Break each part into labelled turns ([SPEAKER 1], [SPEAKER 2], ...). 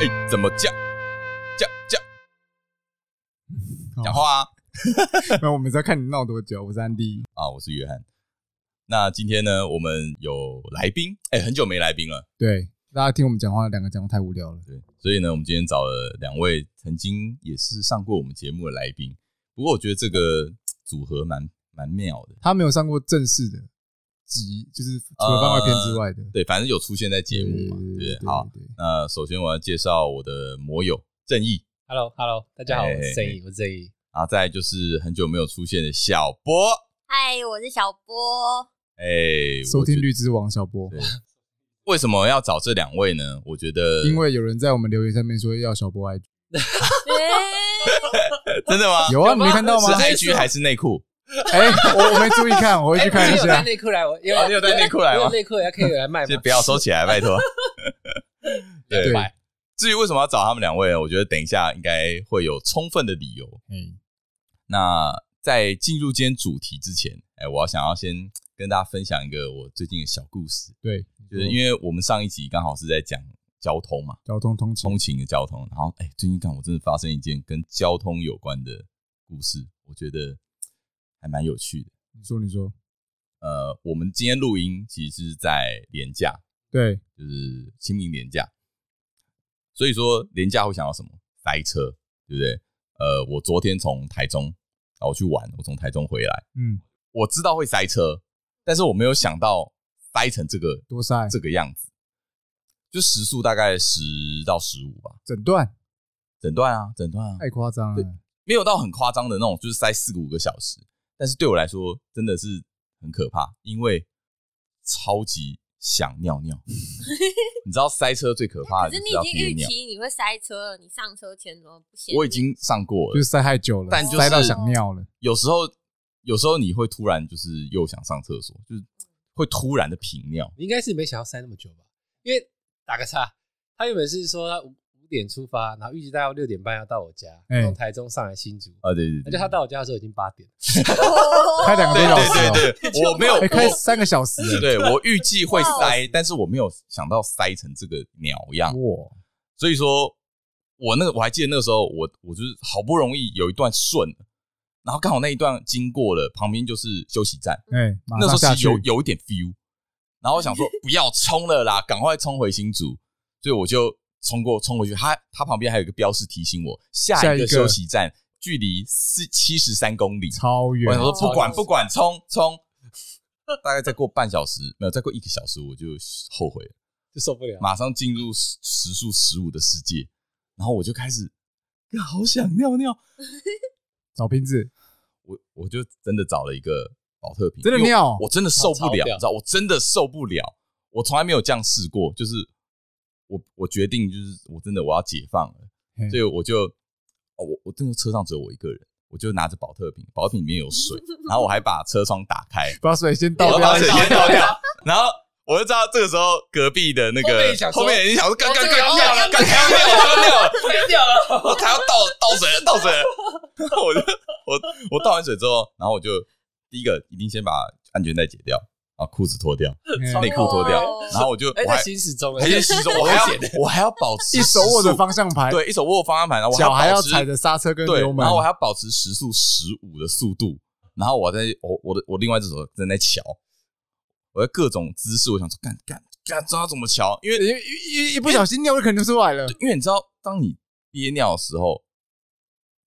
[SPEAKER 1] 哎怎么叫叫叫讲话啊？
[SPEAKER 2] 那我们在看你闹多久？我是安迪，
[SPEAKER 1] 啊，我是约翰。那今天呢，我们有来宾，哎、很久没来宾了，
[SPEAKER 2] 对，大家听我们讲话，两个讲话太无聊了。
[SPEAKER 1] 对，所以呢，我们今天找了两位曾经也是上过我们节目的来宾。不过我觉得这个组合蛮蛮妙的，
[SPEAKER 2] 他没有上过正式的集，就是除了番外篇之外的
[SPEAKER 1] 对，反正有出现在呃节目嘛，对不对？好，，那首先我要介绍我的魔友正义，
[SPEAKER 3] Hello，Hello，大家好，
[SPEAKER 1] 哎
[SPEAKER 3] 我是正义，我是正义。
[SPEAKER 1] 然后再来就是很久没有出现的小波，
[SPEAKER 4] 嗨，我是小 波。
[SPEAKER 1] 哎、
[SPEAKER 2] 收
[SPEAKER 1] 我觉得
[SPEAKER 2] 听率之王小波，
[SPEAKER 1] 对为什么要找这两位呢？我觉得
[SPEAKER 2] 因为有人在我们留言上面说要小波 IG，
[SPEAKER 4] 哎
[SPEAKER 1] 真的吗？
[SPEAKER 2] 有啊，你没看到吗
[SPEAKER 1] 是？IG 还是内裤？
[SPEAKER 2] 哎，我我没注意 看，我会
[SPEAKER 3] 哎
[SPEAKER 2] 去看
[SPEAKER 3] 我
[SPEAKER 2] 一
[SPEAKER 3] 今天有带
[SPEAKER 2] 下。
[SPEAKER 3] 内裤来，我因为
[SPEAKER 1] 哦你有带内裤来吗
[SPEAKER 3] 我有内裤来可以来 卖
[SPEAKER 1] 就
[SPEAKER 3] 吗？
[SPEAKER 1] 不要收 起来，拜托。对
[SPEAKER 2] 对，
[SPEAKER 1] 至于为什么要找他们两位呢，我觉得等一下应该会有充分的理由。
[SPEAKER 2] 嗯
[SPEAKER 1] 那在进入今天主题之前，哎，我要想要先跟大家分享一个我最近的小故事，
[SPEAKER 2] 对，
[SPEAKER 1] 就是因为我们上一集刚好是在讲交通嘛，
[SPEAKER 2] 交通通勤
[SPEAKER 1] 通，勤的交通，然后哎，最近看我真的发生一件跟交通有关的故事，我觉得还蛮有趣的。
[SPEAKER 2] 你说你说，
[SPEAKER 1] 呃，我们今天录音其实是在廉价，
[SPEAKER 2] 对，
[SPEAKER 1] 就是清明年假，所以说年假会想到什么？塞车，对不对？呃，我昨天从台中，然后去玩，我从台中回来，
[SPEAKER 2] 嗯，
[SPEAKER 1] 我知道会塞车，但是我没有想到塞成这个
[SPEAKER 2] 多塞
[SPEAKER 1] 这个样子，就时速大概十到十五吧，
[SPEAKER 2] 诊断
[SPEAKER 1] 诊断啊，诊断啊，
[SPEAKER 2] 太夸张
[SPEAKER 1] 对
[SPEAKER 2] 了，
[SPEAKER 1] 没有到很夸张的那种，就是塞四个五个小时，但是对我来说真的是很可怕，因为超级想尿 尿。你知道塞车最可怕
[SPEAKER 4] 可
[SPEAKER 1] 的
[SPEAKER 4] 是
[SPEAKER 1] 就
[SPEAKER 4] 你
[SPEAKER 1] 是要
[SPEAKER 4] 已经
[SPEAKER 1] 憋
[SPEAKER 4] 预
[SPEAKER 1] 尿，
[SPEAKER 4] 期你会塞车了，你上车前怎么不先？
[SPEAKER 1] 我已经上过
[SPEAKER 2] 就
[SPEAKER 1] 了
[SPEAKER 2] 是，塞太久了，
[SPEAKER 1] 但就是
[SPEAKER 2] 塞到想尿了。
[SPEAKER 1] 有时候有时候你会突然就是又想上厕所，就是会突然的频尿，
[SPEAKER 3] 你应该是没想要塞那么久吧？因为打个岔，他原本是说他五五点出发，然后预计大概六点半要到我家，
[SPEAKER 2] 哎
[SPEAKER 3] 从台中上来新竹。
[SPEAKER 1] 啊，对对
[SPEAKER 3] 而
[SPEAKER 1] 对
[SPEAKER 3] 且，他到我家的时候已经八点，
[SPEAKER 2] 开两个
[SPEAKER 1] 对
[SPEAKER 2] 多小时哦，
[SPEAKER 1] 对对对，我没有，
[SPEAKER 2] 哎，开
[SPEAKER 1] 我
[SPEAKER 2] 三个小时，
[SPEAKER 1] 对我预计会
[SPEAKER 4] 哦
[SPEAKER 1] 塞，但是我没有想到塞成这个鸟样，
[SPEAKER 2] 哎哇，
[SPEAKER 1] 所以说我那个我还记得那个时候，我我就是好不容易有一段顺了，然后刚好那一段经过了，旁边就是休息站，
[SPEAKER 2] 哎，马
[SPEAKER 1] 那时
[SPEAKER 2] 上
[SPEAKER 1] 候
[SPEAKER 2] 下
[SPEAKER 1] 其
[SPEAKER 2] 去
[SPEAKER 1] 实有有一点 feel，然后我想 说不要冲了啦，赶快冲回新竹，所以我就冲过冲回去，它它旁边还有一个标示提醒我下
[SPEAKER 2] 下
[SPEAKER 1] 一
[SPEAKER 2] 一
[SPEAKER 1] 个
[SPEAKER 2] 个
[SPEAKER 1] 休息站距离四七十三公里，
[SPEAKER 2] 超
[SPEAKER 1] 我
[SPEAKER 2] 远
[SPEAKER 1] 想，说不管
[SPEAKER 3] 超远
[SPEAKER 1] 不管冲冲， 大概再过半小时没有再过一个小时我就后悔了。
[SPEAKER 3] 就受不了。
[SPEAKER 1] 马上进入时时速十五的世界，然后我就开始，干好想尿尿，
[SPEAKER 2] 找瓶子，
[SPEAKER 1] 我我就真的找了一个保特瓶，
[SPEAKER 2] 真的
[SPEAKER 1] 因为
[SPEAKER 2] 尿
[SPEAKER 1] 我真的受不
[SPEAKER 3] 超
[SPEAKER 1] 了，
[SPEAKER 3] 屌
[SPEAKER 1] 你知道，我真的受不了，我从来没有这样试过，就是我我决定就是我真的我要解放了，
[SPEAKER 2] 嘿
[SPEAKER 1] 所以我就，哦我我真的车上只有我一个人，我就拿着保特瓶，保特瓶里面有水，然后我还把车窗打开，
[SPEAKER 2] 把水先
[SPEAKER 1] 我
[SPEAKER 2] 倒
[SPEAKER 1] 要把
[SPEAKER 2] 掉
[SPEAKER 1] 水先
[SPEAKER 3] 哦
[SPEAKER 1] 倒掉， 然后我就知道这个时候隔壁的那
[SPEAKER 3] 后面也
[SPEAKER 1] 个
[SPEAKER 3] 想说哦
[SPEAKER 1] 后面人想说，干干
[SPEAKER 3] 这
[SPEAKER 1] 干
[SPEAKER 3] 个要
[SPEAKER 1] 尿了，干干尿了，干尿了，
[SPEAKER 3] 掉了，
[SPEAKER 1] 我他要倒倒水了， 倒水了，然后我就我我倒完水之后，然后我就第一个一定先把安全带解掉，然后裤子脱掉，
[SPEAKER 2] 嘿
[SPEAKER 1] 内裤脱掉，然后我就
[SPEAKER 3] 哎，
[SPEAKER 1] 我还
[SPEAKER 3] 在行驶中，
[SPEAKER 1] 还先洗手，我还要我还要保持
[SPEAKER 2] 一手握着
[SPEAKER 1] 时速
[SPEAKER 2] 方向盘，
[SPEAKER 1] 对，一手握着方向盘，然后我
[SPEAKER 2] 脚还
[SPEAKER 1] 要
[SPEAKER 2] 要
[SPEAKER 1] 保持
[SPEAKER 2] 踩着刹车跟
[SPEAKER 1] 对，
[SPEAKER 2] 油门，
[SPEAKER 1] 然后我还要保持时速十五的速度，然后我在我我的我另外一只手正在瞧，我在各种姿势，我想说干干干，知道怎么瞧，因为
[SPEAKER 2] 一一一一不小心尿就可能出来了，
[SPEAKER 1] 因为你知道，当你憋尿的时候，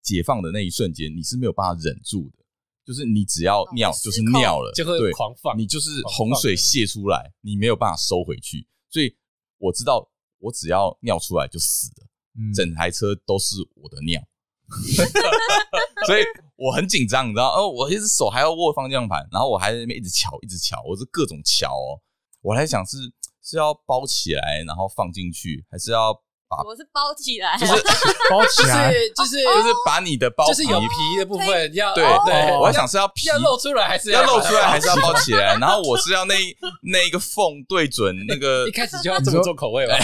[SPEAKER 1] 解放的那一瞬间，你是没有办法忍住的，就是你只要尿
[SPEAKER 4] 哦失
[SPEAKER 1] 就是
[SPEAKER 4] 控
[SPEAKER 1] 尿了，
[SPEAKER 3] 就会
[SPEAKER 1] 对，
[SPEAKER 3] 狂放
[SPEAKER 1] 你就是
[SPEAKER 3] 狂
[SPEAKER 1] 洪
[SPEAKER 3] 放
[SPEAKER 1] 水
[SPEAKER 3] 的那
[SPEAKER 1] 泄出来，你没有办法收回去，所以我知道我只要尿出来就死了，
[SPEAKER 2] 嗯
[SPEAKER 1] 整台车都是我的尿， 所以我很紧张，你知道，哦，我一只手还要握方向盘，然后我还在那边一直瞧，一直瞧，我是各种瞧哦，我还想是是要包起来然后放进去，还是要把
[SPEAKER 4] 我是包起 来，
[SPEAKER 1] 就是
[SPEAKER 2] 包起来，
[SPEAKER 3] 是就是
[SPEAKER 1] 就是把你的包皮
[SPEAKER 3] 就是有皮的部分要
[SPEAKER 1] 对
[SPEAKER 3] 对，
[SPEAKER 1] 我还想是要皮
[SPEAKER 3] 要露出来还是
[SPEAKER 1] 要露出来，还是要包起 来？然后我是要那一那一个缝对准那个
[SPEAKER 3] 一，开始就要这么做口味吗？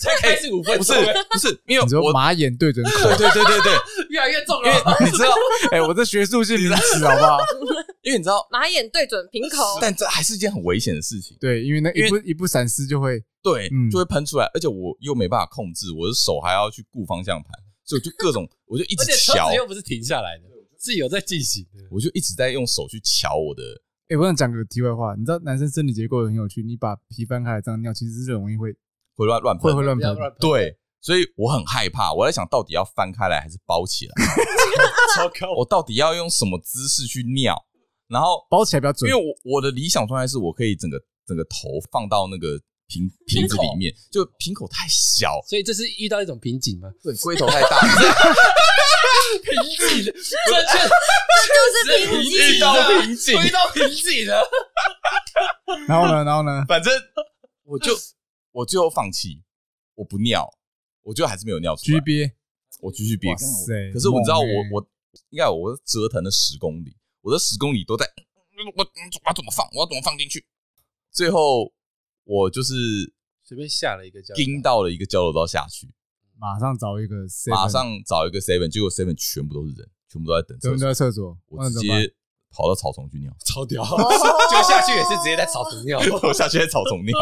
[SPEAKER 3] 才开始五分
[SPEAKER 1] 不是
[SPEAKER 3] 钟，
[SPEAKER 1] 不是，因为
[SPEAKER 2] 你说
[SPEAKER 1] 我
[SPEAKER 2] 马眼对准口
[SPEAKER 1] 对，对对对对，
[SPEAKER 3] 越来越重
[SPEAKER 1] 因
[SPEAKER 3] 了。
[SPEAKER 1] 为你知道，
[SPEAKER 2] 哎，我这学术性名词好 不好？
[SPEAKER 1] 因为你知道，
[SPEAKER 4] 马眼对准瓶口，
[SPEAKER 1] 但这还是一件很危险的事情。
[SPEAKER 2] 对，因为那
[SPEAKER 1] 因为
[SPEAKER 2] 一不一不闪失就会
[SPEAKER 1] 对，
[SPEAKER 2] 嗯
[SPEAKER 1] 就会喷出来，而且我又没办法控制，我的手还要去顾方向盘，所以我就各种，我就一
[SPEAKER 3] 而
[SPEAKER 1] 直
[SPEAKER 3] 且车
[SPEAKER 1] 瞧
[SPEAKER 3] 子，又不是停下来的，是有在进行的。
[SPEAKER 1] 我就一直在用手去瞧我的，
[SPEAKER 2] 哎、我想讲个题外话，你知道男生生理结构很有趣，你把皮翻开来这样尿，其实是容易会
[SPEAKER 1] 会乱乱
[SPEAKER 2] 会
[SPEAKER 1] 喷
[SPEAKER 2] 会，乱
[SPEAKER 3] 不要
[SPEAKER 2] 喷
[SPEAKER 3] 不。然
[SPEAKER 1] 对，所以我很害怕，我在想到底要翻开来还是包起来，
[SPEAKER 3] 超高，
[SPEAKER 1] 我到底要用什么姿势去尿，然后
[SPEAKER 2] 包起来比较
[SPEAKER 1] 因
[SPEAKER 2] 准
[SPEAKER 1] 为，我我的理想状态是我可以整个整个头放到那个瓶瓶子里面，就瓶口太小，
[SPEAKER 3] 所以这是遇到一种瓶颈吗？
[SPEAKER 1] 对，龟头太 大，
[SPEAKER 3] 瓶颈，这
[SPEAKER 4] 这就是瓶
[SPEAKER 1] 遇
[SPEAKER 4] 颈。
[SPEAKER 1] 到瓶颈，
[SPEAKER 3] 遇到瓶颈了。
[SPEAKER 2] 然后呢，然后呢，
[SPEAKER 1] 反正我就我最后放弃，我不尿，我最后还是没有尿出
[SPEAKER 2] 居
[SPEAKER 1] 来，
[SPEAKER 2] 憋，
[SPEAKER 1] 我继续憋
[SPEAKER 2] 哇。塞
[SPEAKER 1] 可是我知道我
[SPEAKER 2] 猛欸
[SPEAKER 1] 我应该我折腾了十公里，我的十公里都在我我要怎么放，我要怎么放进去？最后我就是
[SPEAKER 3] 随便下了一个叫，
[SPEAKER 1] 盯到了一个交流道下去，
[SPEAKER 2] 马上找一个 seven，
[SPEAKER 1] 马上找一个 seven，结果 seven 全部都是人，全部都在等
[SPEAKER 2] 怎
[SPEAKER 1] 厕
[SPEAKER 2] 么在
[SPEAKER 1] 所，
[SPEAKER 2] 厕所？
[SPEAKER 1] 我直
[SPEAKER 2] 那怎么办
[SPEAKER 1] 接跑到草丛 去尿，
[SPEAKER 3] 超屌，
[SPEAKER 4] 哦
[SPEAKER 3] 就下去也是直接在草丛尿。
[SPEAKER 1] 我下去在草丛 尿，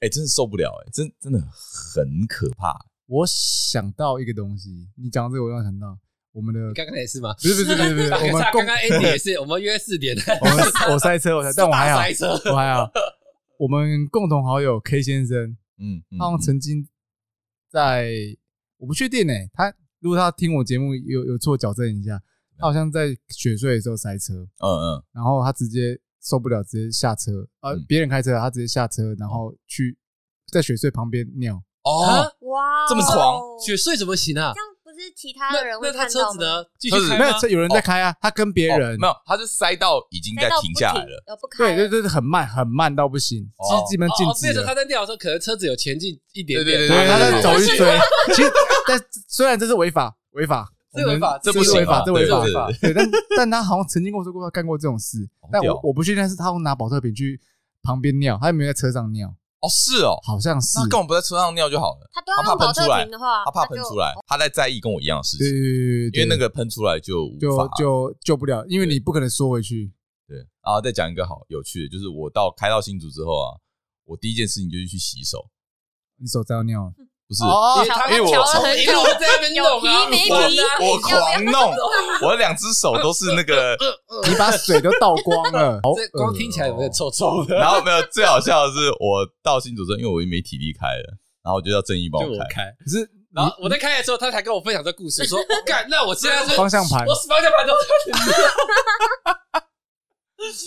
[SPEAKER 1] 哎，真是受不了，哎，真真的很可怕。
[SPEAKER 2] 我想到一个东西，你讲这个我让我想到我们的
[SPEAKER 3] 你，刚刚也是吗？
[SPEAKER 2] 不是不是不是不是，我们
[SPEAKER 3] 刚
[SPEAKER 2] 共
[SPEAKER 3] 刚 Andy 也是，我们约四点，
[SPEAKER 2] 我们我塞车，我塞，但我还好
[SPEAKER 3] 大，塞车，
[SPEAKER 2] 我还好。我们共同好友 K 先生，
[SPEAKER 1] 嗯，嗯
[SPEAKER 2] 他好像曾经在，我不确定呢、他如果他听我节目有有错，矫正一下。他好像在雪隧的时候塞车，
[SPEAKER 1] 嗯嗯，
[SPEAKER 2] 然后他直接受不了，直接下车，呃
[SPEAKER 1] 嗯，
[SPEAKER 2] 别人开车，他直接下车，然后去在雪隧旁边尿。
[SPEAKER 1] 哦，
[SPEAKER 4] 哇哦，
[SPEAKER 1] 这么狂
[SPEAKER 3] 雪隧怎么行啊
[SPEAKER 4] 这？样不是其他
[SPEAKER 3] 那
[SPEAKER 4] 的人会
[SPEAKER 3] 那他
[SPEAKER 4] 看
[SPEAKER 3] 车
[SPEAKER 4] 到
[SPEAKER 3] 子
[SPEAKER 4] 吗？
[SPEAKER 3] 呢？继
[SPEAKER 1] 车
[SPEAKER 3] 续
[SPEAKER 1] 子
[SPEAKER 3] 开
[SPEAKER 2] 没
[SPEAKER 3] 吗
[SPEAKER 2] 有，这有人在开啊，他跟别
[SPEAKER 1] 哦
[SPEAKER 2] 人
[SPEAKER 1] 没有，他是塞到已经在
[SPEAKER 4] 难道不
[SPEAKER 1] 停下来了，，
[SPEAKER 4] 呃，不开
[SPEAKER 2] 对
[SPEAKER 4] 了，
[SPEAKER 2] 对对，很慢，很慢到不行，
[SPEAKER 1] 哦
[SPEAKER 2] 基基本上静
[SPEAKER 3] 哦，那
[SPEAKER 2] 止
[SPEAKER 3] 时候他
[SPEAKER 2] 了。
[SPEAKER 3] 在尿的时候，可能车子有前进一点点，
[SPEAKER 1] 对对对
[SPEAKER 2] 对，他在
[SPEAKER 1] 对
[SPEAKER 2] 走一追。 其实，但虽然这是违法，违法，
[SPEAKER 3] 这个违法
[SPEAKER 2] 我们
[SPEAKER 3] 这
[SPEAKER 2] 这
[SPEAKER 3] 不
[SPEAKER 2] 是
[SPEAKER 3] 行
[SPEAKER 2] 违
[SPEAKER 1] 啊
[SPEAKER 2] 法，这
[SPEAKER 1] 对
[SPEAKER 2] 违
[SPEAKER 1] 对
[SPEAKER 2] 法。对，但但他好像曾经跟我说过，他干过这种事
[SPEAKER 1] 好，
[SPEAKER 2] 但
[SPEAKER 1] 屌
[SPEAKER 2] 我我不确定是他用拿保特瓶去旁边尿，他有没有在车上尿？
[SPEAKER 1] 哦，是哦，
[SPEAKER 2] 好像是
[SPEAKER 1] 那。根本不在车上尿就好了，
[SPEAKER 4] 他都要
[SPEAKER 1] 他
[SPEAKER 4] 用
[SPEAKER 1] 怕
[SPEAKER 4] 保
[SPEAKER 1] 喷出
[SPEAKER 4] 特
[SPEAKER 1] 来
[SPEAKER 4] 瓶的话，
[SPEAKER 1] 他怕
[SPEAKER 4] 就
[SPEAKER 1] 喷出来，他在在意跟我一样的事
[SPEAKER 2] 对
[SPEAKER 1] 情，
[SPEAKER 2] 对对对
[SPEAKER 1] 因
[SPEAKER 2] 对，
[SPEAKER 1] 为那个喷出来就无
[SPEAKER 2] 就
[SPEAKER 1] 法
[SPEAKER 2] 就救不了，因为你不可能缩回去。
[SPEAKER 1] 对。然后再讲一个好有趣的，就是我到开到新竹之后啊，我第一件事情就是去洗手，
[SPEAKER 2] 你手沾到尿了，
[SPEAKER 1] 不是
[SPEAKER 2] 哦
[SPEAKER 3] 因为他
[SPEAKER 1] 因为我
[SPEAKER 4] 调了很
[SPEAKER 3] 一
[SPEAKER 4] 久
[SPEAKER 3] 路在那边弄啊，
[SPEAKER 4] 有皮没
[SPEAKER 1] 我
[SPEAKER 4] 皮
[SPEAKER 1] 我狂弄， 我的两只手都是那 个，
[SPEAKER 2] 你把水都倒光了，好 哦
[SPEAKER 3] 这
[SPEAKER 4] 嗯
[SPEAKER 3] 光听起来有没有臭臭的？
[SPEAKER 1] 然后没有最好笑的是，我到新竹之后，因为我也没体力开了，然后我就叫正义帮
[SPEAKER 3] 就
[SPEAKER 1] 我
[SPEAKER 3] 我
[SPEAKER 1] 开，
[SPEAKER 3] 开，
[SPEAKER 2] 可是
[SPEAKER 3] 然后我在开的时候，他才跟我分享这故事， 说：“我干，那我现在是
[SPEAKER 2] 方向盘
[SPEAKER 3] 我方向盘都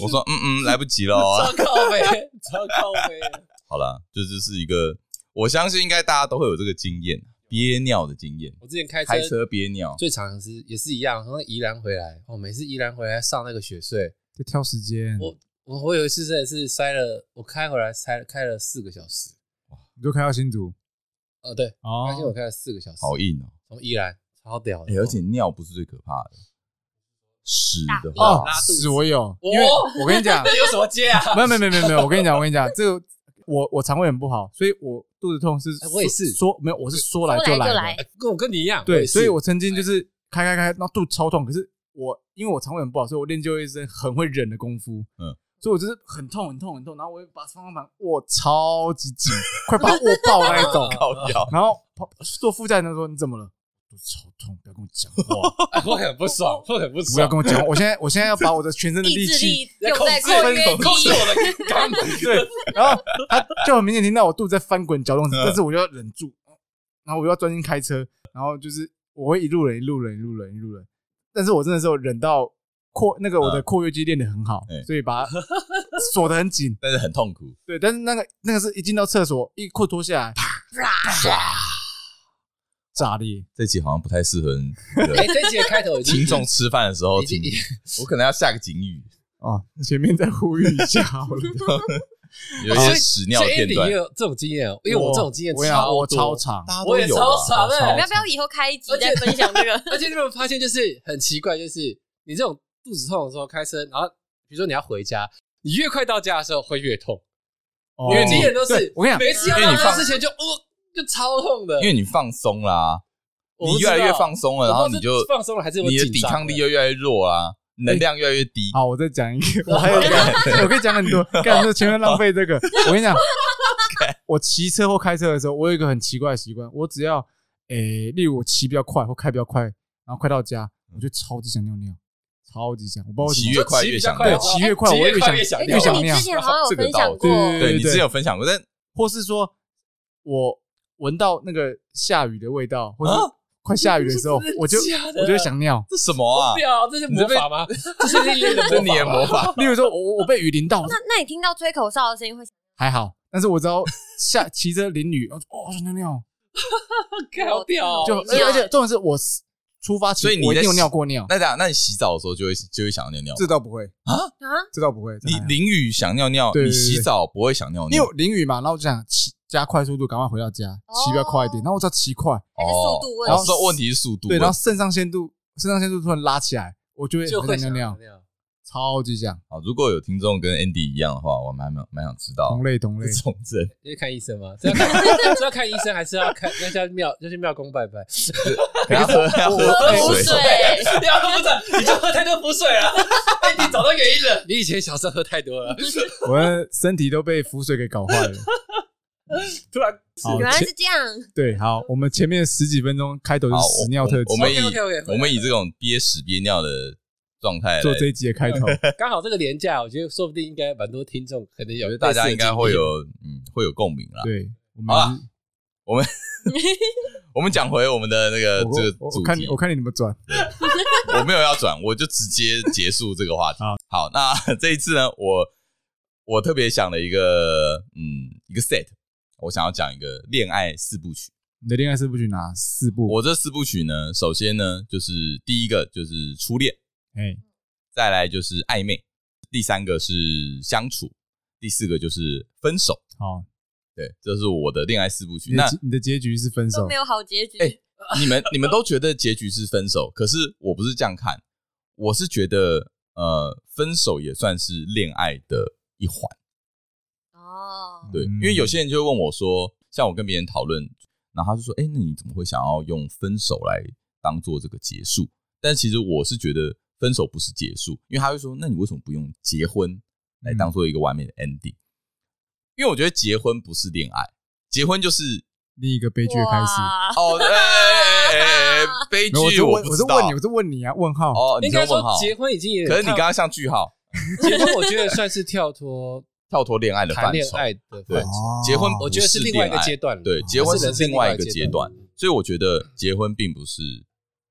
[SPEAKER 1] 我说嗯嗯，来不及了哦，
[SPEAKER 3] 超靠背，超靠背。
[SPEAKER 1] 好啦，这就是一个，我相信应该大家都会有这个经验，憋尿的经验”，
[SPEAKER 3] 我之前开车
[SPEAKER 1] 开车哦憋尿，
[SPEAKER 3] 最常是也是一样，从宜兰回来，哦，每次宜兰回来上那个雪隧，
[SPEAKER 2] 就挑时间，
[SPEAKER 3] 我我我有一次真的是塞了，我开回来塞开了四个小时，
[SPEAKER 2] 你就开到新竹
[SPEAKER 3] 哦，对，
[SPEAKER 2] 哦
[SPEAKER 3] 发现我开了四个小时，
[SPEAKER 1] 好硬哦、
[SPEAKER 3] 从宜兰超屌的，
[SPEAKER 1] 哎，而且尿不是最可怕的，屎的
[SPEAKER 2] 哦
[SPEAKER 1] 话，
[SPEAKER 3] 拉，肚子
[SPEAKER 2] 屎我有，因为
[SPEAKER 3] 哦
[SPEAKER 2] 我跟你讲，
[SPEAKER 3] 那有什么 接啊？
[SPEAKER 2] 没有没有没有没有没有，我跟你讲，我跟你讲，这个我我肠胃很不好，所以我肚子痛是
[SPEAKER 3] 哎我也是
[SPEAKER 2] 说没有，我是说来
[SPEAKER 4] 出来就
[SPEAKER 2] 来
[SPEAKER 4] 来
[SPEAKER 2] 的，，
[SPEAKER 3] 跟我跟你一样，
[SPEAKER 2] 对，
[SPEAKER 3] 也是
[SPEAKER 2] 所以我曾经就是开开开，然后肚子超痛，可是我因为我肠胃很不好，所以我练就一身很会忍的功夫，
[SPEAKER 1] 嗯
[SPEAKER 2] 嗯，所以我就是很痛很痛很痛，然后我会把方向盘握超级紧，快把它握爆那一种，
[SPEAKER 1] 靠腰，
[SPEAKER 2] 然后跑坐副驾驶的说你怎么了？肚子超痛，不要跟我讲话，
[SPEAKER 3] 啊会很不 爽，会很不
[SPEAKER 2] 不要
[SPEAKER 3] 爽，
[SPEAKER 2] 跟我讲话，我现在我现在要把我的全身的
[SPEAKER 4] 意
[SPEAKER 2] 力
[SPEAKER 4] 志
[SPEAKER 2] 气。
[SPEAKER 4] 力用在
[SPEAKER 3] 控制
[SPEAKER 4] 括约
[SPEAKER 1] 控
[SPEAKER 3] 控制
[SPEAKER 4] 肌，
[SPEAKER 3] 我 的肛门，
[SPEAKER 2] 对，然后他就很明显听到我肚子在翻滚搅动，
[SPEAKER 3] 嗯
[SPEAKER 2] 但是我就要忍住，然后我又要专心开车，然后就是我会一路忍一路忍一路忍一路忍，但是我真的是有忍到括那个
[SPEAKER 3] 嗯
[SPEAKER 2] 我的括约肌练得很好
[SPEAKER 3] 哎
[SPEAKER 1] 嗯，
[SPEAKER 2] 所以把它锁得很紧。
[SPEAKER 1] 但是很痛苦，
[SPEAKER 2] 对，但是那个那个是一进到厕所，一裤脱下来，炸裂，
[SPEAKER 1] 这期好像不太适 合那
[SPEAKER 3] 哎，
[SPEAKER 1] 个
[SPEAKER 3] 这集的开头已经
[SPEAKER 1] 听众吃饭的时候
[SPEAKER 3] 已经
[SPEAKER 1] 听，我可能要下个警语，
[SPEAKER 2] 哦，前面再呼吁一下好了，
[SPEAKER 1] 有一些屎尿的
[SPEAKER 3] 哦所以
[SPEAKER 1] 片
[SPEAKER 3] Andy
[SPEAKER 1] 段
[SPEAKER 3] 也，有这种经验哦， 因为我这种经验
[SPEAKER 2] 我跟你讲我
[SPEAKER 3] 多
[SPEAKER 2] 超，长，
[SPEAKER 1] 大家
[SPEAKER 3] 我
[SPEAKER 1] 都
[SPEAKER 3] 也
[SPEAKER 1] 有
[SPEAKER 3] 超欸
[SPEAKER 1] 吧，
[SPEAKER 3] 傻
[SPEAKER 4] 我
[SPEAKER 3] 的
[SPEAKER 4] 们要不要以后开一集再分享这个？
[SPEAKER 3] 而且你有没有发现，就是很奇怪，就是你这种肚子痛的时候开车，然后比如说你要回家，你越快到家的时候会越痛，
[SPEAKER 2] 哦
[SPEAKER 3] 因为经验都
[SPEAKER 2] 对
[SPEAKER 3] 是
[SPEAKER 2] 我跟你讲，
[SPEAKER 3] 每次要
[SPEAKER 1] 因为
[SPEAKER 3] 到
[SPEAKER 1] 你
[SPEAKER 3] 家
[SPEAKER 1] 放
[SPEAKER 3] 之前就哦，就超痛的，
[SPEAKER 1] 因为你放松啦，
[SPEAKER 3] 我不
[SPEAKER 1] 你
[SPEAKER 3] 知
[SPEAKER 1] 越
[SPEAKER 3] 道
[SPEAKER 1] 来越放松了，然后
[SPEAKER 3] 我不
[SPEAKER 1] 你
[SPEAKER 3] 知道
[SPEAKER 1] 就是
[SPEAKER 3] 放松了还是我
[SPEAKER 1] 你的
[SPEAKER 3] 紧
[SPEAKER 1] 抵
[SPEAKER 3] 张
[SPEAKER 1] 抗力
[SPEAKER 3] 了
[SPEAKER 1] 又越来越弱啦，能量越来越低。
[SPEAKER 2] 好，我再讲一 个，我还有一个，我可以讲很 多，干这前面浪费这 个。我跟你讲，我骑车或开车的时候，我有一个很奇怪的习惯，我只要诶、例如我骑比较快或开比较快，然后快到家，我就超级想尿尿，超级想，我
[SPEAKER 3] 哦
[SPEAKER 2] 不知道为什
[SPEAKER 1] 骑
[SPEAKER 2] 么
[SPEAKER 1] 越快
[SPEAKER 3] 骑
[SPEAKER 1] 越
[SPEAKER 3] 比较
[SPEAKER 1] 想
[SPEAKER 3] 快
[SPEAKER 1] 尿
[SPEAKER 2] 对，骑越快，我越想
[SPEAKER 3] 越想
[SPEAKER 4] 哎，
[SPEAKER 2] 越
[SPEAKER 4] 可是
[SPEAKER 2] 想
[SPEAKER 4] 你
[SPEAKER 2] 尿
[SPEAKER 4] 之，前好像有
[SPEAKER 1] 这个
[SPEAKER 4] 分享
[SPEAKER 1] 道理
[SPEAKER 4] 过，
[SPEAKER 2] 对
[SPEAKER 1] 对你之前有分享过，但
[SPEAKER 2] 或是说我闻到那个下雨的味道，或
[SPEAKER 1] 啊
[SPEAKER 2] 者快下雨的时候，我就我就会想尿。
[SPEAKER 1] 这什么啊
[SPEAKER 3] 不？要，这是魔法吗？ 这是你 的
[SPEAKER 1] 这你的魔
[SPEAKER 3] 吗
[SPEAKER 1] 法，
[SPEAKER 2] 例如说，我我我被雨淋 到，我
[SPEAKER 4] 那那你听到吹口哨的声音会想
[SPEAKER 2] 还好，但是我只要下骑车淋雨，我就哦我想尿尿，
[SPEAKER 3] 看好屌哦！
[SPEAKER 2] 就
[SPEAKER 4] 哦
[SPEAKER 2] 而
[SPEAKER 4] 你
[SPEAKER 2] 且
[SPEAKER 4] 尿
[SPEAKER 2] 而且重点是我是出发前，
[SPEAKER 1] 所以你
[SPEAKER 2] 我一定
[SPEAKER 1] 在
[SPEAKER 2] 有
[SPEAKER 1] 洗
[SPEAKER 2] 尿过尿，
[SPEAKER 1] 那等下，那你洗澡的时候就会就会想要尿尿？
[SPEAKER 2] 这倒不会，
[SPEAKER 4] 啊？
[SPEAKER 2] 这倒不会，这
[SPEAKER 1] 你
[SPEAKER 2] 还好
[SPEAKER 1] 淋雨想尿尿，
[SPEAKER 2] 哎对对
[SPEAKER 1] 你
[SPEAKER 2] 对
[SPEAKER 1] 洗澡不会想尿
[SPEAKER 2] 因
[SPEAKER 1] 尿
[SPEAKER 2] 为我淋雨嘛，然后我就想骑加快速度，赶快回到家，骑比较快一点，然后我只要骑快，
[SPEAKER 4] 还是速度问
[SPEAKER 1] 哦
[SPEAKER 4] 题
[SPEAKER 1] 哦所以问题是速度
[SPEAKER 2] 对，
[SPEAKER 1] 问题。
[SPEAKER 2] 然后肾上腺素肾上腺素突然拉起来，我就会
[SPEAKER 3] 就会
[SPEAKER 2] 很想
[SPEAKER 3] 想
[SPEAKER 2] 尿尿，
[SPEAKER 3] 尿。
[SPEAKER 2] 超级想，
[SPEAKER 1] 好，如果有听众跟 Andy 一样的话，我蛮蛮蛮想知道
[SPEAKER 2] 同类同类
[SPEAKER 1] 这，种 症。
[SPEAKER 3] 要去看医生吗？这要看，这要看医生，还是要看要去庙，要去庙公拜拜？
[SPEAKER 1] 然后喝要
[SPEAKER 4] 喝
[SPEAKER 1] 喝
[SPEAKER 4] 湖
[SPEAKER 1] 水，
[SPEAKER 4] 水，
[SPEAKER 3] 要喝水，你就喝太多浮水 了。哎，你找到原因了。你以前小时候喝太多了，
[SPEAKER 2] 我的身体都被浮水给搞坏了。
[SPEAKER 3] 突然
[SPEAKER 2] 好，
[SPEAKER 4] 原来
[SPEAKER 2] 前
[SPEAKER 4] 是这样。
[SPEAKER 2] 对，好，我们前面十几分钟开头
[SPEAKER 1] 好
[SPEAKER 2] 是
[SPEAKER 1] 我
[SPEAKER 2] 屎尿特辑，
[SPEAKER 1] 我们以
[SPEAKER 3] OK，OK，OK，
[SPEAKER 1] 我们以这种憋屎憋尿的状态来
[SPEAKER 2] 做这一集的开头，
[SPEAKER 3] 刚好这个廉价，我觉得说不定应该蛮多听众可能有
[SPEAKER 1] 我觉得大家应该会有嗯会有共鸣啦。
[SPEAKER 2] 对，我们
[SPEAKER 1] 好啦
[SPEAKER 2] 是
[SPEAKER 1] 我们讲回我们的那个
[SPEAKER 2] 我
[SPEAKER 1] 呃这个
[SPEAKER 2] 我
[SPEAKER 1] 主
[SPEAKER 2] 我看
[SPEAKER 1] 题
[SPEAKER 2] 你，我看你怎么转。
[SPEAKER 1] 我没有要转，我就直接结束这个话题
[SPEAKER 2] 好。
[SPEAKER 1] 好，那 这一次呢，我我特别想了一个嗯一个 set，我想要讲一个恋爱四部曲。
[SPEAKER 2] 你的恋爱四部曲哪四部？
[SPEAKER 1] 我这四部曲呢，首先呢就是第一个就是初恋，
[SPEAKER 2] 哎，
[SPEAKER 1] 再来就是暧昧，第三个是相处，第四个就是分手。
[SPEAKER 2] 好，
[SPEAKER 1] 对，这是我的恋爱四部曲。
[SPEAKER 2] 你的
[SPEAKER 1] 那
[SPEAKER 2] 结你的结局是分
[SPEAKER 4] 都
[SPEAKER 2] 手
[SPEAKER 4] 没，有好结局。
[SPEAKER 1] 哎你们你们都觉得结局是分手，可是我不是这样看，我是觉得呃，分手也算是恋爱的一环。
[SPEAKER 4] 哦，
[SPEAKER 1] 对，
[SPEAKER 2] 嗯
[SPEAKER 1] 因为有些人就会问我说，像我跟别人讨论，然后他就说，哎、那你怎么会想要用分手来当做这个结束？但其实我是觉得分手不是结束，因为他会说，那你为什么不用结婚来
[SPEAKER 2] 嗯
[SPEAKER 1] 当做一个完美的 ending？、因为我觉得结婚不是恋爱，结婚就是
[SPEAKER 2] 另一个悲剧的开始。
[SPEAKER 4] 哇
[SPEAKER 1] 哦，哎哎哎哎 悲
[SPEAKER 2] 没有，我
[SPEAKER 1] 剧，
[SPEAKER 2] 是问，
[SPEAKER 1] 不
[SPEAKER 2] 我
[SPEAKER 1] 知
[SPEAKER 2] 是
[SPEAKER 1] 道
[SPEAKER 2] 问你，我是问你啊，问号。
[SPEAKER 1] 哦，你
[SPEAKER 3] 应
[SPEAKER 1] 在
[SPEAKER 3] 该
[SPEAKER 1] 问
[SPEAKER 3] 说
[SPEAKER 1] 号，
[SPEAKER 3] 结婚已经有点
[SPEAKER 1] 可是你
[SPEAKER 3] 跳
[SPEAKER 1] 刚刚像句号，
[SPEAKER 3] 结婚，我觉得算是跳脱
[SPEAKER 1] 跳脱恋爱 的
[SPEAKER 3] 谈
[SPEAKER 1] 范
[SPEAKER 3] 恋
[SPEAKER 1] 畴，
[SPEAKER 3] 爱的
[SPEAKER 1] 对
[SPEAKER 3] 范畴，
[SPEAKER 2] 哦
[SPEAKER 1] 结婚
[SPEAKER 3] 我觉得
[SPEAKER 1] 不是
[SPEAKER 3] 另外一个
[SPEAKER 1] 恋爱
[SPEAKER 3] 阶段了，
[SPEAKER 1] 对，结
[SPEAKER 3] 不
[SPEAKER 1] 婚
[SPEAKER 3] 是人生
[SPEAKER 1] 另外一个
[SPEAKER 3] 阶
[SPEAKER 1] 阶段，，所以我觉得结婚并不是，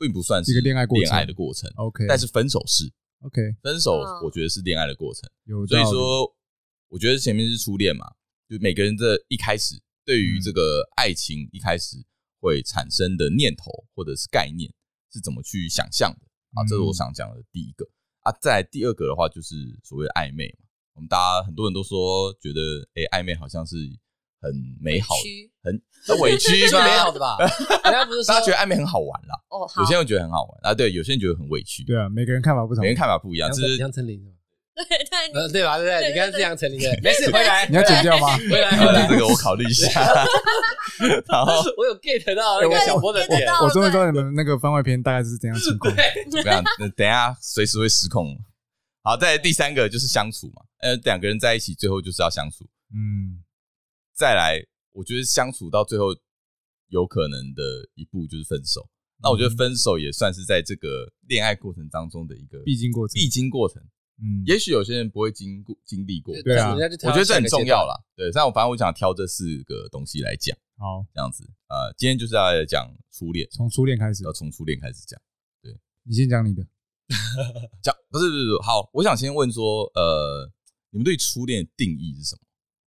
[SPEAKER 1] 并不算是
[SPEAKER 2] 一个恋爱过程
[SPEAKER 1] 恋爱的过程，
[SPEAKER 2] OK，
[SPEAKER 1] 但是分手是，
[SPEAKER 2] OK
[SPEAKER 1] 分手
[SPEAKER 4] 嗯
[SPEAKER 1] 我觉得是恋爱的过程，
[SPEAKER 2] 有道
[SPEAKER 1] 所
[SPEAKER 2] 理，
[SPEAKER 1] 以说，我觉得前面是初恋嘛，就每个人的一开始对于这个爱情一开始会产生的念头或者是概念是怎么去想象的啊，这是我想讲的第一个啊，再来第二个的话就是所谓的暧昧嘛，我们大家很多人都说觉得哎、诶暧昧好像是很美好
[SPEAKER 4] 委
[SPEAKER 1] 的，
[SPEAKER 4] 屈
[SPEAKER 1] 很很委屈
[SPEAKER 3] 这
[SPEAKER 1] 吗
[SPEAKER 3] 是美好的吧？ 人家不是说
[SPEAKER 1] 大家觉得暧昧很好玩啦，
[SPEAKER 4] 哦，好
[SPEAKER 1] 有，些人觉得很好玩啊，对，有些人觉得很委屈，
[SPEAKER 2] 对啊，每个人看法不同
[SPEAKER 1] 每个。人看法不一样，
[SPEAKER 3] 杨
[SPEAKER 1] 这
[SPEAKER 3] 丞
[SPEAKER 1] 是
[SPEAKER 3] 杨丞琳是吧，
[SPEAKER 4] 对对，
[SPEAKER 3] 呃对吧？对不对？
[SPEAKER 4] 对
[SPEAKER 3] 你刚刚是杨丞琳的，没 事，回来，
[SPEAKER 2] 你要剪掉 吗？
[SPEAKER 3] 回来，回
[SPEAKER 1] 呃
[SPEAKER 3] 来，
[SPEAKER 1] 这个我考虑一 下，然后
[SPEAKER 3] 我有 get 到那个小波的
[SPEAKER 4] 我 get
[SPEAKER 3] 点
[SPEAKER 4] 到，
[SPEAKER 2] 我终于知道你们那个番外篇大概是怎样情况。
[SPEAKER 3] 对，
[SPEAKER 1] 怎么样？那等一下随时会失控。好，再来第三个就是相处嘛，呃，两个人在一起最后就是要相处。
[SPEAKER 2] 嗯，
[SPEAKER 1] 再来，我觉得相处到最后有可能的一步就是分手。那我觉得
[SPEAKER 2] 嗯
[SPEAKER 1] 分手也算是在这个恋爱过程当中的一个
[SPEAKER 2] 必经过程
[SPEAKER 1] 必。经过程。
[SPEAKER 2] 嗯，
[SPEAKER 1] 也许有些人不会经过经历过，
[SPEAKER 2] 对啊
[SPEAKER 3] 人家就跳
[SPEAKER 1] 我
[SPEAKER 3] 到
[SPEAKER 1] 觉得这
[SPEAKER 3] 下一
[SPEAKER 1] 很
[SPEAKER 3] 个阶
[SPEAKER 1] 重
[SPEAKER 3] 段
[SPEAKER 1] 要。啦。对，但我反正我想挑这四个东西来讲，
[SPEAKER 2] 好，
[SPEAKER 1] 这样子。呃，今天就是要来讲初恋，
[SPEAKER 2] 从初恋开始
[SPEAKER 1] 要，从初恋开始讲。
[SPEAKER 2] 你先讲你的。
[SPEAKER 1] 讲不是不是不是好，我想先问说，呃，你们对初恋的定义是什么？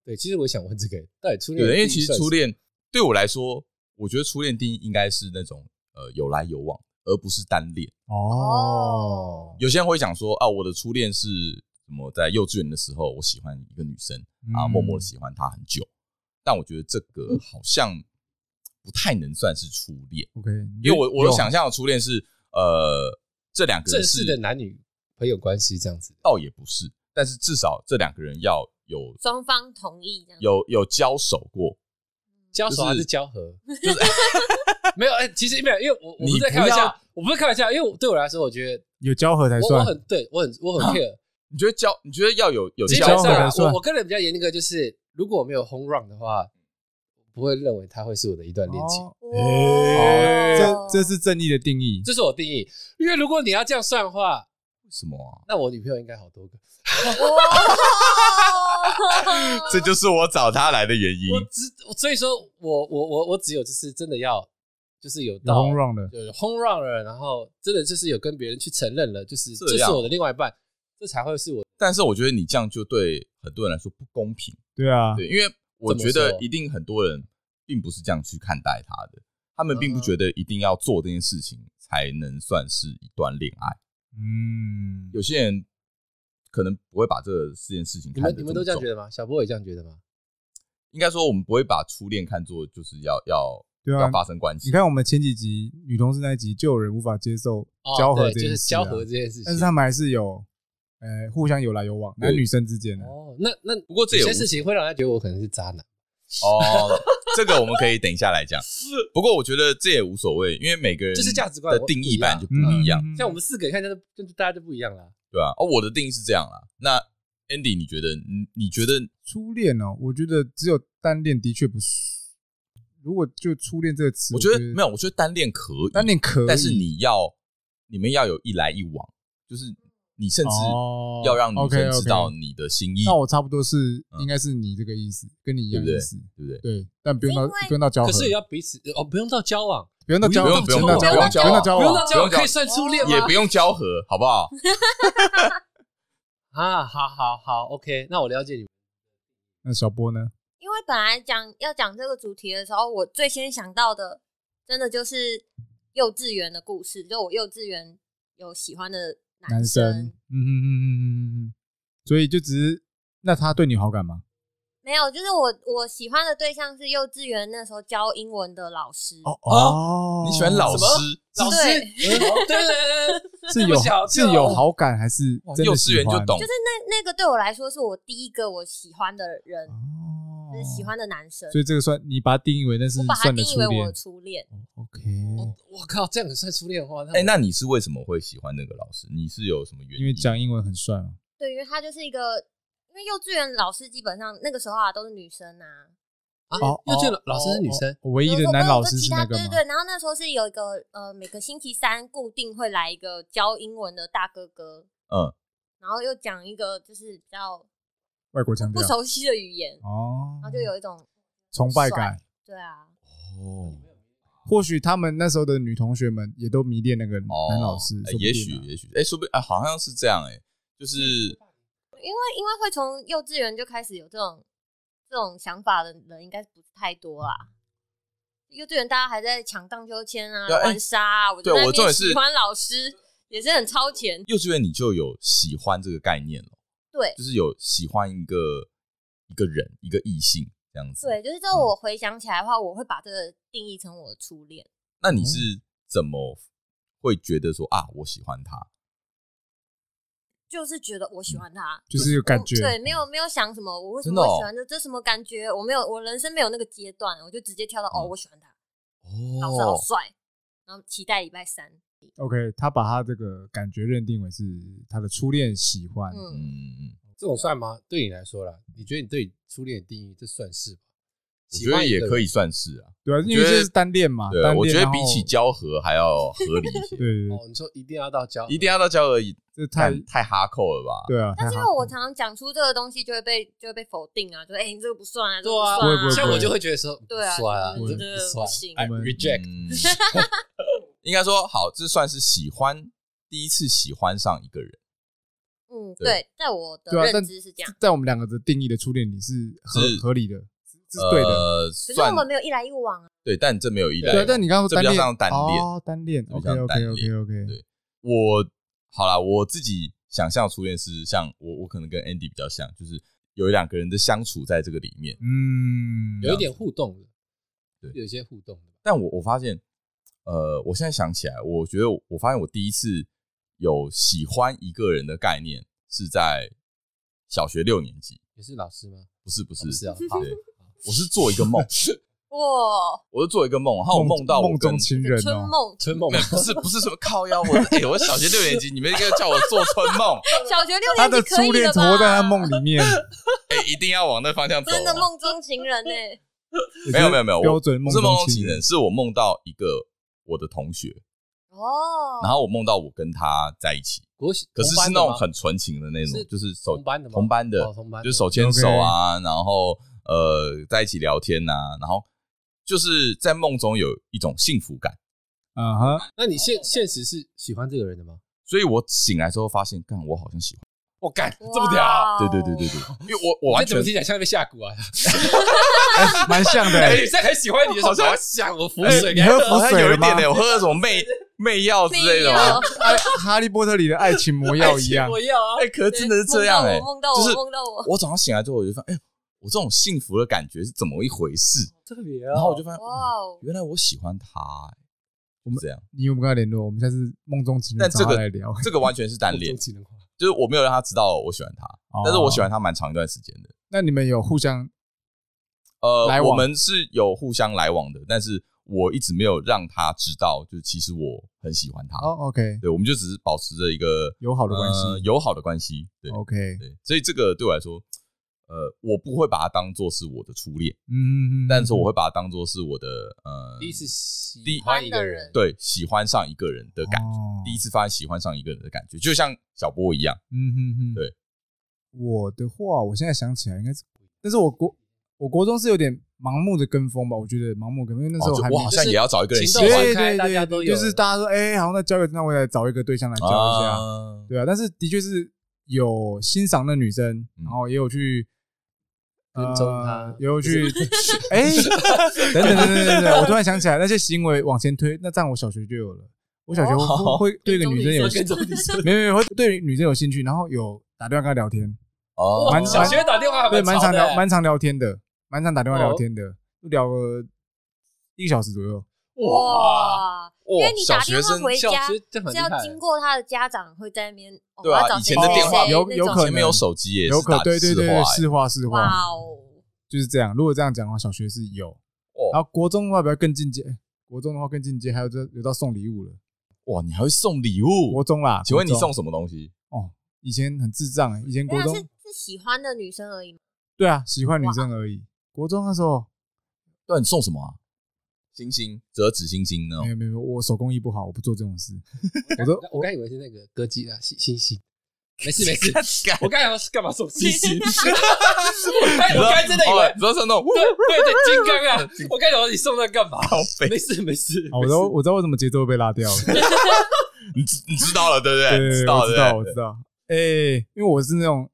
[SPEAKER 3] 对，其实我想问这个，到底初
[SPEAKER 1] 对，
[SPEAKER 3] 恋
[SPEAKER 1] 因
[SPEAKER 3] 的定
[SPEAKER 1] 为其
[SPEAKER 3] 义算是？
[SPEAKER 1] 实初恋对我来说，我觉得初恋定义应该是那种呃有来有往，而不是单恋。
[SPEAKER 2] 哦，
[SPEAKER 1] 有些人会讲说啊，我的初恋是什么？在幼稚园的时候，我喜欢一个女生
[SPEAKER 2] 嗯
[SPEAKER 1] 啊，默
[SPEAKER 3] 嗯
[SPEAKER 1] 默的喜欢她很久，但我觉得这个好像不太能算是初恋，
[SPEAKER 2] OK，
[SPEAKER 1] 因为我我想象的初恋是呃这两个
[SPEAKER 3] 正
[SPEAKER 1] 人
[SPEAKER 3] 式
[SPEAKER 1] 是
[SPEAKER 3] 的男女朋友关系这样子，
[SPEAKER 1] 倒也不是，但是至少这两个人要有
[SPEAKER 4] 双方同意
[SPEAKER 3] 嗯
[SPEAKER 4] 这样。
[SPEAKER 1] 有有交手过，
[SPEAKER 3] 交手还
[SPEAKER 1] 就是是
[SPEAKER 3] 交合？ 没有，哎，其实没有，因为我我不是在
[SPEAKER 1] 你
[SPEAKER 3] 开玩
[SPEAKER 1] 不要
[SPEAKER 3] 笑，我不是开玩笑，因为我对我来说，我觉得
[SPEAKER 2] 有交合才
[SPEAKER 3] 我我
[SPEAKER 2] 算。
[SPEAKER 3] 很对我很我很 care，
[SPEAKER 1] 你觉得交？啊你觉得要有有
[SPEAKER 3] 基
[SPEAKER 1] 交
[SPEAKER 3] 本
[SPEAKER 2] 合才
[SPEAKER 3] 上啊
[SPEAKER 2] 算
[SPEAKER 3] 我我跟人比较严那个就是，如果我没有 home run 的话，不会认为它会是我的一段恋情。
[SPEAKER 2] 哦
[SPEAKER 4] 哇
[SPEAKER 2] 哎这这是正义的定义。
[SPEAKER 3] 这是我定义，因为如果你要这样算的话，
[SPEAKER 1] 什么、
[SPEAKER 3] 那我女朋友应该好多个。
[SPEAKER 1] 啊？这就是我找他来的原因
[SPEAKER 3] 我只所以说我我我我只有就是真的要就是有
[SPEAKER 2] 有
[SPEAKER 3] 到
[SPEAKER 2] home run 的，
[SPEAKER 3] 就是 home run 了，然后真的就是有跟别人去承认了，就是
[SPEAKER 1] 这
[SPEAKER 3] 这
[SPEAKER 1] 样
[SPEAKER 3] 是我的另外一半，这才会是我
[SPEAKER 1] 但是我觉得你这样就对很多人来说不公平，
[SPEAKER 2] 对啊，
[SPEAKER 1] 对，因为我
[SPEAKER 3] 怎
[SPEAKER 1] 觉
[SPEAKER 3] 么说
[SPEAKER 1] 得一定很多人并不是这样去看待他的，他们
[SPEAKER 3] 嗯
[SPEAKER 1] 并不觉得一定要做这件事情才能算是一段恋爱。
[SPEAKER 2] 嗯，
[SPEAKER 1] 有些人可能不会把这四件事情
[SPEAKER 3] 你
[SPEAKER 1] 看得
[SPEAKER 3] 们你们都这
[SPEAKER 1] 这
[SPEAKER 3] 样
[SPEAKER 1] 么
[SPEAKER 3] 觉
[SPEAKER 1] 重
[SPEAKER 3] 得吗？小波也这样觉得吗？
[SPEAKER 1] 应该说我们不会把初恋看作就是要要、
[SPEAKER 2] 对啊
[SPEAKER 1] 要发生关系。
[SPEAKER 2] 你看我们前几集女同事那一集，就有人无法接受
[SPEAKER 3] 哦
[SPEAKER 2] 交合
[SPEAKER 3] 对
[SPEAKER 2] 这
[SPEAKER 3] 就
[SPEAKER 2] 件
[SPEAKER 3] 是
[SPEAKER 2] 事啊
[SPEAKER 3] 交合这件事情。
[SPEAKER 2] 但是他们还是有，呃，互相有来有往，
[SPEAKER 1] 对
[SPEAKER 2] 男女生之间的。
[SPEAKER 3] 哦，那那
[SPEAKER 1] 不过这也
[SPEAKER 3] 有
[SPEAKER 1] 无
[SPEAKER 3] 些事情会让人家觉得我可能是渣男。
[SPEAKER 1] 哦，这个我们可以等一下来讲。不过我觉得这也无所谓，因为每个人
[SPEAKER 3] 就是价值观
[SPEAKER 1] 的定义本来就不一样，
[SPEAKER 2] 嗯
[SPEAKER 3] 像我们四个你看，真的就是大家就不一样啦。
[SPEAKER 1] 对吧、哦，我的定义是这样啦。那 Andy，你觉得你你觉得
[SPEAKER 2] 初恋哦，我觉得只有单恋的确不是。如果就初恋这个词，
[SPEAKER 1] 我
[SPEAKER 2] 我
[SPEAKER 1] 觉得没有，我觉得单恋可以，
[SPEAKER 2] 单恋可以，
[SPEAKER 1] 但是你要你们要有一来一往，就是你甚至
[SPEAKER 2] 哦
[SPEAKER 1] 要让女
[SPEAKER 2] OK，OK
[SPEAKER 1] 生知道你的心意，
[SPEAKER 2] 那我差不多是
[SPEAKER 1] 嗯
[SPEAKER 2] 应该是你这个意思，跟你一样
[SPEAKER 1] 对不
[SPEAKER 2] 意思，
[SPEAKER 1] 对不对？
[SPEAKER 2] 对，但不用到
[SPEAKER 4] 因为
[SPEAKER 2] 不用到交合，
[SPEAKER 3] 可是也要彼此哦，不用到交往，
[SPEAKER 2] 不用到交
[SPEAKER 1] 不
[SPEAKER 2] 往，
[SPEAKER 1] 用
[SPEAKER 2] 不
[SPEAKER 1] 不用
[SPEAKER 2] 到
[SPEAKER 1] 不
[SPEAKER 2] 交
[SPEAKER 1] 用
[SPEAKER 2] 往，不用到
[SPEAKER 1] 交
[SPEAKER 2] 交
[SPEAKER 3] 不用到
[SPEAKER 2] 往，
[SPEAKER 3] 交
[SPEAKER 1] 不用交往
[SPEAKER 3] 往可以算初恋吗？
[SPEAKER 1] 也不用交合，好不好？
[SPEAKER 3] 啊，好好好，OK，那我了解你。
[SPEAKER 2] 那小波呢？
[SPEAKER 4] 因为本来讲要讲这个主题的时候，我最先想到的，真的就是幼稚园的故事。就我幼稚园有喜欢的
[SPEAKER 2] 男生，嗯嗯嗯嗯嗯嗯嗯，所以就只是那他对你有好感吗？
[SPEAKER 4] 没有，就是我我喜欢的对象是幼稚园那时候教英文的老师。
[SPEAKER 2] 哦
[SPEAKER 1] 你喜欢老师，
[SPEAKER 3] 老师，
[SPEAKER 4] 对
[SPEAKER 3] 嗯好对对对
[SPEAKER 2] 是
[SPEAKER 3] 这么小
[SPEAKER 2] 有
[SPEAKER 3] 就是
[SPEAKER 2] 有好感还是
[SPEAKER 1] 哇
[SPEAKER 2] 真
[SPEAKER 1] 幼
[SPEAKER 2] 的
[SPEAKER 1] 稚
[SPEAKER 2] 喜
[SPEAKER 1] 园
[SPEAKER 2] 欢
[SPEAKER 1] 就懂，
[SPEAKER 4] 就是那那个对我来说是我第一个我喜欢的人，
[SPEAKER 2] 哦
[SPEAKER 4] 就是喜，欢的男生。
[SPEAKER 2] 所以这个算你把它定义为那是
[SPEAKER 4] 我把他
[SPEAKER 2] 算
[SPEAKER 4] 定
[SPEAKER 2] 的
[SPEAKER 4] 义
[SPEAKER 2] 初
[SPEAKER 4] 为我
[SPEAKER 2] 恋
[SPEAKER 4] 的初哦恋，
[SPEAKER 2] ，OK，
[SPEAKER 3] 我靠，这样很算初恋的话，
[SPEAKER 1] 哎、那你是为什么会喜欢那个老师？你是有什么原因？
[SPEAKER 2] 因为讲英文很帅嘛，
[SPEAKER 4] 对，因为他就是一个，因为幼稚园老师基本上那个时候啊都是女生啊，
[SPEAKER 3] 啊
[SPEAKER 2] 哦，
[SPEAKER 3] 幼稚园老老师是女生，
[SPEAKER 2] 我唯一
[SPEAKER 4] 有时
[SPEAKER 2] 的
[SPEAKER 4] 候
[SPEAKER 2] 男
[SPEAKER 4] 都有
[SPEAKER 2] 老
[SPEAKER 4] 跟
[SPEAKER 2] 师
[SPEAKER 4] 其
[SPEAKER 2] 是
[SPEAKER 4] 他
[SPEAKER 2] 那个
[SPEAKER 4] 对
[SPEAKER 2] 吗？
[SPEAKER 4] 对对，然后那时候是有一个呃，每个星期三固定会来一个教英文的大哥哥，
[SPEAKER 1] 嗯，
[SPEAKER 4] 然后又讲一个就是比较
[SPEAKER 2] 外国腔
[SPEAKER 4] 不
[SPEAKER 2] 调
[SPEAKER 4] 熟悉的语言，
[SPEAKER 2] 哦，
[SPEAKER 4] 然后就有一种
[SPEAKER 2] 崇拜感。
[SPEAKER 4] 对啊，
[SPEAKER 1] 哦
[SPEAKER 2] 或许他们那时候的女同学们也都迷恋那个男老师，
[SPEAKER 1] 哎
[SPEAKER 2] 说不定啊
[SPEAKER 1] 也许也许，哎、说不定啊，好像是这样、哎，就是
[SPEAKER 4] 因为因为会从幼稚园就开始有这种这种想法的人应该不是太多啦。幼稚园大家还在抢荡秋千啊
[SPEAKER 1] 对哎，
[SPEAKER 4] 玩沙啊，我就
[SPEAKER 1] 对
[SPEAKER 4] 在
[SPEAKER 1] 我
[SPEAKER 4] 那
[SPEAKER 1] 重点
[SPEAKER 4] 边
[SPEAKER 1] 是
[SPEAKER 4] 喜欢老师，也是很超前。
[SPEAKER 1] 幼稚园你就有喜欢这个概念了，
[SPEAKER 4] 对
[SPEAKER 1] 就是有喜欢一个一个人一个异性这样子。，
[SPEAKER 4] 对，就是
[SPEAKER 1] 嗯
[SPEAKER 4] 这我回想起来的话，我会把这个定义成我的初恋。
[SPEAKER 1] 那
[SPEAKER 4] 嗯
[SPEAKER 1] 你是怎么会觉得说啊，我喜欢他？
[SPEAKER 4] 就是觉得我喜欢他，
[SPEAKER 2] 就是有感觉
[SPEAKER 4] 我对，没有没有想什么，我为什
[SPEAKER 1] 真的
[SPEAKER 4] 么
[SPEAKER 1] 哦
[SPEAKER 4] 会喜欢这、这什么感觉？我没有，我人生没有那个阶段，我就直接跳到、哦，
[SPEAKER 1] 嗯
[SPEAKER 4] 我喜欢他，老师好
[SPEAKER 1] 哦，
[SPEAKER 4] 帅，然后期待礼拜三，
[SPEAKER 2] OK，他把他这个感觉认定为是他的初恋喜欢，
[SPEAKER 4] 嗯，
[SPEAKER 1] 嗯，
[SPEAKER 3] 这种算吗？对你来说啦，你觉得你对初恋的定义，这算是吧？
[SPEAKER 1] 我觉得也可
[SPEAKER 3] 以。
[SPEAKER 1] 以算是啊。
[SPEAKER 2] 对啊，因为这是单恋嘛，
[SPEAKER 1] 对
[SPEAKER 2] 单，恋
[SPEAKER 1] 我觉
[SPEAKER 2] 然
[SPEAKER 1] 得
[SPEAKER 2] 后
[SPEAKER 1] 比起交合还要合理一些
[SPEAKER 2] 对。对对，
[SPEAKER 3] 哦，你说一定要到交，
[SPEAKER 1] 一定要到交合，
[SPEAKER 2] 这太
[SPEAKER 1] 太太哈扣了吧？
[SPEAKER 2] 对啊，
[SPEAKER 4] 但是因
[SPEAKER 2] 太
[SPEAKER 4] 为
[SPEAKER 2] 好
[SPEAKER 4] 我常常讲出这个东西，就会被就会被否定啊，就哎、你这个不算啊，这
[SPEAKER 3] 对
[SPEAKER 4] 个不
[SPEAKER 3] 啊
[SPEAKER 4] 算
[SPEAKER 2] 不会不会不会
[SPEAKER 3] 像
[SPEAKER 4] 啊
[SPEAKER 3] 我就会觉得说，
[SPEAKER 4] 对啊
[SPEAKER 3] 不算啊，
[SPEAKER 4] 我
[SPEAKER 3] 这
[SPEAKER 4] 觉得
[SPEAKER 3] 不
[SPEAKER 4] 不行
[SPEAKER 3] 算，I 哎
[SPEAKER 2] 我们
[SPEAKER 3] reject。
[SPEAKER 1] 嗯 应该说好，这算是喜欢第一次喜欢上一个人，
[SPEAKER 4] 嗯，
[SPEAKER 1] 对
[SPEAKER 4] 对，在我的
[SPEAKER 2] 对啊但
[SPEAKER 4] 认知是这样，
[SPEAKER 2] 在我们两个的定义的初恋里是合
[SPEAKER 1] 是
[SPEAKER 2] 合理的，是是对的。
[SPEAKER 1] 呃，
[SPEAKER 4] 可是我
[SPEAKER 1] 算
[SPEAKER 4] 们没有一来一往啊，
[SPEAKER 1] 对，但这没有依赖。
[SPEAKER 2] 对啊，但你刚刚说
[SPEAKER 1] 这
[SPEAKER 2] 单
[SPEAKER 1] 比较
[SPEAKER 2] 恋，
[SPEAKER 1] 像单恋
[SPEAKER 2] 哦，单恋
[SPEAKER 1] 这比
[SPEAKER 2] ，OK
[SPEAKER 1] 较像
[SPEAKER 2] OK
[SPEAKER 1] 单
[SPEAKER 2] OK
[SPEAKER 1] 恋
[SPEAKER 2] OK，
[SPEAKER 1] 对我好啦，我自己想象的初恋是像我，我可能跟 Andy 比较像，就是有两个人的相处在这个里面。
[SPEAKER 2] 嗯，
[SPEAKER 3] 有一点互动的，
[SPEAKER 1] 对
[SPEAKER 3] 有一些互动的。
[SPEAKER 1] 但我我发现，呃，我现在想起来，我觉得我我发现我第一次有喜欢一个人的概念是在小学六年级，
[SPEAKER 3] 你是老师吗？
[SPEAKER 2] 哦
[SPEAKER 1] 不是不是，
[SPEAKER 3] 不是啊，好
[SPEAKER 1] 对，我是做一个梦，
[SPEAKER 4] 哇，
[SPEAKER 1] 我就做一个梦，然后我梦到我
[SPEAKER 2] 梦
[SPEAKER 1] 跟
[SPEAKER 2] 中情人
[SPEAKER 4] 是春
[SPEAKER 2] 哦，
[SPEAKER 4] 梦，
[SPEAKER 3] 春梦
[SPEAKER 1] 没有不是不是说靠腰，我哎、我小学六年级，你们应该叫我做春梦，
[SPEAKER 4] 小学六
[SPEAKER 2] 他
[SPEAKER 4] 年
[SPEAKER 2] 的
[SPEAKER 4] 级可
[SPEAKER 2] 初
[SPEAKER 4] 以
[SPEAKER 2] 恋
[SPEAKER 4] 了
[SPEAKER 2] 活
[SPEAKER 4] 吧？
[SPEAKER 2] 在他梦啊 里面，
[SPEAKER 1] 哎、一定要往那方向走、
[SPEAKER 4] 真的梦中情人呢、
[SPEAKER 1] 没有没有没有，我
[SPEAKER 2] 标准梦
[SPEAKER 1] 不是梦中
[SPEAKER 2] 情
[SPEAKER 1] 情人，，是我梦到一个我的同学，
[SPEAKER 4] 哦，
[SPEAKER 1] 然后我梦到我跟他在一起，
[SPEAKER 3] 国小
[SPEAKER 1] 可是是
[SPEAKER 3] 同班
[SPEAKER 1] 那
[SPEAKER 3] 的吗
[SPEAKER 1] 种很纯情的那种
[SPEAKER 3] 是，
[SPEAKER 1] 就是手
[SPEAKER 3] 同班的吗
[SPEAKER 1] 同班的
[SPEAKER 3] 哦，同班的
[SPEAKER 1] 就手牵手啊，然后呃在一起聊天呐、然后就是在梦中有一种幸福感，
[SPEAKER 2] 啊哈，
[SPEAKER 3] 那你现现实是喜欢这个人的吗？
[SPEAKER 1] 所以我醒来之后发现，干我好像喜欢，
[SPEAKER 3] 我哦干，
[SPEAKER 4] 哇
[SPEAKER 3] 这么屌啊！
[SPEAKER 1] 对对对对 对，因为我我
[SPEAKER 3] 你
[SPEAKER 1] 完
[SPEAKER 3] 这怎
[SPEAKER 1] 全
[SPEAKER 3] 么听起来像被下蛊啊？
[SPEAKER 2] 哎蛮像 的
[SPEAKER 3] 哎，
[SPEAKER 2] 欸
[SPEAKER 3] 女，生很喜欢你的时候，
[SPEAKER 1] 好像
[SPEAKER 3] 我想我浮
[SPEAKER 2] 哎
[SPEAKER 3] 水
[SPEAKER 2] 你
[SPEAKER 3] 给她
[SPEAKER 2] 喝
[SPEAKER 1] 好
[SPEAKER 2] 浮
[SPEAKER 1] 像
[SPEAKER 2] 水
[SPEAKER 1] 有
[SPEAKER 2] 了
[SPEAKER 1] 一点呢、
[SPEAKER 2] 吗？
[SPEAKER 1] 我喝了什么 魅魅药 之类的
[SPEAKER 4] 没
[SPEAKER 1] 吗
[SPEAKER 4] 有？
[SPEAKER 2] 哎，哈利波特里的爱情魔药一样
[SPEAKER 3] 我，要啊！
[SPEAKER 1] 哎、可是真 的是这样哎、
[SPEAKER 4] 梦到我，
[SPEAKER 1] 就是
[SPEAKER 4] 梦到我，
[SPEAKER 1] 我早上醒来之后，我就发现，哎、我这种幸福的感觉是怎么一回事？
[SPEAKER 3] 特别啊！
[SPEAKER 1] 然后我就发现，哇
[SPEAKER 4] 哇哦，
[SPEAKER 1] 原来我喜欢他、欸，我
[SPEAKER 2] 们
[SPEAKER 1] 这样，
[SPEAKER 2] 你有没有跟他联络？我们下次梦中情人
[SPEAKER 1] 但
[SPEAKER 2] 找
[SPEAKER 1] 这
[SPEAKER 2] 他
[SPEAKER 1] 个
[SPEAKER 2] 来聊。
[SPEAKER 1] 这个完全是 单
[SPEAKER 3] 梦
[SPEAKER 1] 恋
[SPEAKER 3] 中，情人化
[SPEAKER 1] 就是我没有让他知道我喜欢他，
[SPEAKER 2] 哦
[SPEAKER 1] 但是我喜欢他蛮长一段时间的。
[SPEAKER 2] 那你们有互相来
[SPEAKER 1] 呃，
[SPEAKER 2] 往
[SPEAKER 1] 我们是有互相来往的，但是我一直没有让他知道，就是其实我很喜欢他。
[SPEAKER 2] 哦？OK，
[SPEAKER 1] 对，我们就只是保持着一个
[SPEAKER 2] 友好的关系哦
[SPEAKER 1] 呃友好的关系。对
[SPEAKER 2] OK，
[SPEAKER 1] 对，所以这个对我来说，呃，我不会把它当做是我的初恋，
[SPEAKER 2] 嗯，
[SPEAKER 1] 但是我会把它当做是我的呃
[SPEAKER 3] 第一次喜
[SPEAKER 1] 第一
[SPEAKER 3] 欢一个
[SPEAKER 4] 喜欢的
[SPEAKER 3] 人
[SPEAKER 4] 人，
[SPEAKER 1] 对喜欢上一个人的感觉，
[SPEAKER 2] 哦
[SPEAKER 1] 第一次发现喜欢上一个人的感觉，就像小波一样。
[SPEAKER 2] 嗯哼哼，
[SPEAKER 1] 对。
[SPEAKER 2] 我的话，我现在想起来应该是，但是我国我国中是有点盲目的跟风吧，我觉得盲目跟风，因为那时
[SPEAKER 1] 哦
[SPEAKER 2] 候
[SPEAKER 1] 就
[SPEAKER 2] 还没
[SPEAKER 1] 我好像也要找一个人喜
[SPEAKER 3] 情窦
[SPEAKER 1] 欢
[SPEAKER 3] 玩
[SPEAKER 2] 对
[SPEAKER 3] 开
[SPEAKER 2] 对
[SPEAKER 3] 大家
[SPEAKER 2] 对
[SPEAKER 3] 都
[SPEAKER 2] 对，
[SPEAKER 3] 有
[SPEAKER 2] 就是大家说，哎，好，那交个，那我也找一个对象来交一下，
[SPEAKER 1] 啊。
[SPEAKER 2] 对啊。但是的确是有欣赏那女生，
[SPEAKER 1] 嗯
[SPEAKER 2] 然后也有去
[SPEAKER 3] 跟踪她
[SPEAKER 2] 呃也有去，哎，等等等等等等，我突然想起来，那些行为往前推，那这样我小学就有了。我小学会
[SPEAKER 1] 哦
[SPEAKER 2] 会会对一个女生有
[SPEAKER 3] 要跟踪女生。
[SPEAKER 2] 没有没有，会对女生有兴趣，然后有打电话跟她聊天，
[SPEAKER 1] 哦
[SPEAKER 2] 蛮
[SPEAKER 3] 小学打电话还
[SPEAKER 2] 对，蛮
[SPEAKER 3] 潮
[SPEAKER 2] 常
[SPEAKER 3] 的欸哦
[SPEAKER 2] 聊，蛮常聊天的，蛮常打电话聊天的，就聊个一个小时左右。
[SPEAKER 3] 哇！
[SPEAKER 4] 哇，
[SPEAKER 1] 因
[SPEAKER 4] 因为你打电话回
[SPEAKER 3] 小
[SPEAKER 4] 家
[SPEAKER 3] 学这很
[SPEAKER 4] 是
[SPEAKER 3] 厉
[SPEAKER 4] 要
[SPEAKER 3] 害，
[SPEAKER 4] 经过他的家长会在那边，哦
[SPEAKER 1] 对啊
[SPEAKER 4] 我要找
[SPEAKER 1] 以前
[SPEAKER 4] 谁
[SPEAKER 1] 的
[SPEAKER 4] 谁
[SPEAKER 1] 电话
[SPEAKER 4] 谁
[SPEAKER 2] 有
[SPEAKER 4] 那
[SPEAKER 2] 有
[SPEAKER 4] 种
[SPEAKER 2] 可能
[SPEAKER 1] 前面有手机耶，
[SPEAKER 2] 有可
[SPEAKER 1] 是打
[SPEAKER 2] 对对对
[SPEAKER 1] 市话
[SPEAKER 2] 对，
[SPEAKER 1] 耶
[SPEAKER 2] 市话市话
[SPEAKER 4] 哇哦，
[SPEAKER 2] 就是这样。如果这样讲的话，小学是有，然
[SPEAKER 1] 哇
[SPEAKER 2] 后国中的话比较更进阶，哎国中的话更进阶，还有这有到送礼物了。
[SPEAKER 1] 哇，你还会送礼物？
[SPEAKER 2] 国中啦，
[SPEAKER 1] 请问你
[SPEAKER 2] 国中
[SPEAKER 1] 送什么东西？
[SPEAKER 2] 哦？以前很智障哎，以前国
[SPEAKER 4] 那
[SPEAKER 2] 中
[SPEAKER 4] 啊是是喜欢的女生而已嘛，
[SPEAKER 2] 对啊，喜欢女生而已。国中那时候
[SPEAKER 1] 对，你送什么啊？星星折纸星星呢？，
[SPEAKER 2] 没有没有，没有我手工艺不好，我不做这种事。我都啊
[SPEAKER 3] 我刚以为是那个歌姬啊，星星星。 没事没事
[SPEAKER 1] 干
[SPEAKER 3] 我刚才是干嘛送星 星？ 我刚才真的以
[SPEAKER 1] 哦
[SPEAKER 3] 为
[SPEAKER 1] 你说送那种
[SPEAKER 3] 对对 对，金哦刚啊！我刚才想说你送那干嘛？
[SPEAKER 1] 靠背
[SPEAKER 3] 没事没事，
[SPEAKER 2] 啊我
[SPEAKER 3] 没事
[SPEAKER 2] 都我知道为什么节奏会被拉掉了。
[SPEAKER 1] 你知你知道了对不
[SPEAKER 2] 对
[SPEAKER 1] 对？
[SPEAKER 2] 对，
[SPEAKER 1] 知
[SPEAKER 2] 对
[SPEAKER 1] 道
[SPEAKER 2] 我
[SPEAKER 1] 了
[SPEAKER 2] 知
[SPEAKER 1] 对
[SPEAKER 2] 道，
[SPEAKER 1] 不
[SPEAKER 2] 我
[SPEAKER 1] 对
[SPEAKER 2] 知道。哎、因为我是那种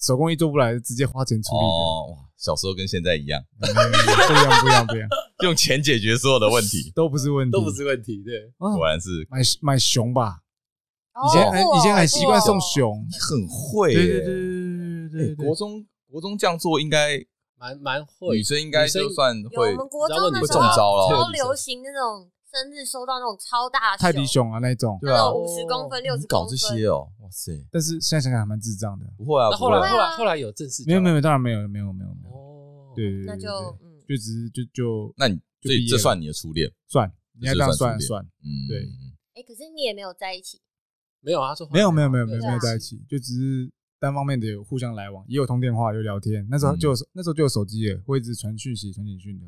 [SPEAKER 2] 手工艺做不来，直接花钱处理的，
[SPEAKER 1] 哦，哇，小时候跟现在一样，
[SPEAKER 2] 没有没有不一样，不一样，不一样，
[SPEAKER 1] 用钱解决所有的问题，
[SPEAKER 2] 都不是问题，
[SPEAKER 3] 都不是问题，对。
[SPEAKER 2] 啊。
[SPEAKER 1] 果然是
[SPEAKER 2] 买买熊吧，
[SPEAKER 4] 以
[SPEAKER 2] 以前
[SPEAKER 4] 哦
[SPEAKER 2] 很、以前很习惯送熊，
[SPEAKER 1] 你很会耶，
[SPEAKER 2] 对对对对对对
[SPEAKER 1] 哎国中国中这样做应该
[SPEAKER 3] 蛮蛮会
[SPEAKER 1] 女，生应该就算
[SPEAKER 4] 有，
[SPEAKER 1] 会
[SPEAKER 4] 我们国中
[SPEAKER 3] 你
[SPEAKER 4] 的
[SPEAKER 1] 会
[SPEAKER 4] 时
[SPEAKER 1] 中
[SPEAKER 4] 候
[SPEAKER 1] 招了
[SPEAKER 4] 超，流行那种生日收到那种超大
[SPEAKER 2] 泰迪，熊啊那一种，
[SPEAKER 1] 对
[SPEAKER 4] 那
[SPEAKER 1] 啊
[SPEAKER 4] 种，五十公分、六
[SPEAKER 1] 你
[SPEAKER 4] 十
[SPEAKER 1] 搞
[SPEAKER 4] 公
[SPEAKER 1] 这
[SPEAKER 4] 分，
[SPEAKER 2] 啊
[SPEAKER 1] 些哦，哇塞，
[SPEAKER 2] 但是现在想想还蛮智障的。
[SPEAKER 1] 不会啊，
[SPEAKER 3] 那后
[SPEAKER 1] 不会
[SPEAKER 3] 来
[SPEAKER 1] 啊
[SPEAKER 3] 后来后来有正式交
[SPEAKER 2] 没有
[SPEAKER 3] 往
[SPEAKER 2] 没有，当然没有没有没有没有，
[SPEAKER 3] 哦，
[SPEAKER 2] 对对对
[SPEAKER 4] 那
[SPEAKER 2] 对
[SPEAKER 4] 就
[SPEAKER 2] 对
[SPEAKER 4] 嗯，
[SPEAKER 2] 就只是就就
[SPEAKER 1] 那你
[SPEAKER 2] 就
[SPEAKER 1] 所以
[SPEAKER 2] 毕业
[SPEAKER 1] 这
[SPEAKER 2] 了
[SPEAKER 1] 算你的初恋，
[SPEAKER 2] 算，你要这样算
[SPEAKER 1] 这就
[SPEAKER 2] 算，
[SPEAKER 1] 嗯，
[SPEAKER 2] 对
[SPEAKER 4] 哎，可是你也没有在一起，
[SPEAKER 3] 没有啊，他说
[SPEAKER 2] 没有没有没有没有
[SPEAKER 4] 对
[SPEAKER 2] 没
[SPEAKER 4] 啊
[SPEAKER 2] 有在一起，就只是单方面的有互相来往，也有通电话有聊天，那时候就有、那时候就有手机了，会一直传讯息传简讯的。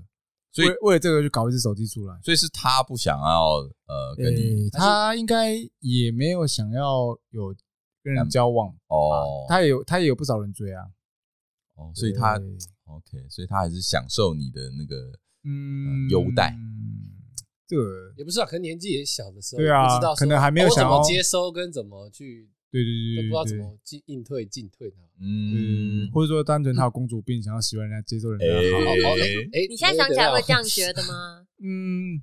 [SPEAKER 1] 所以
[SPEAKER 2] 为为了这个就搞一只手机出来。
[SPEAKER 1] 所以是他不想要呃跟你
[SPEAKER 2] 诶，他应该也没有想要有跟人交往，
[SPEAKER 1] 哦，
[SPEAKER 2] 他也有他也有不少人追啊，
[SPEAKER 1] 哦，所以他
[SPEAKER 2] 对
[SPEAKER 1] OK，所以他还是享受你的那个
[SPEAKER 2] 嗯
[SPEAKER 1] 优待，
[SPEAKER 2] 这个
[SPEAKER 3] 也不是啊，可能年纪也小的时候，
[SPEAKER 2] 对啊
[SPEAKER 3] 不知道说哦
[SPEAKER 2] 可能还没有
[SPEAKER 3] 我怎
[SPEAKER 2] 想
[SPEAKER 3] 么
[SPEAKER 2] 要
[SPEAKER 3] 接收跟怎么去，
[SPEAKER 2] 对
[SPEAKER 3] 都
[SPEAKER 2] 对对
[SPEAKER 3] 不知道
[SPEAKER 2] 对
[SPEAKER 3] 怎
[SPEAKER 2] 对
[SPEAKER 3] 么进应退进退呢。
[SPEAKER 1] 嗯
[SPEAKER 2] 嗯，，或者说单纯他有公主病，想要喜欢人家接受人家的好，
[SPEAKER 3] 哦
[SPEAKER 1] 哎
[SPEAKER 3] 哎，
[SPEAKER 4] 你现在想起来会这 样觉
[SPEAKER 3] 得？
[SPEAKER 4] 得吗？
[SPEAKER 2] 嗯。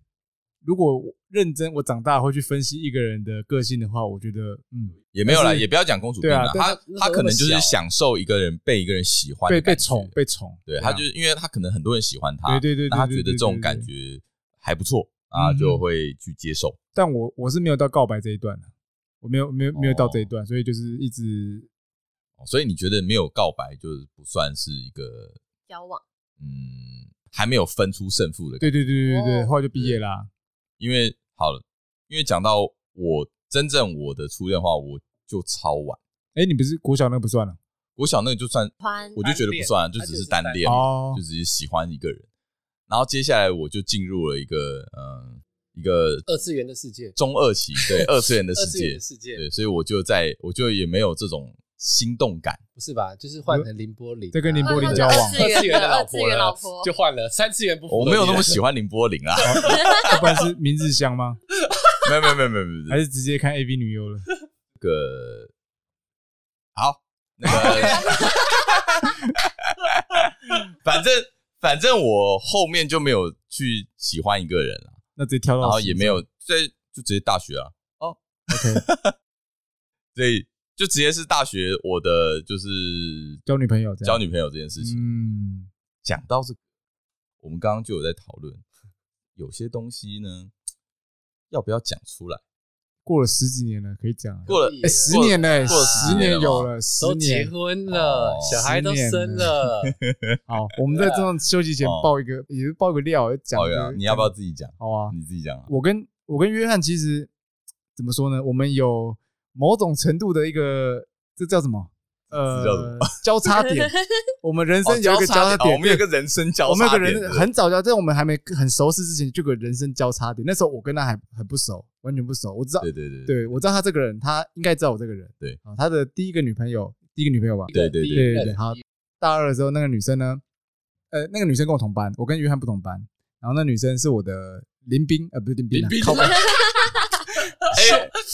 [SPEAKER 2] 如果我认真，我长大会去分析一个人的个性的话，我觉得，嗯，
[SPEAKER 1] 也没有啦，
[SPEAKER 2] 但是
[SPEAKER 1] 也不要讲公主病啦，
[SPEAKER 2] 对
[SPEAKER 1] 他
[SPEAKER 3] 啊但是
[SPEAKER 1] 他可能就
[SPEAKER 3] 那时候
[SPEAKER 1] 是
[SPEAKER 3] 小
[SPEAKER 1] 享受一个人被一个人喜欢的
[SPEAKER 2] 被被
[SPEAKER 1] 感觉
[SPEAKER 2] 宠，被宠，
[SPEAKER 1] 对
[SPEAKER 2] 啊
[SPEAKER 1] 他就是因为他可能很多人喜欢他，
[SPEAKER 2] 对对对对
[SPEAKER 1] 那他觉
[SPEAKER 2] 对
[SPEAKER 1] 得
[SPEAKER 2] 对
[SPEAKER 1] 这种
[SPEAKER 2] 对
[SPEAKER 1] 感
[SPEAKER 2] 对
[SPEAKER 1] 觉还不错啊，
[SPEAKER 2] 嗯
[SPEAKER 1] 就会去接受。
[SPEAKER 2] 但我我是没有到告白这一段的，啊我没有没有没有到这一
[SPEAKER 3] 哦
[SPEAKER 2] 段，所以就是一直
[SPEAKER 1] 哦所以你觉得没有告白就是不算是一个
[SPEAKER 4] 交往
[SPEAKER 1] 嗯，还没有分出胜负的感觉。
[SPEAKER 2] 对对对对对，
[SPEAKER 4] 哦
[SPEAKER 2] 后来就毕业啦。
[SPEAKER 1] 因为好了，因为讲到我真正我的初恋的话，我就超晚。
[SPEAKER 2] 哎，你不是国小那个不算了
[SPEAKER 1] 国小那个就算，
[SPEAKER 4] 宽
[SPEAKER 1] 我就觉得不算，啊就
[SPEAKER 3] 单恋
[SPEAKER 1] 只是单恋，
[SPEAKER 2] 哦
[SPEAKER 1] 就只是喜欢一个人。然后接下来我就进入了一个嗯、呃一个
[SPEAKER 3] 二次元的世界，
[SPEAKER 1] 中二期， 对二次元的
[SPEAKER 3] 二
[SPEAKER 1] 世
[SPEAKER 3] 次元
[SPEAKER 1] 界
[SPEAKER 3] 的，世界
[SPEAKER 1] 对，所以我就在我就也没有这种心动感。
[SPEAKER 3] 不是吧？就是换成林波林啊，
[SPEAKER 2] 在跟林
[SPEAKER 4] 波林交
[SPEAKER 2] 往
[SPEAKER 3] 二次元的老婆了
[SPEAKER 4] 二次元老婆
[SPEAKER 3] 就换了，三次元不符合
[SPEAKER 1] 我没有那
[SPEAKER 3] 你
[SPEAKER 1] 么
[SPEAKER 3] 啊
[SPEAKER 2] 啊
[SPEAKER 3] 了
[SPEAKER 1] 喜欢林波 林啦，
[SPEAKER 2] 要不然是明日香吗？
[SPEAKER 1] 没有没有没有没有没有没
[SPEAKER 2] 还
[SPEAKER 1] 有，
[SPEAKER 2] 是直接看 AV 女优了？
[SPEAKER 1] 那个好，那 个反正反正我后面就没有去喜欢一个人了，
[SPEAKER 2] 那直接跳到，
[SPEAKER 1] 然后也没有，所以就直接大学啊，
[SPEAKER 2] 哦 OK
[SPEAKER 1] 所以就直接是大学我的就是
[SPEAKER 2] 交女朋友这样，
[SPEAKER 1] 交女朋友这件事情。
[SPEAKER 2] 嗯，
[SPEAKER 1] 讲到这个，我们刚刚就有在讨论，有些东西呢，要不要讲出来？
[SPEAKER 2] 过了十几年了，可以讲了。
[SPEAKER 1] 过了
[SPEAKER 3] 可以
[SPEAKER 2] 哎，十年嘞，
[SPEAKER 1] 过了
[SPEAKER 2] 十
[SPEAKER 1] 十
[SPEAKER 2] 年
[SPEAKER 1] 年了吗
[SPEAKER 2] 有了，十
[SPEAKER 3] 都结
[SPEAKER 2] 年。
[SPEAKER 3] 婚了
[SPEAKER 1] 哦，
[SPEAKER 3] 小孩都生了，
[SPEAKER 2] 好，我们在这种休息前
[SPEAKER 1] 哦
[SPEAKER 2] 爆一个，也是爆一个料，讲
[SPEAKER 1] 导
[SPEAKER 2] 一个
[SPEAKER 1] 演，哦啊你要不要？自己讲？
[SPEAKER 2] 好啊，
[SPEAKER 1] 你自己讲啊。
[SPEAKER 2] 我跟我跟约翰其实怎么说呢？我们有某种程度的一个，这叫什么？呃，
[SPEAKER 1] 这叫什么
[SPEAKER 2] 交叉 点。我们人生有一个
[SPEAKER 1] 交
[SPEAKER 2] 叉
[SPEAKER 1] 叉点哦我
[SPEAKER 2] 点，
[SPEAKER 1] 们有个人生交叉点，
[SPEAKER 2] 我们有个人
[SPEAKER 1] 对不对
[SPEAKER 2] 很早就，在我们还没很熟识之前，就有个人生交叉点。那时候我跟他还很不熟，完全不熟。我知道，
[SPEAKER 1] 对对对
[SPEAKER 2] 对我知道他这个人，他应该知道我这个人。
[SPEAKER 1] 对
[SPEAKER 2] 啊，他的第一个女朋友，第一个女朋友吧，
[SPEAKER 1] 对对对
[SPEAKER 3] 第一
[SPEAKER 2] 对
[SPEAKER 3] 任
[SPEAKER 2] 对对，好。大二的时候，那个女生呢，呃，那个女生跟我同班，我跟约翰不同班。然后那女生是我的林斌，呃，不是林斌、啊，
[SPEAKER 1] 林斌
[SPEAKER 2] 靠北
[SPEAKER 1] 哎，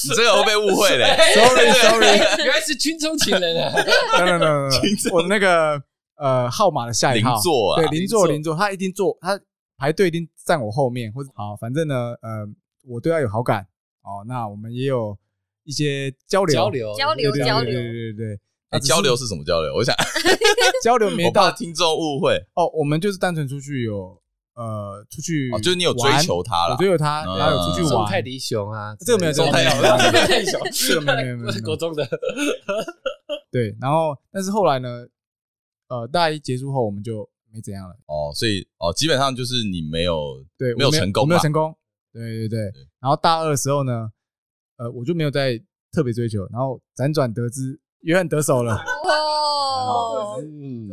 [SPEAKER 1] 你这个会被误会嘞。哎
[SPEAKER 2] Sorry, sorry.
[SPEAKER 3] 原来是军中情人啊！
[SPEAKER 2] no no no no，no
[SPEAKER 1] 听众
[SPEAKER 2] 我那个呃号码的下一
[SPEAKER 1] 邻
[SPEAKER 2] 号，
[SPEAKER 1] 座啊
[SPEAKER 2] 对，，邻座
[SPEAKER 3] 座
[SPEAKER 2] 邻座，他一定坐，他排队一定站我后面，或者好，反正呢，呃，我对他有好感哦，那我们也有一些交流，
[SPEAKER 3] 交流
[SPEAKER 4] 交
[SPEAKER 2] 对，
[SPEAKER 4] 流
[SPEAKER 2] 对对
[SPEAKER 4] 交
[SPEAKER 2] 对
[SPEAKER 4] 流，
[SPEAKER 2] 对对对
[SPEAKER 1] 哎交流是哦什么交流？我想，
[SPEAKER 2] 交流没
[SPEAKER 1] 我怕
[SPEAKER 2] 到
[SPEAKER 1] 听众误会
[SPEAKER 2] 哦，我们就是单纯出去有呃出去
[SPEAKER 1] 哦，
[SPEAKER 2] 玩，
[SPEAKER 1] 就是你有追求他
[SPEAKER 2] 我
[SPEAKER 1] 了，
[SPEAKER 2] 追求他，
[SPEAKER 1] 嗯
[SPEAKER 2] 然后有出去
[SPEAKER 3] 宋泰
[SPEAKER 2] 玩，
[SPEAKER 3] 迪熊啊，
[SPEAKER 2] 这个没有
[SPEAKER 3] 宋
[SPEAKER 1] 泰迪熊
[SPEAKER 3] 熊宋泰迪熊，
[SPEAKER 2] 这个没有 没有没有没有
[SPEAKER 3] 国中的
[SPEAKER 2] 对，然后但是后来呢，呃，大一结束后我们就没怎样了。
[SPEAKER 1] 哦，所以哦，基本上就是你没有
[SPEAKER 2] 对，
[SPEAKER 1] 没有
[SPEAKER 2] 我
[SPEAKER 1] 成功
[SPEAKER 2] 我没有
[SPEAKER 1] 嘛
[SPEAKER 2] 成功。对对对
[SPEAKER 1] 对。
[SPEAKER 2] 然后大二的时候呢，呃，我就没有再特别追求，然后辗转得知约翰得手了。
[SPEAKER 4] 哦，
[SPEAKER 3] 嗯，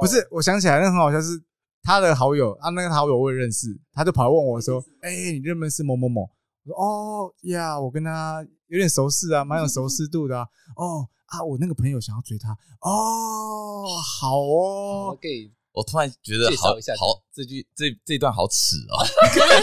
[SPEAKER 2] 不是，我想起来，那很好笑是他的好友，啊，那个好友我也认识，他就跑来问我说：“哎、你认不认识某某某？”我说：“哦呀，我跟他有点熟识啊，蛮有熟识度的啊。哦啊，我那个朋友想要追他。哦，好
[SPEAKER 3] 我
[SPEAKER 2] 哦，
[SPEAKER 3] 给
[SPEAKER 1] 我突然觉得
[SPEAKER 3] 介
[SPEAKER 1] 好
[SPEAKER 3] 绍一下
[SPEAKER 1] 好，这句这这段好耻哦，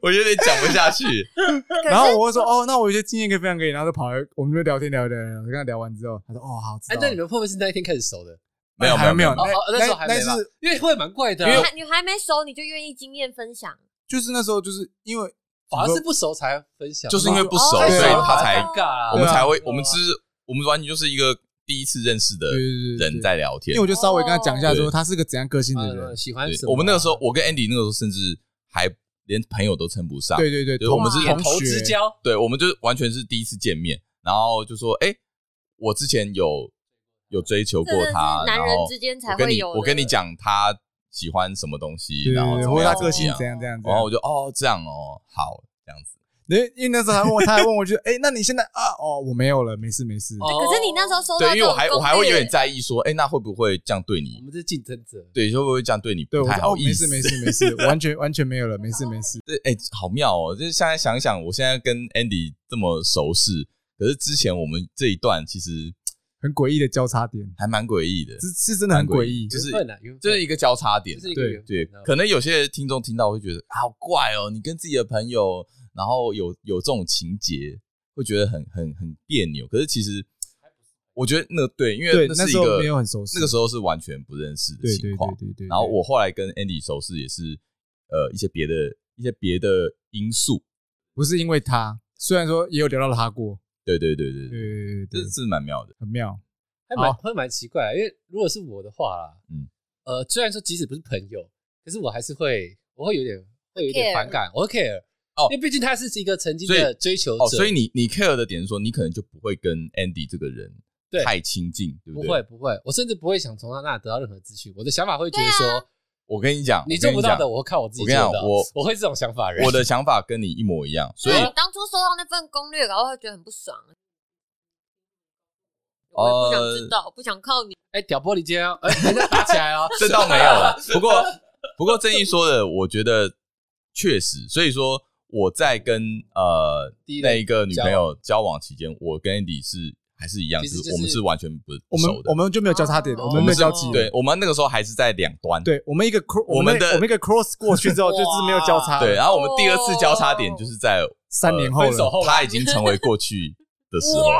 [SPEAKER 1] 我有点讲不下去。
[SPEAKER 4] 可
[SPEAKER 2] 然后
[SPEAKER 4] 是
[SPEAKER 2] 我会说：“哦，那我有些经验可以分享给你。”然后就跑来，我们就聊天聊聊聊，跟他聊完之后，他说：“哦，好，知
[SPEAKER 3] 哎
[SPEAKER 2] 道，了
[SPEAKER 3] 那你们会不会是那一天开始熟的？
[SPEAKER 1] 没有
[SPEAKER 2] 还没有
[SPEAKER 1] 没
[SPEAKER 3] 哦哦，那时候还没吧
[SPEAKER 2] 但是，
[SPEAKER 3] 因为会蛮怪的啊，
[SPEAKER 1] 呃
[SPEAKER 4] 你还你还没熟，你就愿意经验分享，
[SPEAKER 2] 就是那时候就是因为
[SPEAKER 3] 反而是不熟才分享，啊
[SPEAKER 1] 就是因为不熟，
[SPEAKER 4] 哦
[SPEAKER 1] 所以他
[SPEAKER 3] 太
[SPEAKER 1] 才
[SPEAKER 3] 尴尬啊，
[SPEAKER 1] 我们才会
[SPEAKER 3] 对啊，
[SPEAKER 1] 我们只是我们完全就是一个第一次认识的
[SPEAKER 2] 对对对
[SPEAKER 1] 人在聊天
[SPEAKER 2] 因为。我就稍微跟他讲一下说
[SPEAKER 1] 对
[SPEAKER 2] 他是个怎样个性的
[SPEAKER 3] 呃
[SPEAKER 2] 人，
[SPEAKER 3] 喜欢
[SPEAKER 1] 对
[SPEAKER 3] 什么啊？
[SPEAKER 1] 我们那个时候，我跟 Andy 那个时候甚至还连朋友都称不上。
[SPEAKER 2] 对对对，
[SPEAKER 1] 对
[SPEAKER 2] 同
[SPEAKER 1] 我们是
[SPEAKER 2] 同
[SPEAKER 3] 点头
[SPEAKER 2] 学
[SPEAKER 3] 之，交，
[SPEAKER 1] 对，我们就是完全是第一次见面，然后就说：“哎，我之前有有追求
[SPEAKER 4] 这
[SPEAKER 1] 过
[SPEAKER 4] 真的是
[SPEAKER 1] 他，然
[SPEAKER 4] 男人
[SPEAKER 1] 后
[SPEAKER 4] 之间才
[SPEAKER 1] 我跟
[SPEAKER 4] 会
[SPEAKER 1] 你
[SPEAKER 4] 有的。
[SPEAKER 1] 我跟你讲他喜欢什么东西，
[SPEAKER 2] 对对
[SPEAKER 1] 然后
[SPEAKER 2] 对，
[SPEAKER 1] 怎
[SPEAKER 2] 或
[SPEAKER 1] 么
[SPEAKER 2] 者
[SPEAKER 1] 样
[SPEAKER 2] 他
[SPEAKER 1] 怎
[SPEAKER 2] 个
[SPEAKER 1] 么
[SPEAKER 2] 性
[SPEAKER 1] 样
[SPEAKER 2] 怎样怎样，
[SPEAKER 1] 然后我就哦这样哦好这样子，
[SPEAKER 2] 因为因为那时候还问我，他还问我就 哎，那你现在啊哦我没有了，没事没事，
[SPEAKER 3] 哦
[SPEAKER 4] 可是你那时候收到
[SPEAKER 1] 对，
[SPEAKER 4] 这
[SPEAKER 1] 因为
[SPEAKER 4] 种
[SPEAKER 1] 我还我还
[SPEAKER 4] 攻
[SPEAKER 1] 会
[SPEAKER 4] 略
[SPEAKER 1] 有点在意说，哎，那会不会这样对
[SPEAKER 3] 我
[SPEAKER 1] 你？
[SPEAKER 3] 们是竞争者，
[SPEAKER 1] 对，会不会这样对你
[SPEAKER 2] 对
[SPEAKER 1] 不
[SPEAKER 2] 我
[SPEAKER 1] 太
[SPEAKER 2] 说
[SPEAKER 1] 好
[SPEAKER 2] 哦
[SPEAKER 1] 意
[SPEAKER 2] 没
[SPEAKER 1] 思？
[SPEAKER 2] 事没事没事，完全完全没有了，没事没事，
[SPEAKER 1] 对，哎、好妙哦！就是现在想一想，我现在跟 Andy 这么熟识，可是之前我们这一段其实
[SPEAKER 2] 很诡异的交叉 点，
[SPEAKER 1] 还蛮诡异的，
[SPEAKER 2] 是是真的很诡异，
[SPEAKER 1] 就是
[SPEAKER 3] 缘分啊缘分
[SPEAKER 1] 就是一个交叉点
[SPEAKER 3] 这。是一
[SPEAKER 2] 啊
[SPEAKER 3] 个缘分
[SPEAKER 1] 对
[SPEAKER 3] 你知
[SPEAKER 2] 嗯
[SPEAKER 3] 道，吗
[SPEAKER 1] 可能有些听众听到会觉得啊好怪哦，你跟自己的朋友，然后有有这种情节，会觉得很很很别扭。可是其实我觉得那对，因
[SPEAKER 2] 对
[SPEAKER 1] 为
[SPEAKER 2] 那
[SPEAKER 1] 是一
[SPEAKER 2] 时候
[SPEAKER 1] 个
[SPEAKER 2] 没有很熟识
[SPEAKER 1] 那个时候是完全不认识的
[SPEAKER 2] 对对
[SPEAKER 1] 情况
[SPEAKER 2] 对。对对，
[SPEAKER 1] 然后我后来跟 Andy 熟识也是呃一些别的一些别的因素。
[SPEAKER 2] 不是因为他，虽然说也有聊到他过，
[SPEAKER 1] 对对对对
[SPEAKER 2] 对
[SPEAKER 1] 对，
[SPEAKER 2] 对对
[SPEAKER 1] 这
[SPEAKER 2] 对，
[SPEAKER 1] 是蛮妙的。
[SPEAKER 2] 很妙，
[SPEAKER 3] 还蛮会蛮奇怪，因为如果是我的话啦，
[SPEAKER 1] 嗯
[SPEAKER 3] 嗯，呃，虽然说即使不是朋友，可是我还是会，我会有点会有一点
[SPEAKER 4] Care
[SPEAKER 3] 反感，我会 care，
[SPEAKER 1] 哦
[SPEAKER 3] 因为毕竟他是一个曾经
[SPEAKER 1] 所
[SPEAKER 3] 的
[SPEAKER 1] 以
[SPEAKER 3] 追求者，
[SPEAKER 1] 哦，所以你你 care 的点是说，你可能就不会跟 Andy 这个人
[SPEAKER 3] 对
[SPEAKER 1] 太亲近，对
[SPEAKER 3] 不
[SPEAKER 1] 对？
[SPEAKER 3] 会不会，我甚至不会想从他那得到任何资讯，我的想法会觉得说，
[SPEAKER 4] 对啊
[SPEAKER 1] 我跟你讲，
[SPEAKER 3] 你
[SPEAKER 1] 我跟
[SPEAKER 3] 做
[SPEAKER 1] 你
[SPEAKER 3] 不到的，
[SPEAKER 1] 讲
[SPEAKER 3] 我看我自己
[SPEAKER 1] 我
[SPEAKER 3] 做
[SPEAKER 1] 跟你讲
[SPEAKER 3] 得到。
[SPEAKER 1] 我
[SPEAKER 3] 我会这种想法的人，啊
[SPEAKER 1] 我的想法跟你一模一样，所以，
[SPEAKER 4] 我当初收到那份攻略，然后会觉得很不爽。我也不想知道，不想靠你。
[SPEAKER 3] 哎，屌玻璃间哦，哎，人家打起来了
[SPEAKER 1] 这倒没有 了。不过，不过正义说的，我觉得确实，所以说我在跟呃
[SPEAKER 3] 第一任
[SPEAKER 1] 那一个女朋友交往期间，我跟 Andy 是还是一样，
[SPEAKER 3] 其实
[SPEAKER 1] 是
[SPEAKER 3] 就是
[SPEAKER 1] 我们是完全不不
[SPEAKER 2] 我们
[SPEAKER 1] 熟的。
[SPEAKER 2] 我们就没有交叉点了，
[SPEAKER 4] 哦
[SPEAKER 2] 我们没有
[SPEAKER 1] 是
[SPEAKER 2] 交集了，
[SPEAKER 1] 对，我们那个时候还是在两端。
[SPEAKER 2] 对，我们一个 cro
[SPEAKER 1] 我们的
[SPEAKER 2] 我们一个 cross 过去之 后，
[SPEAKER 3] 哇
[SPEAKER 2] 就是没有交叉了，
[SPEAKER 1] 对然啊后我们第二次交叉
[SPEAKER 3] 哦
[SPEAKER 1] 点就是在
[SPEAKER 2] 三年
[SPEAKER 1] 呃
[SPEAKER 2] 后
[SPEAKER 3] 分手
[SPEAKER 2] 了，
[SPEAKER 3] 后
[SPEAKER 1] 他已经成为过去的时候。
[SPEAKER 4] 哦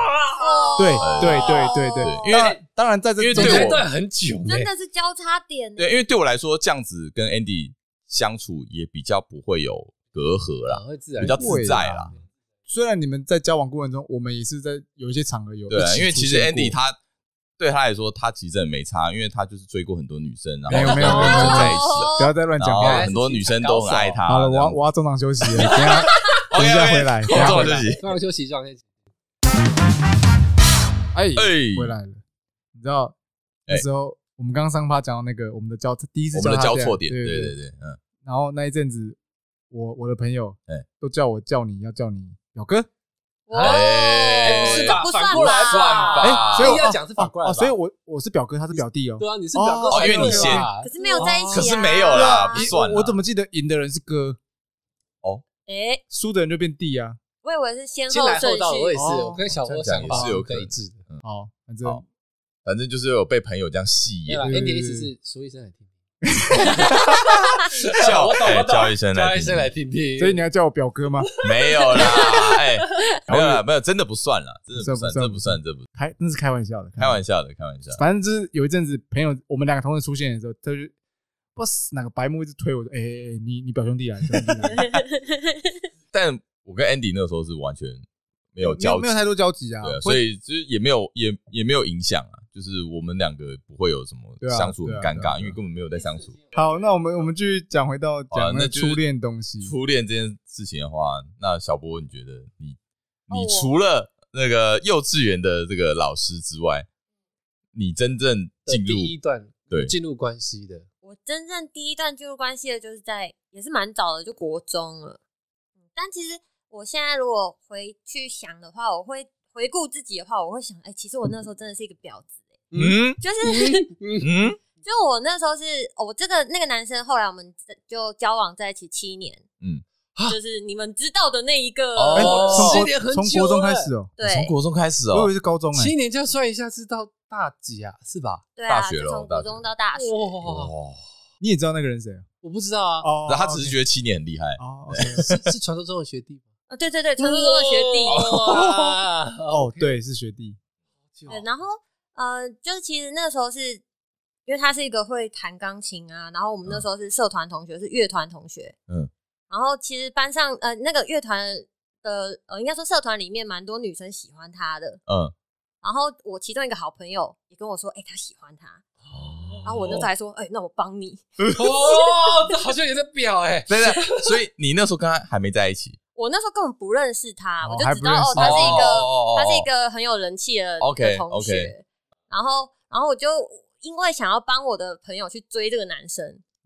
[SPEAKER 2] 对对对对对，
[SPEAKER 1] 因为
[SPEAKER 2] 当然当然在这
[SPEAKER 1] 因为
[SPEAKER 2] 中
[SPEAKER 1] 对
[SPEAKER 3] 中间
[SPEAKER 1] 我
[SPEAKER 2] 间，
[SPEAKER 3] 断很久呢，
[SPEAKER 4] 真的是交叉点。
[SPEAKER 1] 对，因为对我来说，这样子跟 Andy 相处也比较不会有隔阂啦，
[SPEAKER 3] 啊会自然
[SPEAKER 1] 比较自在啦。
[SPEAKER 2] 虽然你们在交往过程中，我们也是在有一些场合有
[SPEAKER 1] 对啊
[SPEAKER 2] 一起出现过，
[SPEAKER 1] 因为其实 Andy 他对他来说，他其实真的没差，因为他就是追过很多女生，然
[SPEAKER 2] 没有
[SPEAKER 1] 后
[SPEAKER 2] 没有没有没有
[SPEAKER 1] 在一
[SPEAKER 2] 没有，
[SPEAKER 1] 起了，
[SPEAKER 4] 哦
[SPEAKER 2] 不要再乱讲
[SPEAKER 1] 然后
[SPEAKER 2] 话
[SPEAKER 3] 哦
[SPEAKER 2] 了。
[SPEAKER 1] 很多女生都很爱他。
[SPEAKER 2] 好了，我要我要中场 休息了，等一下等一下回来，等一
[SPEAKER 1] 我
[SPEAKER 2] 下
[SPEAKER 1] 中
[SPEAKER 2] 回
[SPEAKER 1] 场
[SPEAKER 2] 来
[SPEAKER 1] 休息。
[SPEAKER 3] 突啊然休息，突然休息，
[SPEAKER 2] 哎
[SPEAKER 1] 哎
[SPEAKER 2] 回来了，你知道那时候我们刚刚上趴讲到那个我们的交第一次
[SPEAKER 1] 我们的
[SPEAKER 2] 叉
[SPEAKER 1] 交
[SPEAKER 2] 点
[SPEAKER 1] 错点，
[SPEAKER 2] 对
[SPEAKER 1] 对
[SPEAKER 2] 对
[SPEAKER 1] 对对，嗯，
[SPEAKER 2] 然后那一阵子，我我的朋友
[SPEAKER 1] 哎
[SPEAKER 2] 都叫我叫你要叫你表哥，
[SPEAKER 4] 哦
[SPEAKER 1] 哎
[SPEAKER 4] 这
[SPEAKER 1] 是
[SPEAKER 4] 个
[SPEAKER 3] 吧
[SPEAKER 4] 不
[SPEAKER 3] 反过来
[SPEAKER 4] 吧
[SPEAKER 3] 算吧
[SPEAKER 1] 啊
[SPEAKER 2] 所以我
[SPEAKER 3] 要讲是反过来
[SPEAKER 2] 哦哦
[SPEAKER 3] 吧
[SPEAKER 2] 所以我我是表哥，他是表弟哦。
[SPEAKER 3] 对啊，你是表哥
[SPEAKER 2] 哦
[SPEAKER 3] 才对啊，
[SPEAKER 1] 因为你先
[SPEAKER 4] 可是没有在一起、啊，
[SPEAKER 1] 可是没有啦，不
[SPEAKER 2] 咦
[SPEAKER 1] 算啦。
[SPEAKER 2] 我我怎么记得赢的人是哥，
[SPEAKER 4] 哎、
[SPEAKER 2] 输的人就变弟啊？
[SPEAKER 4] 我以为是先
[SPEAKER 3] 先
[SPEAKER 4] 后
[SPEAKER 3] 来后
[SPEAKER 4] 顺
[SPEAKER 3] 到，我也
[SPEAKER 4] 序。
[SPEAKER 3] 是，
[SPEAKER 2] 哦
[SPEAKER 3] 我跟小波
[SPEAKER 1] 这样
[SPEAKER 3] 想
[SPEAKER 1] 讲
[SPEAKER 3] 法
[SPEAKER 1] 也是有可
[SPEAKER 3] 跟
[SPEAKER 1] 能
[SPEAKER 3] 一致的。
[SPEAKER 2] 好，反正
[SPEAKER 1] 嗯好反正就是有被朋友这样戏
[SPEAKER 3] 对啊
[SPEAKER 1] 言
[SPEAKER 2] 对
[SPEAKER 3] 吧
[SPEAKER 2] 对对
[SPEAKER 3] ？Andy 意思是说一声来听听，
[SPEAKER 1] 叫
[SPEAKER 3] 我懂
[SPEAKER 1] 哎
[SPEAKER 3] 我懂，
[SPEAKER 1] 叫一声来
[SPEAKER 3] 叫一声
[SPEAKER 1] 听
[SPEAKER 3] 来听听。
[SPEAKER 2] 所以你要叫我表哥吗？
[SPEAKER 1] 没有 啦，哎，没有啦，没有，真的不算啦，真的不
[SPEAKER 2] 不
[SPEAKER 1] 算，
[SPEAKER 2] 算
[SPEAKER 1] 这
[SPEAKER 2] 嗯不
[SPEAKER 1] 不算，这不
[SPEAKER 2] 开那是开玩笑的，
[SPEAKER 1] 开玩笑的，开玩笑。
[SPEAKER 2] 反正就是有一阵子朋友，我们两个同时出现的时候，他就不是哪个白目一直推我说：“哎哎哎，你你表兄弟来，你表兄弟啊来
[SPEAKER 1] 但我跟 Andy 那个时候是完全 没有
[SPEAKER 2] 没
[SPEAKER 1] 交
[SPEAKER 2] 有
[SPEAKER 1] 集
[SPEAKER 2] 没有，太多交集啊
[SPEAKER 1] 对啊，，所
[SPEAKER 2] 会
[SPEAKER 1] 以就是也没有也也没有影响啊，就是我们两个不会有什么
[SPEAKER 2] 对啊
[SPEAKER 1] 相处很
[SPEAKER 2] 对啊
[SPEAKER 1] 尴
[SPEAKER 2] 对啊
[SPEAKER 1] 尬，因为根本没有在相处。
[SPEAKER 2] 好，那我们我们继续讲回到
[SPEAKER 1] 好啊
[SPEAKER 2] 讲
[SPEAKER 1] 那
[SPEAKER 2] 个
[SPEAKER 1] 就是
[SPEAKER 2] 初恋东西，
[SPEAKER 1] 初恋这件事情的话，那小波，你觉得你
[SPEAKER 4] 哦
[SPEAKER 1] 你
[SPEAKER 4] 我
[SPEAKER 1] 除了那个幼稚园的这个老师之外，你真正进
[SPEAKER 3] 的第一
[SPEAKER 1] 入
[SPEAKER 3] 段
[SPEAKER 1] 对
[SPEAKER 3] 进入关系的，
[SPEAKER 4] 我真正第一段进入关系的，就是在也是蛮早的，就国中了。嗯但其实我现在如果回去想的话，我会回顾自己的话，我会想，哎、其实我那时候真的是一个婊子、哎
[SPEAKER 1] 嗯
[SPEAKER 4] 就是、
[SPEAKER 1] 嗯
[SPEAKER 4] 就我那时候是，哦我这个那个男生后来我们就交往在一起七年，
[SPEAKER 1] 嗯，
[SPEAKER 4] 就是你们知道的那一个，
[SPEAKER 3] 哦
[SPEAKER 2] 哎，
[SPEAKER 3] 哦
[SPEAKER 2] 从
[SPEAKER 3] 失恋很
[SPEAKER 2] 国从
[SPEAKER 3] 久
[SPEAKER 2] 国中
[SPEAKER 3] 欸
[SPEAKER 2] 开始哦，
[SPEAKER 4] 对
[SPEAKER 1] 从国中开始
[SPEAKER 2] 我以
[SPEAKER 1] 哦
[SPEAKER 2] 为，是高中哎
[SPEAKER 3] 七，年这样算一下是到大几啊？是吧？
[SPEAKER 4] 对啊，
[SPEAKER 1] 大学
[SPEAKER 4] 就
[SPEAKER 1] 咯
[SPEAKER 4] 从
[SPEAKER 1] 大
[SPEAKER 4] 国
[SPEAKER 1] 学
[SPEAKER 4] 中到大学，
[SPEAKER 1] 哇
[SPEAKER 3] 哇，，
[SPEAKER 2] 你也知道那个人谁啊
[SPEAKER 3] 我不知道啊，
[SPEAKER 2] 哦
[SPEAKER 1] 那他只是觉得七年很厉害，
[SPEAKER 2] 得哦，OK，
[SPEAKER 3] 是是传说中的学弟吗，
[SPEAKER 4] 啊，对对对，传说中的学弟。
[SPEAKER 3] 哇
[SPEAKER 2] 哦，对，是学弟，
[SPEAKER 4] 对，
[SPEAKER 3] 哦
[SPEAKER 4] 然后呃，就是其实那时候是因为他是一个会弹钢琴啊，然后我们那时候是社团同学，是乐团同学，
[SPEAKER 1] 嗯，
[SPEAKER 4] 然后其实班上呃那个乐团的呃应该说社团里面蛮多女生喜欢他的，
[SPEAKER 1] 嗯，
[SPEAKER 4] 然后我其中一个好朋友也跟我说，哎、他喜欢他，然后我那时候还说，哎、那我帮你，
[SPEAKER 3] 哦，这好像有点表哎，
[SPEAKER 1] 对对，所以你那时候跟他还没在一起，
[SPEAKER 4] 我那时候根本不认识他，
[SPEAKER 2] 哦
[SPEAKER 4] 我就
[SPEAKER 2] 还
[SPEAKER 4] 只
[SPEAKER 2] 不
[SPEAKER 4] 知道
[SPEAKER 2] 认识
[SPEAKER 4] 哦，他是一个、
[SPEAKER 1] 哦哦哦哦
[SPEAKER 4] 他是一个很有人气的
[SPEAKER 1] OK，
[SPEAKER 4] 的同学。
[SPEAKER 1] OK
[SPEAKER 4] 然后，然后我就因为想要帮我的朋友去追这个男生，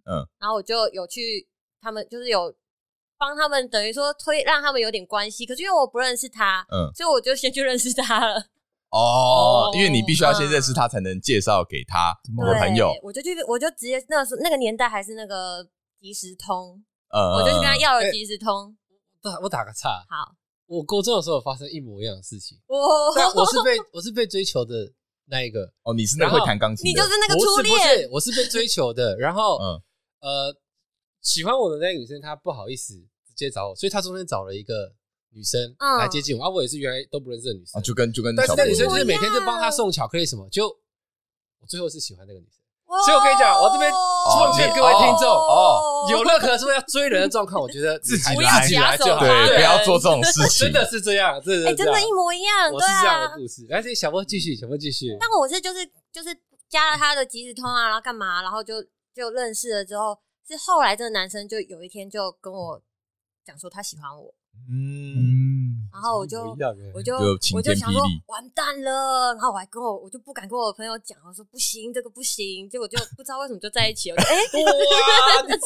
[SPEAKER 1] 嗯，
[SPEAKER 4] 然后我就有去他们就是有帮他们，等于说推让他们有点关系。可是因为我不认识他，
[SPEAKER 1] 嗯
[SPEAKER 4] 所以我就先去认识他了。
[SPEAKER 1] 哦
[SPEAKER 3] 哦，
[SPEAKER 1] 因为你必须要先认识他，才能介绍给他
[SPEAKER 2] 怎
[SPEAKER 1] 我
[SPEAKER 2] 么
[SPEAKER 1] 的
[SPEAKER 2] 了
[SPEAKER 1] 朋友
[SPEAKER 4] 对，我就去，我就直接那时候那个年代还是那个即时通，
[SPEAKER 1] 呃，
[SPEAKER 4] 我就去跟他要了即时通。
[SPEAKER 3] 打我打个岔，
[SPEAKER 4] 好，
[SPEAKER 3] 我高中的时候有发生一模一样的事情，
[SPEAKER 4] 我
[SPEAKER 3] 但我是被我是被追求的那一个，
[SPEAKER 1] 哦，你是那个会弹钢琴
[SPEAKER 4] 你
[SPEAKER 1] 的，
[SPEAKER 4] 就是那个
[SPEAKER 3] 不是
[SPEAKER 4] 初
[SPEAKER 3] 不
[SPEAKER 4] 恋
[SPEAKER 3] 是，，我是被追求的，然后
[SPEAKER 1] 嗯
[SPEAKER 3] 呃，喜欢我的那个女生她不好意思直接找我，所以她中间找了一个女生
[SPEAKER 4] 嗯
[SPEAKER 3] 来接近我，啊，我也是原来都不认识的女
[SPEAKER 1] 啊，
[SPEAKER 3] 生，
[SPEAKER 1] 就跟就跟
[SPEAKER 3] 但是
[SPEAKER 1] 小
[SPEAKER 3] 那
[SPEAKER 1] 波
[SPEAKER 3] 女生就是每天就帮她送巧克力什么，就我最后是喜欢那个女生。
[SPEAKER 4] 哦
[SPEAKER 3] 所以我跟你讲我这边奉
[SPEAKER 1] 劝
[SPEAKER 3] 各位听众
[SPEAKER 1] 哦
[SPEAKER 3] 有任何说要追人的状况，我觉得自
[SPEAKER 2] 己
[SPEAKER 4] 不
[SPEAKER 2] 来
[SPEAKER 4] 要
[SPEAKER 3] 自己
[SPEAKER 4] 假
[SPEAKER 3] 来
[SPEAKER 4] 手
[SPEAKER 3] 就好，
[SPEAKER 1] 对，
[SPEAKER 4] 对
[SPEAKER 1] 不要做这种 事情，
[SPEAKER 3] 真的是这样，真的
[SPEAKER 4] 哎、
[SPEAKER 3] 是这
[SPEAKER 4] 真
[SPEAKER 3] 样
[SPEAKER 4] 的，一模一样，
[SPEAKER 3] 我
[SPEAKER 4] 对
[SPEAKER 3] 是这样
[SPEAKER 4] 啊
[SPEAKER 3] 的。故事。而且小波继续，小波继续，
[SPEAKER 4] 但我是就是就是加了他的即时通啊，然后干嘛，然后就就认识了之后，是后来这个男生就有一天就跟我讲说他喜欢我，
[SPEAKER 1] 嗯，
[SPEAKER 2] 嗯，
[SPEAKER 4] 然后我就
[SPEAKER 3] 一模一样欸
[SPEAKER 4] 我就
[SPEAKER 1] 就晴
[SPEAKER 4] 我就
[SPEAKER 1] 天
[SPEAKER 4] 想
[SPEAKER 1] 霹
[SPEAKER 4] 说
[SPEAKER 1] 雳
[SPEAKER 4] 完蛋了，然后我还跟我我就不敢跟我朋友讲，我说不行，这个不行，结果就不知道为什么就 在一起了。哎、
[SPEAKER 3] 哇，你这个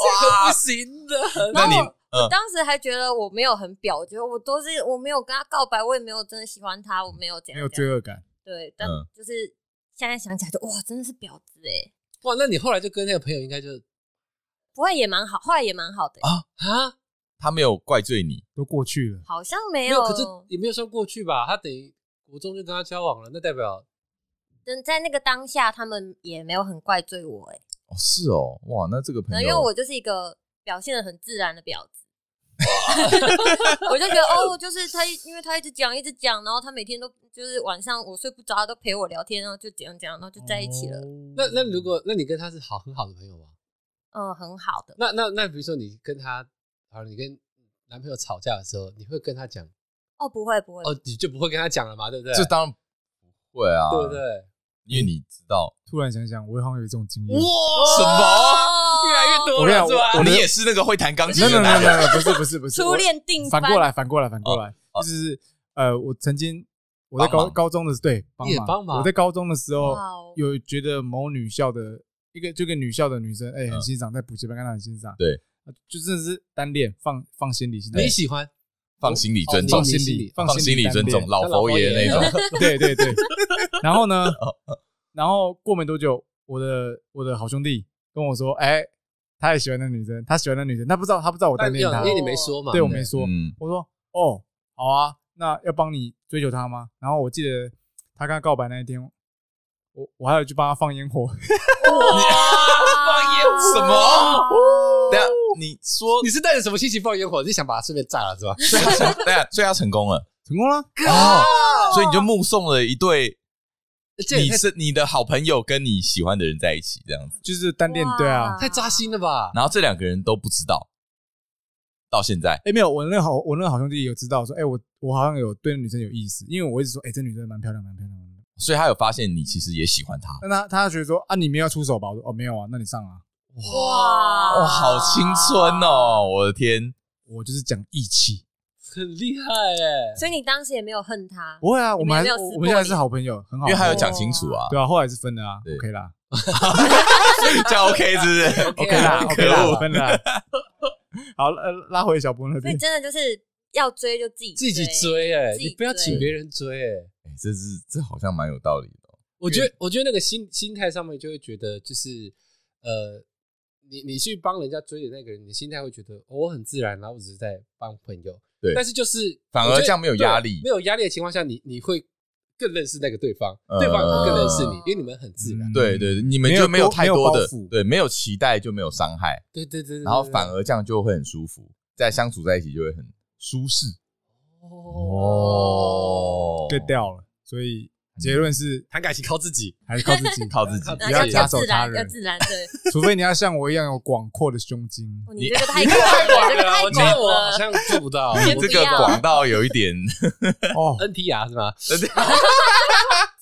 [SPEAKER 3] 不行的，
[SPEAKER 1] 那你
[SPEAKER 4] 然后
[SPEAKER 1] 嗯
[SPEAKER 4] 当时还觉得我没有很表，觉得我都是我没有跟他告白，我也没有真的喜欢他，我没有怎
[SPEAKER 2] 没
[SPEAKER 4] 样
[SPEAKER 2] 有
[SPEAKER 4] 怎
[SPEAKER 2] 罪
[SPEAKER 4] 样。
[SPEAKER 2] 恶感。
[SPEAKER 4] 对，但
[SPEAKER 1] 嗯
[SPEAKER 4] 就是现在想起来就哇，真的是婊子哎、
[SPEAKER 3] 哇，那你后来就跟那个朋友应该就
[SPEAKER 4] 不会也蛮好，后来也蛮好的欸、
[SPEAKER 3] 啊，
[SPEAKER 1] 他没有怪罪你，
[SPEAKER 2] 都过去了，
[SPEAKER 4] 好像
[SPEAKER 3] 没
[SPEAKER 4] 没有。
[SPEAKER 3] 有，可是也没有算过去吧？他等于国中就跟他交往了，那代表
[SPEAKER 4] 但在那个当下，他们也没有很怪罪我哎、
[SPEAKER 1] 哦，是哦，哇，那这个
[SPEAKER 4] 可
[SPEAKER 1] 朋
[SPEAKER 4] 能
[SPEAKER 1] 友，
[SPEAKER 4] 因为我就是一个表现的很自然的婊子， 我就觉得哦，就是他一，因为他一直讲一直讲，然后他每天都就是晚上我睡不着，他都陪我聊天，然后就怎样怎样，然后就在一起
[SPEAKER 2] 哦
[SPEAKER 4] 了，
[SPEAKER 3] 那那
[SPEAKER 2] 嗯
[SPEAKER 3] 如果那你跟他是好很好的朋友吗？
[SPEAKER 4] 嗯，很好的。
[SPEAKER 3] 那那那比如说你跟他，好，你跟男朋友吵架的时候，你会跟他讲
[SPEAKER 4] 哦，不会不会，
[SPEAKER 3] 哦，你就不会跟他讲了嘛，对不对？
[SPEAKER 1] 这当然不会啊，
[SPEAKER 3] 对不对？
[SPEAKER 1] 因为你知道，
[SPEAKER 2] 突然想想，我好像有这种经验。
[SPEAKER 1] 什么？
[SPEAKER 4] 哦
[SPEAKER 3] 越来越多
[SPEAKER 2] 我跟你讲
[SPEAKER 3] 了是吧？
[SPEAKER 2] 我
[SPEAKER 1] 你
[SPEAKER 2] 的
[SPEAKER 1] 也是那个会弹钢
[SPEAKER 2] 没
[SPEAKER 1] 琴
[SPEAKER 2] 有
[SPEAKER 1] 的
[SPEAKER 2] 没有没有
[SPEAKER 1] 男
[SPEAKER 2] 没
[SPEAKER 1] 人
[SPEAKER 2] 有，不是不是不是，
[SPEAKER 4] 初
[SPEAKER 2] 我
[SPEAKER 4] 恋定
[SPEAKER 2] 反
[SPEAKER 4] 番
[SPEAKER 2] 过来，反过来，反过来，就是呃，我曾经我在
[SPEAKER 1] 哦帮
[SPEAKER 2] 高
[SPEAKER 1] 忙
[SPEAKER 2] 高中的对帮
[SPEAKER 3] 你也
[SPEAKER 2] 忙
[SPEAKER 3] 帮忙
[SPEAKER 2] 我在高中的时候
[SPEAKER 4] 哇哦
[SPEAKER 2] 有觉得某女校的一个这个女校的女生，哎，很
[SPEAKER 1] 嗯
[SPEAKER 2] 欣赏，在补习班看到很欣赏，
[SPEAKER 1] 对
[SPEAKER 2] 啊，就真的是单恋，放放心里，现在
[SPEAKER 3] 你喜欢
[SPEAKER 1] 放心里尊
[SPEAKER 2] 放
[SPEAKER 1] 重
[SPEAKER 3] 哦，
[SPEAKER 2] 心
[SPEAKER 3] 你
[SPEAKER 2] 里，
[SPEAKER 1] 放
[SPEAKER 2] 心
[SPEAKER 1] 心里
[SPEAKER 2] 单
[SPEAKER 1] 尊重
[SPEAKER 2] 恋，
[SPEAKER 1] 老佛爷那种，
[SPEAKER 3] 种，
[SPEAKER 2] 对 对对。然后呢，
[SPEAKER 1] 哦
[SPEAKER 2] 然后过没多久，我的我的好兄弟跟我说，哎，他也喜欢那女生，他喜欢那女生，他不知道他不知道我单
[SPEAKER 3] 但
[SPEAKER 2] 恋他
[SPEAKER 3] 哦因，为你没说嘛，
[SPEAKER 2] 对我
[SPEAKER 3] 不
[SPEAKER 2] 没说，
[SPEAKER 1] 嗯，
[SPEAKER 2] 我说哦，好啊，那要帮你追求她吗？然后我记得她跟他告白那一天，我我还有去帮她放烟火，
[SPEAKER 1] 放烟什么？等一下你说
[SPEAKER 3] 你是带着什么心情放烟火？你是想把它顺便炸了是吧？
[SPEAKER 1] 所以他成，对啊，所以他成功了，
[SPEAKER 2] 成功了。
[SPEAKER 1] 哦，所以你就目送了一对
[SPEAKER 3] 这也
[SPEAKER 1] 你
[SPEAKER 3] 太
[SPEAKER 1] 是你的好朋友跟你喜欢的人在一起这样子，
[SPEAKER 2] 就是单恋
[SPEAKER 4] 哇
[SPEAKER 2] 对啊，
[SPEAKER 3] 太扎心了吧？
[SPEAKER 1] 然后这两个人都不知道，到现在，
[SPEAKER 2] 哎、没有，我那个好，我那个好兄弟有知道说，哎、我我好像有对那女生有意思，因为我一直说，哎、这女生蛮漂亮，蛮漂亮。蛮漂亮
[SPEAKER 1] 所以他有发现你其实也喜欢他，
[SPEAKER 2] 但他他觉得说啊，你没有要出手吧？我说哦，没有啊，那你上啊。
[SPEAKER 4] 哇
[SPEAKER 1] 哇，哦好青春哦，我的天，
[SPEAKER 2] 我就是讲义气，
[SPEAKER 3] 很厉害哎！
[SPEAKER 4] 所以你当时也没有恨他，
[SPEAKER 2] 不会啊，我们还
[SPEAKER 4] 你们有没有撕
[SPEAKER 2] 我
[SPEAKER 4] 破
[SPEAKER 2] 我们现在是好朋友，很好。
[SPEAKER 1] 因为他有
[SPEAKER 4] 讲
[SPEAKER 1] 讲清楚啊，
[SPEAKER 2] 哦 对啊，后来是分的啊
[SPEAKER 1] 对
[SPEAKER 2] ，OK 啦
[SPEAKER 1] 这样 OK 是不是
[SPEAKER 3] OK 啦
[SPEAKER 1] 啊
[SPEAKER 2] ，OK
[SPEAKER 1] 可
[SPEAKER 2] 啦，
[SPEAKER 1] 恶，
[SPEAKER 2] 分了啊。 好，呃，拉回小波那
[SPEAKER 4] 所以
[SPEAKER 2] 边，
[SPEAKER 4] 真的就是要追就自己
[SPEAKER 3] 自己追哎，
[SPEAKER 4] 自己
[SPEAKER 3] 你不要
[SPEAKER 4] 追
[SPEAKER 3] 请别人追哎。
[SPEAKER 1] 哎这是这好像蛮有道理的哦，
[SPEAKER 3] 我觉得，我觉得那个心心态上面就会觉得，就是呃，你你去帮人家追的那个人，你的心态会觉得、哦、我很自然，然后我只是在帮朋友。
[SPEAKER 1] 对
[SPEAKER 3] 但是就是
[SPEAKER 1] 反而
[SPEAKER 3] 我觉得
[SPEAKER 1] 这样没有压力
[SPEAKER 3] 对没有压力的情况下，你你会更认识那个对方，
[SPEAKER 1] 呃
[SPEAKER 3] 对方也更认识你
[SPEAKER 4] 嗯，
[SPEAKER 3] 因为你们很自然。
[SPEAKER 2] 嗯
[SPEAKER 1] 对对，对你们
[SPEAKER 2] 没有
[SPEAKER 1] 就没有
[SPEAKER 2] 多
[SPEAKER 1] 太
[SPEAKER 2] 没有
[SPEAKER 1] 多
[SPEAKER 2] 包
[SPEAKER 1] 的
[SPEAKER 2] 袱
[SPEAKER 1] 对，没有期待就没有伤害，
[SPEAKER 3] 对对对对，
[SPEAKER 1] 然后反
[SPEAKER 3] 而
[SPEAKER 1] 而这样就会很舒服，在相处在一起就会很舒适哦
[SPEAKER 4] 哦
[SPEAKER 2] 对掉了。所以结论是
[SPEAKER 3] 谈感情靠自己，
[SPEAKER 2] 还是靠自己，
[SPEAKER 1] 嗯靠自己
[SPEAKER 3] 靠自己
[SPEAKER 4] 那
[SPEAKER 2] 不要
[SPEAKER 4] 要
[SPEAKER 2] 假
[SPEAKER 4] 要
[SPEAKER 2] 手
[SPEAKER 4] 自
[SPEAKER 2] 他
[SPEAKER 4] 然，要
[SPEAKER 2] 人，
[SPEAKER 4] 自然对。
[SPEAKER 2] 除非你要像我一样有广阔的胸 襟。
[SPEAKER 4] 哦你这个太
[SPEAKER 3] 你
[SPEAKER 4] 广了，你这个
[SPEAKER 3] 了，
[SPEAKER 4] 太
[SPEAKER 3] 我觉
[SPEAKER 4] 广
[SPEAKER 3] 得我好
[SPEAKER 4] 了。
[SPEAKER 3] 像做不到。
[SPEAKER 1] 你
[SPEAKER 4] 不
[SPEAKER 1] 这个
[SPEAKER 4] 要
[SPEAKER 1] 广到有一点，
[SPEAKER 2] 哦，
[SPEAKER 3] NTR 是吗？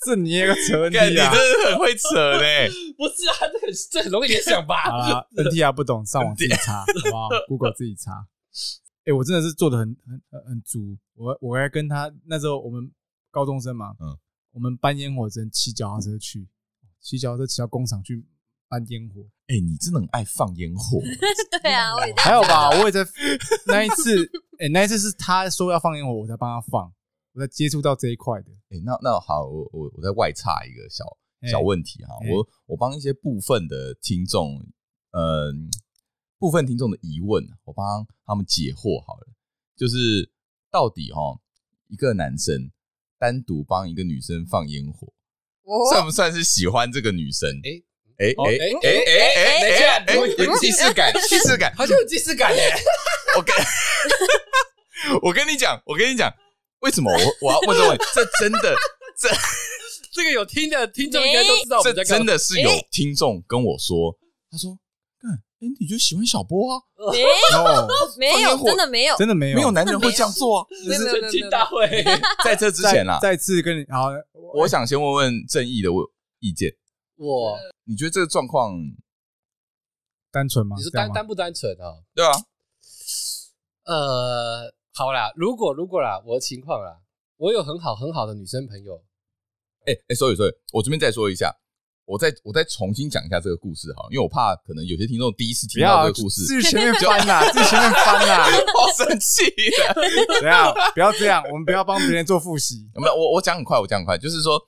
[SPEAKER 2] 这你也个扯
[SPEAKER 1] 干你
[SPEAKER 2] 啊
[SPEAKER 1] 真！的很会扯嘞。
[SPEAKER 3] 不是啊，这很这很容易联想吧？
[SPEAKER 2] 啊，NTR 不懂，上网自己查，好不好？Google 自己查。哎，我真的是做的很很很很足。我我还跟他那时候我们高中生嘛，
[SPEAKER 1] 嗯，
[SPEAKER 2] 我们搬烟火只能骑脚踏车去，骑脚踏车骑到工厂去搬烟火。
[SPEAKER 1] 哎、你真的很爱放烟火，
[SPEAKER 4] 对 啊，我也这样
[SPEAKER 2] 还有吧，我也在那一次，哎、那一次是他说要放烟火，我才帮他放，我才接触到这一块的。
[SPEAKER 1] 哎、那那好，我我我再外插一个小
[SPEAKER 2] 哎
[SPEAKER 1] 小问题哈、
[SPEAKER 2] 哎
[SPEAKER 1] 我我帮一些部分的听众，呃，部分听众的疑问，我帮他们解惑好了，就是到底哈、一个男生单独帮一个女生放烟火，
[SPEAKER 4] 我
[SPEAKER 1] 算不算是喜欢这个女生？
[SPEAKER 3] 哎
[SPEAKER 1] 哎
[SPEAKER 3] 哦
[SPEAKER 1] 哎
[SPEAKER 3] 哎
[SPEAKER 1] 哎哎
[SPEAKER 3] 等一
[SPEAKER 1] 哎
[SPEAKER 3] 下
[SPEAKER 1] 哎，
[SPEAKER 3] 我
[SPEAKER 1] 有既视感，既视感，
[SPEAKER 3] 好像有既视感耶！
[SPEAKER 1] 我跟，我跟你讲，我跟你讲，为什么我我要问这个问题？这真的，
[SPEAKER 3] 这个有听的听众应该都知道我们
[SPEAKER 1] 这
[SPEAKER 3] 在干
[SPEAKER 1] 真
[SPEAKER 3] 嘛。
[SPEAKER 1] 的是有听众跟我说，他说：“看，哎，你就喜欢小波啊？
[SPEAKER 4] 没
[SPEAKER 2] 哦，
[SPEAKER 4] 没
[SPEAKER 1] 放烟
[SPEAKER 4] 有，
[SPEAKER 1] 火
[SPEAKER 4] 真的没有，
[SPEAKER 2] 真的没有，
[SPEAKER 1] 没有男人会这样做啊。
[SPEAKER 4] 没有没有没有
[SPEAKER 3] 澄
[SPEAKER 4] 没有
[SPEAKER 3] 清大会，
[SPEAKER 1] 在这之
[SPEAKER 2] 再
[SPEAKER 1] 前啊啦，
[SPEAKER 2] 再次跟你，好，
[SPEAKER 1] 我想先问问正义的意见，
[SPEAKER 3] 我
[SPEAKER 1] 你觉得这个状况
[SPEAKER 2] 单纯吗？
[SPEAKER 3] 你说
[SPEAKER 2] 这样
[SPEAKER 3] 单
[SPEAKER 2] 吗
[SPEAKER 1] 啊
[SPEAKER 3] 单不单纯啊？
[SPEAKER 1] 对啊？
[SPEAKER 3] 呃，好啦，如果如果啦，我的情况啦，我有很好很好的女生朋友，
[SPEAKER 1] 哎、哎、s o r r y sorry，我这边再说一下，我再我再重新讲一下这个故事哈，因为我怕可能有些听众第一次
[SPEAKER 2] 不
[SPEAKER 1] 听到
[SPEAKER 2] 要
[SPEAKER 1] 这个故事，
[SPEAKER 2] 自己前面翻 啦，自己前面 翻啦，
[SPEAKER 1] 好生气啊！
[SPEAKER 2] 怎样？不要这样，我们不要帮别人做复习。
[SPEAKER 1] 没有，我我讲很快，我讲很快，就是说，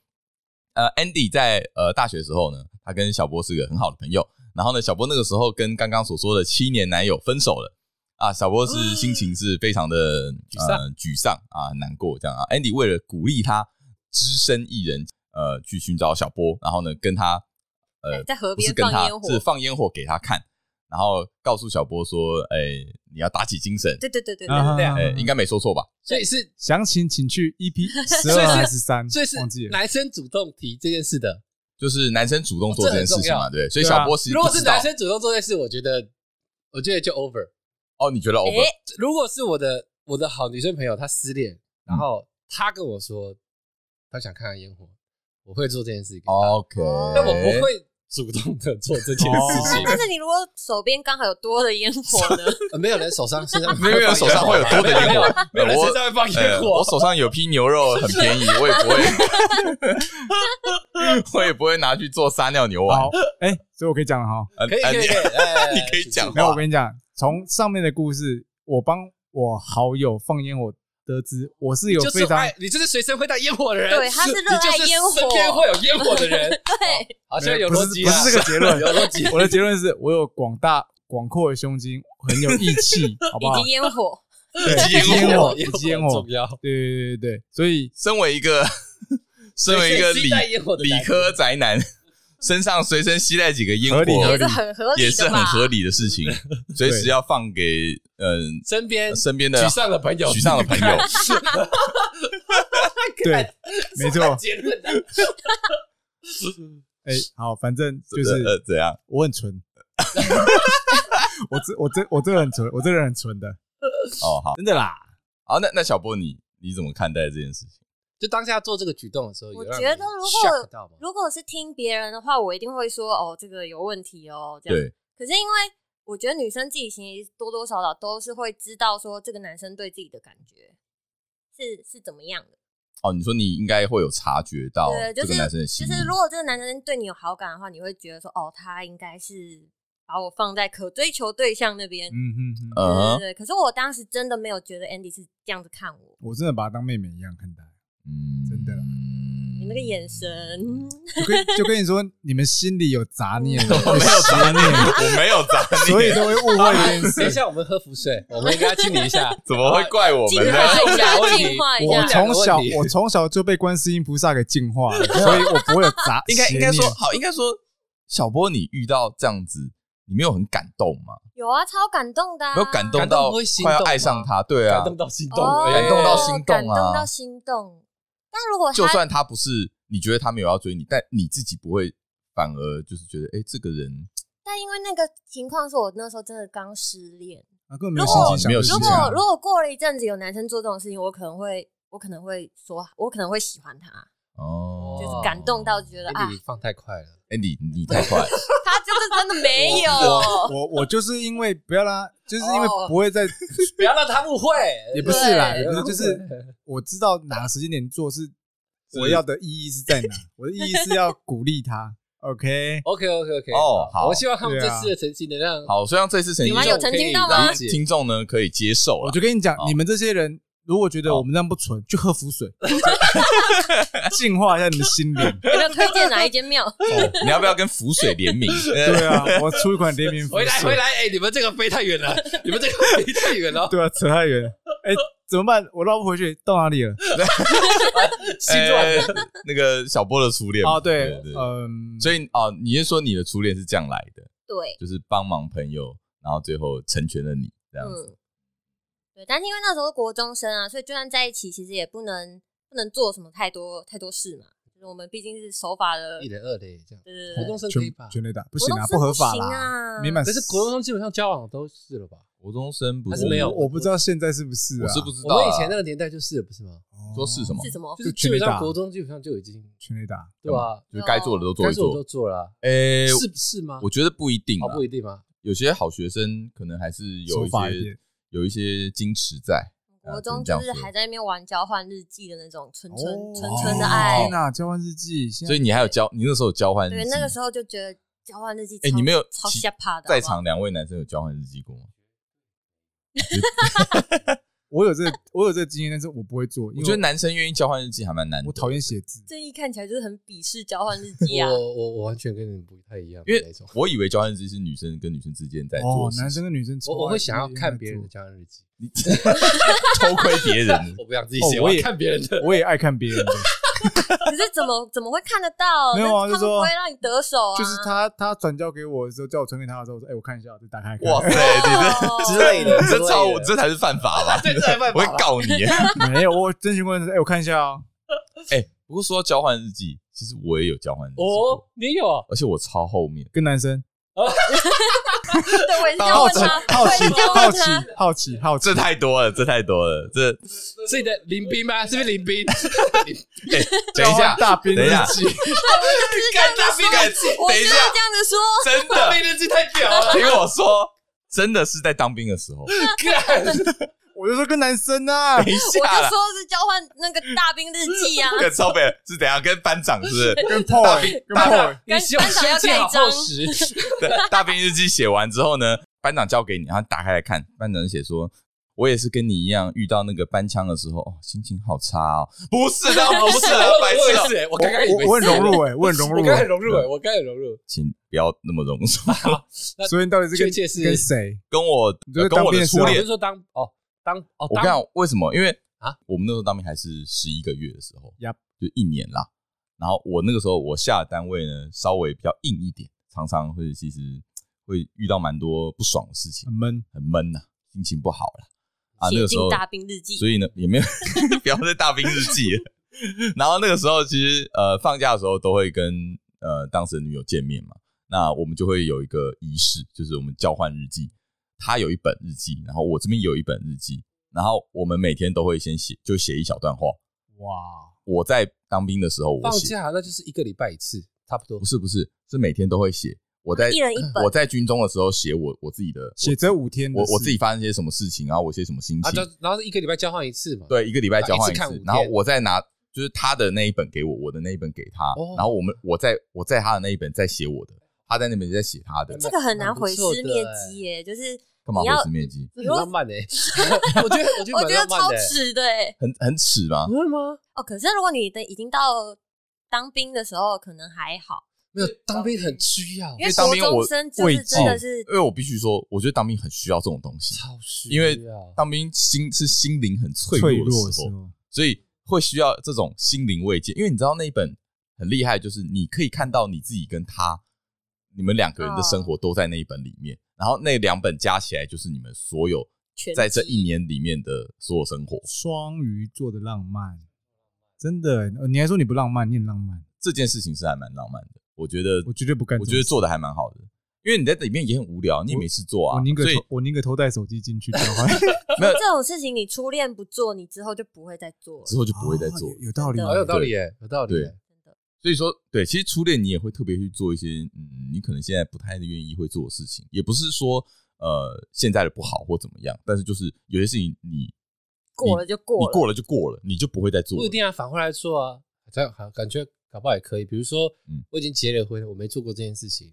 [SPEAKER 1] 呃，Andy 在呃大学的时候呢，他跟小波是个很好的朋友。然后呢，小波那个时候跟刚刚所说的七年男友分手了啊，小波是心情是非常的沮
[SPEAKER 3] 丧
[SPEAKER 1] 呃、沮丧啊，很难过这样啊。Andy 为了鼓励他，只身一人呃去寻找小波，然后呢跟他呃
[SPEAKER 4] 在河
[SPEAKER 1] 不是跟
[SPEAKER 4] 边放
[SPEAKER 1] 他
[SPEAKER 4] 烟火，
[SPEAKER 1] 是放烟火给他看，然后告诉小波说，哎，你要打起精神，
[SPEAKER 4] 对对对对对，
[SPEAKER 3] 对啊
[SPEAKER 2] 嗯
[SPEAKER 1] 哎，应该没说错吧？
[SPEAKER 3] 所以是
[SPEAKER 2] 详情请去 EP 十
[SPEAKER 3] 所以
[SPEAKER 2] 二
[SPEAKER 3] 是
[SPEAKER 2] 还是三？
[SPEAKER 3] 所以是
[SPEAKER 2] 哎忘记了。
[SPEAKER 3] 男生主动提这件事的。
[SPEAKER 1] 就是男生主动做这件事情嘛，
[SPEAKER 3] 哦
[SPEAKER 1] 对不对，所以
[SPEAKER 2] 对啊
[SPEAKER 1] 小波其实
[SPEAKER 3] 如果
[SPEAKER 1] 不
[SPEAKER 3] 是
[SPEAKER 1] 知道
[SPEAKER 3] 男生主动做这件事，我觉得我觉得就 over。
[SPEAKER 1] 哦，你觉得 over？、
[SPEAKER 4] 哎，
[SPEAKER 3] 如果是我的我的好女生朋友，她失恋，然后她跟我说她想看看烟火，我会做这件事情。哦，
[SPEAKER 1] OK，
[SPEAKER 3] 但我
[SPEAKER 1] 哎
[SPEAKER 3] 不会主动的做这件事情
[SPEAKER 2] 哦。
[SPEAKER 4] 但是你如果手边刚好有多的烟火呢？
[SPEAKER 3] 呃没有人手上身上
[SPEAKER 1] 没有人手上会有多的烟火
[SPEAKER 3] 没有人
[SPEAKER 1] 我
[SPEAKER 3] 身上会放
[SPEAKER 1] 呃
[SPEAKER 3] 烟
[SPEAKER 1] 我
[SPEAKER 3] 火。
[SPEAKER 1] 手上有批牛肉，很便宜，我也不会，我也不会拿去做撒尿牛丸
[SPEAKER 2] 好。，哎，所以我可以讲了哈。
[SPEAKER 1] 呃
[SPEAKER 3] 可以
[SPEAKER 1] 呃
[SPEAKER 3] 可以可以，哎
[SPEAKER 1] 你可以讲
[SPEAKER 2] 没有，
[SPEAKER 1] 话
[SPEAKER 2] 我跟你讲，从上面的故事，我帮我好友放烟火得知，我是有
[SPEAKER 3] 就哎
[SPEAKER 2] 非
[SPEAKER 3] 是
[SPEAKER 2] 常
[SPEAKER 3] 爱，你就是随身会带烟火的人，
[SPEAKER 4] 对他是热爱
[SPEAKER 3] 你就是
[SPEAKER 4] 烟火
[SPEAKER 3] 身边会有烟火的人，
[SPEAKER 4] 对，
[SPEAKER 3] 好像有
[SPEAKER 2] 不是
[SPEAKER 3] 逻辑
[SPEAKER 2] 不
[SPEAKER 3] 啊，
[SPEAKER 2] 是这个结论
[SPEAKER 3] 有逻辑。
[SPEAKER 2] 我的结论是我有广大广阔的胸襟，很有义 气，好不好
[SPEAKER 4] 以及？烟火，
[SPEAKER 2] 对
[SPEAKER 1] 以及
[SPEAKER 2] 烟
[SPEAKER 1] 烟
[SPEAKER 2] 火，
[SPEAKER 1] 火
[SPEAKER 2] 以及
[SPEAKER 3] 烟
[SPEAKER 2] 烟
[SPEAKER 3] 火
[SPEAKER 2] 火
[SPEAKER 3] 重，要。
[SPEAKER 2] 对对对对对，所以
[SPEAKER 1] 身为一个身为一个
[SPEAKER 3] 随身携带烟火的
[SPEAKER 1] 理
[SPEAKER 3] 男
[SPEAKER 1] 理科宅男，身上随身携带几个烟火
[SPEAKER 2] 合理合
[SPEAKER 4] 也
[SPEAKER 2] 理
[SPEAKER 4] 是很合
[SPEAKER 1] 也
[SPEAKER 4] 理
[SPEAKER 1] 是
[SPEAKER 4] 的
[SPEAKER 1] 很
[SPEAKER 4] 吧？
[SPEAKER 1] 合理的事情，随时要放给嗯、
[SPEAKER 3] 身边
[SPEAKER 1] 身边的
[SPEAKER 3] 沮丧的朋友，
[SPEAKER 1] 沮丧的朋友
[SPEAKER 2] 对
[SPEAKER 3] 看
[SPEAKER 2] 没错
[SPEAKER 3] 什么结论 啊
[SPEAKER 2] 哎，好，反正就
[SPEAKER 1] 呃
[SPEAKER 2] 是
[SPEAKER 1] 怎样？
[SPEAKER 2] 我很纯，我这我这我这个很纯，我这个人很纯的，
[SPEAKER 1] 哦，好，
[SPEAKER 2] 真的啦。
[SPEAKER 1] 好，那那小波你你怎么看待这件事情？
[SPEAKER 3] 就当下做这个举动的时候，
[SPEAKER 4] 我
[SPEAKER 3] 有让
[SPEAKER 4] 觉得
[SPEAKER 3] 你
[SPEAKER 4] 如果
[SPEAKER 3] shock 到吗
[SPEAKER 4] 如果是听别人的话，我一定会说哦，这个有问题哦，这样。
[SPEAKER 1] 对，
[SPEAKER 4] 可是因为我觉得女生自己其实多多少少都是会知道说这个男生对自己的感觉是是怎么样的。
[SPEAKER 1] 哦，你说你应该会有察觉到
[SPEAKER 4] 对，
[SPEAKER 1] 这
[SPEAKER 4] 就
[SPEAKER 1] 个
[SPEAKER 4] 是
[SPEAKER 1] 男生的
[SPEAKER 4] 就
[SPEAKER 1] 心意，
[SPEAKER 4] 是如果这个男生对你有好感的话，你会觉得说哦，他应该是把我放在可追求对象那边。
[SPEAKER 2] 嗯哼哼，
[SPEAKER 1] 嗯
[SPEAKER 4] 对对
[SPEAKER 1] 哼
[SPEAKER 4] 对，可是我当时真的没有觉得 Andy 是这样子看我，
[SPEAKER 2] 我真的把她当妹妹一样看待。
[SPEAKER 1] 嗯
[SPEAKER 2] 真的啦
[SPEAKER 4] 你那个眼神，
[SPEAKER 2] 就跟就跟你说，你们心里有杂念，
[SPEAKER 4] 嗯
[SPEAKER 1] 我没有杂念，我没有杂念，
[SPEAKER 2] 所以都会误会这件
[SPEAKER 3] 等一
[SPEAKER 2] 事。
[SPEAKER 3] 下，我们喝福水，我们应该清理一下。
[SPEAKER 1] 怎么会怪我
[SPEAKER 4] 净
[SPEAKER 1] 们呢？
[SPEAKER 4] 化一
[SPEAKER 3] 我
[SPEAKER 4] 下，
[SPEAKER 3] 问你
[SPEAKER 4] 净化一
[SPEAKER 2] 我
[SPEAKER 4] 下。
[SPEAKER 2] 从小
[SPEAKER 3] 问题
[SPEAKER 2] 我从小就被观世音菩萨给净化了，所以我不会有杂。
[SPEAKER 1] 应该
[SPEAKER 2] 邪
[SPEAKER 1] 应
[SPEAKER 2] 念
[SPEAKER 1] 该说好，应该说小波，你遇到这样子，你没有很感动吗？
[SPEAKER 4] 有啊，超感动的、啊，
[SPEAKER 1] 没有感
[SPEAKER 3] 感
[SPEAKER 1] 动
[SPEAKER 3] 动
[SPEAKER 1] 到
[SPEAKER 3] 不会心
[SPEAKER 1] 快要
[SPEAKER 3] 动
[SPEAKER 1] 爱
[SPEAKER 3] 吗
[SPEAKER 1] 上他，对啊
[SPEAKER 3] 感，动到心动，
[SPEAKER 4] 哦，
[SPEAKER 1] 感动到心动啊
[SPEAKER 4] 感动到心动。但如果他
[SPEAKER 1] 就算他不是，你觉得他没有要追你，但你自己不会，反而就是觉得，哎，这个人
[SPEAKER 4] 但因为那个情况是我那时候真的刚失恋，
[SPEAKER 2] 啊根本没有
[SPEAKER 4] 如
[SPEAKER 2] 心
[SPEAKER 4] 果
[SPEAKER 2] 情想，
[SPEAKER 1] 没有啊
[SPEAKER 2] 就
[SPEAKER 1] 心
[SPEAKER 4] 如
[SPEAKER 2] 是
[SPEAKER 1] 情
[SPEAKER 2] 这样
[SPEAKER 4] 果如果过了一阵子有男生做这种事情，我可能会我可能会说，我可能会喜欢他，
[SPEAKER 1] 哦，
[SPEAKER 4] 就是感动到觉得啊，
[SPEAKER 3] 你放太快了，
[SPEAKER 1] 哎，你你太 快了，
[SPEAKER 4] 他就是真的没有，
[SPEAKER 2] 我我就是因为不要啦，就是因为
[SPEAKER 3] 哦
[SPEAKER 2] 不会再
[SPEAKER 3] 不要让他误会。
[SPEAKER 2] 也不是啦，
[SPEAKER 4] 对
[SPEAKER 2] 也不是就是我知道哪个时间点做是我要的意义是在哪，我的意义是要鼓励他。OK，
[SPEAKER 3] OK OK OK，
[SPEAKER 1] 哦好
[SPEAKER 3] 我希望他们这次的成绩能让
[SPEAKER 1] 好，虽然这次成绩
[SPEAKER 4] 你们有成绩到吗
[SPEAKER 1] 让听众呢可以接受
[SPEAKER 2] 我
[SPEAKER 1] 了，
[SPEAKER 2] 就跟你讲
[SPEAKER 1] 好，
[SPEAKER 2] 你们这些人如果觉得
[SPEAKER 1] 好
[SPEAKER 2] 我们这样不纯，去喝符水，净化一下你们心灵。
[SPEAKER 4] 有没有推荐哪一间庙？
[SPEAKER 1] 你要不要跟浮水联名？呃
[SPEAKER 2] 对啊，我出一款联名符
[SPEAKER 3] 回来回
[SPEAKER 2] 水。
[SPEAKER 3] 来，哎，你们这个飞太远了，你们这个飞太远了，
[SPEAKER 2] 对啊，扯太远了。哎、怎么办？我绕不回去，到哪里了？
[SPEAKER 3] 心软了。
[SPEAKER 1] 呃那个小波的初恋嘛
[SPEAKER 2] 哦，对
[SPEAKER 1] 对，对。
[SPEAKER 2] 嗯，
[SPEAKER 1] 所以哦，你是说你的初恋是这样来的，
[SPEAKER 4] 对，
[SPEAKER 1] 就是帮忙朋友，然后最后成全了你这样子。
[SPEAKER 4] 嗯，对，但是因为那时候是国中生啊，所以就算在一起，其实也不能不能做什么太多太多事嘛，就是我们毕竟是守法的
[SPEAKER 3] 一，人二类这样，
[SPEAKER 4] 对对
[SPEAKER 3] 活
[SPEAKER 4] 对
[SPEAKER 3] 动生可以
[SPEAKER 2] 全
[SPEAKER 3] 吧？
[SPEAKER 2] 全雷打不
[SPEAKER 4] 不
[SPEAKER 2] 行啊，合法啦。
[SPEAKER 4] 啊，
[SPEAKER 2] 没满，
[SPEAKER 3] 但是国中生基本上交往都是了吧？
[SPEAKER 1] 国中生不
[SPEAKER 3] 还是没有
[SPEAKER 2] 我不知道现在是不是、啊，
[SPEAKER 1] 我是不知
[SPEAKER 3] 我
[SPEAKER 1] 道啊。
[SPEAKER 3] 们以前那个年代就是了，不是吗？
[SPEAKER 1] 说是什么
[SPEAKER 4] 是什么
[SPEAKER 2] 就
[SPEAKER 3] 就？
[SPEAKER 2] 是全
[SPEAKER 3] 基
[SPEAKER 2] 力
[SPEAKER 3] 本
[SPEAKER 2] 打
[SPEAKER 3] 上国中基本上就已经
[SPEAKER 2] 全雷打，
[SPEAKER 3] 对吧？
[SPEAKER 1] 就是该做的都做
[SPEAKER 3] 哦该
[SPEAKER 1] 一
[SPEAKER 3] 做我都
[SPEAKER 1] 做。
[SPEAKER 3] 做了啊，
[SPEAKER 1] 诶，
[SPEAKER 3] 是是吗？
[SPEAKER 1] 我觉得不一定
[SPEAKER 3] 哦
[SPEAKER 1] 啊
[SPEAKER 3] 不，一定吗？
[SPEAKER 1] 有些好学生可能还是有
[SPEAKER 2] 手
[SPEAKER 1] 一
[SPEAKER 2] 法一
[SPEAKER 1] 些
[SPEAKER 2] 点
[SPEAKER 1] 有一些矜持在。啊
[SPEAKER 4] 国
[SPEAKER 1] 只能
[SPEAKER 4] 中
[SPEAKER 1] 这
[SPEAKER 4] 就
[SPEAKER 1] 样
[SPEAKER 4] 是
[SPEAKER 1] 说
[SPEAKER 4] 还在那边玩交换日记的那种纯纯
[SPEAKER 2] 哦
[SPEAKER 4] 纯纯的
[SPEAKER 1] 哦
[SPEAKER 4] 爱
[SPEAKER 2] 天。哪，交换日记，所
[SPEAKER 1] 所以你还有交，你那时候有交换日
[SPEAKER 4] 对，
[SPEAKER 1] 记？
[SPEAKER 4] 那个时候就觉得交换日记超，
[SPEAKER 1] 哎你没有
[SPEAKER 4] 超
[SPEAKER 1] 其
[SPEAKER 4] 吓怕的，
[SPEAKER 1] 在
[SPEAKER 4] 好不好
[SPEAKER 1] 场两位男生有交换日记过吗？
[SPEAKER 2] 我有这个我有这个经验，但是我不会做，因为
[SPEAKER 1] 我觉得男生愿意交换日记还蛮难的。
[SPEAKER 2] 我讨厌写字，
[SPEAKER 4] 正义看起来就是很鄙视交换日记啊。
[SPEAKER 3] 我我我完全跟你们不太一样的
[SPEAKER 1] 因为
[SPEAKER 3] 那种，
[SPEAKER 1] 我以为交换日记是女生跟女生之间在做
[SPEAKER 2] 哦
[SPEAKER 1] 的，事情，
[SPEAKER 2] 男生跟女生超爱
[SPEAKER 3] 我我会想要看别人的
[SPEAKER 2] 做
[SPEAKER 3] 家人日记，
[SPEAKER 1] 你偷窥别 人，
[SPEAKER 3] 我不想自己
[SPEAKER 2] 哦
[SPEAKER 3] 写，
[SPEAKER 2] 我
[SPEAKER 3] 我
[SPEAKER 2] 也
[SPEAKER 3] 要看别 人的。
[SPEAKER 2] 我也爱看别人 的，
[SPEAKER 4] 可是怎么怎么会看得到？
[SPEAKER 2] 没有啊就
[SPEAKER 4] 那他
[SPEAKER 2] 是
[SPEAKER 4] 们
[SPEAKER 2] 说
[SPEAKER 4] 不会让你得手啊。
[SPEAKER 2] 就是他他转交给我的时候，叫我传给他的时候，我说哎，我看一下，再打开看。
[SPEAKER 1] 哇塞，你
[SPEAKER 4] 哦
[SPEAKER 3] 之类的
[SPEAKER 1] 这
[SPEAKER 3] 之类
[SPEAKER 1] 这
[SPEAKER 3] 的
[SPEAKER 1] 超这才是犯法 吧？
[SPEAKER 3] 对这才犯法吧
[SPEAKER 1] 我会告你。
[SPEAKER 2] 没有，我真心问的是，哎，我看一下啊，
[SPEAKER 1] 哎，不过说到交换日记，其实我也有交换日记过，
[SPEAKER 3] 哦，你有啊？
[SPEAKER 1] 而且我超后面。
[SPEAKER 2] 跟男生
[SPEAKER 4] 对，我也是要
[SPEAKER 2] 好
[SPEAKER 4] 问
[SPEAKER 2] 奇
[SPEAKER 4] 他，
[SPEAKER 2] 好
[SPEAKER 4] 我也
[SPEAKER 2] 奇
[SPEAKER 4] 是要
[SPEAKER 2] 好
[SPEAKER 4] 问
[SPEAKER 2] 奇
[SPEAKER 4] 他。
[SPEAKER 2] 好奇好奇，
[SPEAKER 1] 这太多了，这太多了。 这
[SPEAKER 3] 是你的林斌吗？是不是林 斌？
[SPEAKER 1] 哎，等一
[SPEAKER 2] 交
[SPEAKER 1] 下
[SPEAKER 2] 换，大兵
[SPEAKER 1] 等一 下
[SPEAKER 2] 日记，
[SPEAKER 1] 干大 兵干，
[SPEAKER 4] 我
[SPEAKER 1] 等
[SPEAKER 4] 就
[SPEAKER 1] 一
[SPEAKER 4] 是
[SPEAKER 1] 下，
[SPEAKER 4] 这样子说，
[SPEAKER 1] 真
[SPEAKER 3] 大
[SPEAKER 1] 的
[SPEAKER 3] 兵日记太屌 了，
[SPEAKER 1] 听我说，真的是在当兵的时候。
[SPEAKER 3] 干！
[SPEAKER 2] 我就说跟男生啊
[SPEAKER 1] 等，一
[SPEAKER 4] 我
[SPEAKER 1] 下
[SPEAKER 4] 就
[SPEAKER 1] 啦，
[SPEAKER 4] 说是交换那个大兵日记啊。
[SPEAKER 1] 跟超北是怎样？跟班长是不是？
[SPEAKER 2] 跟 Paul 欸跟
[SPEAKER 3] 大
[SPEAKER 2] Paul
[SPEAKER 3] 兵
[SPEAKER 2] 欸，
[SPEAKER 3] 你希望
[SPEAKER 4] 班长
[SPEAKER 3] 胸
[SPEAKER 4] 要
[SPEAKER 3] 肌好
[SPEAKER 4] 盖章
[SPEAKER 3] 厚实，
[SPEAKER 1] 对，大兵日记写完之后呢，班长交给你，然后打开来看，班长写说。我也是跟你一样，遇到那个搬枪的时候，哦，心情好差哦。 不是的，不是的，白
[SPEAKER 3] 我
[SPEAKER 1] 痴
[SPEAKER 3] 也
[SPEAKER 1] 哦，
[SPEAKER 3] 是欸，我刚刚以为
[SPEAKER 2] 我我很
[SPEAKER 3] 是
[SPEAKER 2] 融入哎，我很融
[SPEAKER 3] 我
[SPEAKER 2] 入
[SPEAKER 3] 刚才
[SPEAKER 2] 欸，
[SPEAKER 3] 融入哎，我刚才融入。
[SPEAKER 1] 请不要那么容易。
[SPEAKER 3] 那
[SPEAKER 2] 所以你到底是跟
[SPEAKER 3] 确切是
[SPEAKER 2] 跟谁？
[SPEAKER 1] 跟我
[SPEAKER 2] 你就是
[SPEAKER 1] 跟
[SPEAKER 2] 当
[SPEAKER 1] 我
[SPEAKER 2] 兵
[SPEAKER 1] 的
[SPEAKER 2] 的时
[SPEAKER 1] 初
[SPEAKER 2] 候
[SPEAKER 3] 我
[SPEAKER 1] 恋
[SPEAKER 3] 就，说当哦当哦
[SPEAKER 1] 我跟你
[SPEAKER 3] 当
[SPEAKER 1] 讲为什么？因为
[SPEAKER 3] 啊
[SPEAKER 1] 啊，我们那时候当兵还是十一个月的时候
[SPEAKER 2] Yup
[SPEAKER 1] 就一年啦。然后我那个时候我下的单位呢稍微比较硬一点，常常会其实会遇到蛮多不爽的事情
[SPEAKER 2] 很，闷，
[SPEAKER 1] 很闷呐、啊心情不好啦。 啊，那
[SPEAKER 4] 写
[SPEAKER 1] 个时
[SPEAKER 4] 进
[SPEAKER 1] 候
[SPEAKER 4] 大兵日记
[SPEAKER 1] 所以呢也没有 不要再大兵日记了。然后那个时候其实呃放假的时候都会跟呃当时的女友见面嘛，那我们就会有一个仪式，就是我们交换日记，她有一本日记，然后我这边有一本日记，然后我们每天都会先写，就写一小段话。
[SPEAKER 2] 哇，
[SPEAKER 1] 我在当兵的时候我
[SPEAKER 3] 放
[SPEAKER 1] 写，
[SPEAKER 3] 假那就是一个礼拜一次，差不多
[SPEAKER 1] 不。是不是是每天都会写。我在
[SPEAKER 4] 一人一本
[SPEAKER 1] 我在军中的时候写我我自己的
[SPEAKER 2] 写这五天的
[SPEAKER 1] 我我
[SPEAKER 2] 事
[SPEAKER 1] 自己发生些什么事情，然后我些什么心
[SPEAKER 3] 啊，
[SPEAKER 1] 情
[SPEAKER 3] 就，然后一个礼拜交换一次嘛。
[SPEAKER 1] 对，一个礼
[SPEAKER 4] 呃
[SPEAKER 1] 拜交换
[SPEAKER 3] 一次看五天
[SPEAKER 1] 然后我再拿就是他的那一本给我，我的那一本给他，
[SPEAKER 3] 哦
[SPEAKER 1] 然后我们我在我在他的那一本再写我的，他在那本再写他的，
[SPEAKER 4] 这个很难毁尸灭
[SPEAKER 3] 蛮不错的
[SPEAKER 4] 迹耶，就是
[SPEAKER 1] 干嘛
[SPEAKER 4] 你要
[SPEAKER 1] 会是面积？
[SPEAKER 3] 这很浪漫诶，欸 我觉得我觉得
[SPEAKER 4] 我
[SPEAKER 3] 蛮
[SPEAKER 4] 觉得
[SPEAKER 3] 浪漫
[SPEAKER 4] 超
[SPEAKER 3] 的欸。欸
[SPEAKER 4] 耻的耶。
[SPEAKER 1] 很很耻吗
[SPEAKER 3] 不？会吗？
[SPEAKER 4] 哦，可是如果你的已经到当兵的时候，可能还好，
[SPEAKER 3] 没有，当兵很需要，
[SPEAKER 4] 因为
[SPEAKER 1] 当
[SPEAKER 4] 国
[SPEAKER 1] 兵我
[SPEAKER 4] 中生就是真的是
[SPEAKER 1] 因为我必须说，我觉得当兵很需要这种东西，
[SPEAKER 3] 超需要，
[SPEAKER 1] 因为当兵心是心灵很脆弱
[SPEAKER 2] 脆
[SPEAKER 1] 的
[SPEAKER 2] 弱的
[SPEAKER 1] 时
[SPEAKER 2] 时
[SPEAKER 1] 候，
[SPEAKER 2] 候，
[SPEAKER 1] 所以会需要这种心灵慰藉。因为你知道那一本很厉害，就是你可以看到你自己跟他，你们两个人的
[SPEAKER 4] 嗯
[SPEAKER 1] 生活都在那一本里面，然后那两本加起来就是你们所有
[SPEAKER 4] 全
[SPEAKER 1] 在这一年里面的所有生活。
[SPEAKER 2] 双鱼座的浪漫，真的欸，呃你还说你不浪漫，你很浪漫，
[SPEAKER 1] 这件事情是还蛮浪漫的，我觉得
[SPEAKER 2] 我绝对不干这
[SPEAKER 1] 我
[SPEAKER 2] 种事。
[SPEAKER 1] 觉得做的还蛮好的，因为你在里面也很无聊，你也没事做啊
[SPEAKER 2] 我，宁可
[SPEAKER 1] 所以
[SPEAKER 2] 偷我宁可偷带手机进去交换，
[SPEAKER 1] 没有
[SPEAKER 4] 这种事情，你初恋不做，你之后就不会再做了。
[SPEAKER 1] 之后 就不会再做
[SPEAKER 2] 哦。有有道理，
[SPEAKER 4] 真
[SPEAKER 3] 好
[SPEAKER 4] 的
[SPEAKER 3] 有道理诶，有道理欸。
[SPEAKER 1] 所以说，对，其实初恋你也会特别去做一些，嗯，你可能现在不太愿意会做的事情，也不是说呃现在的不好或怎么样，但是就是有些事情你
[SPEAKER 4] 过了就过
[SPEAKER 1] 你
[SPEAKER 4] 了，
[SPEAKER 1] 过了就过了，你就不会再做
[SPEAKER 3] 不一
[SPEAKER 1] 了。
[SPEAKER 3] 定要反过来做啊，这样好感觉搞不好也可以。比如说
[SPEAKER 1] 嗯，
[SPEAKER 3] 我已经结了婚，我没做过这件事情，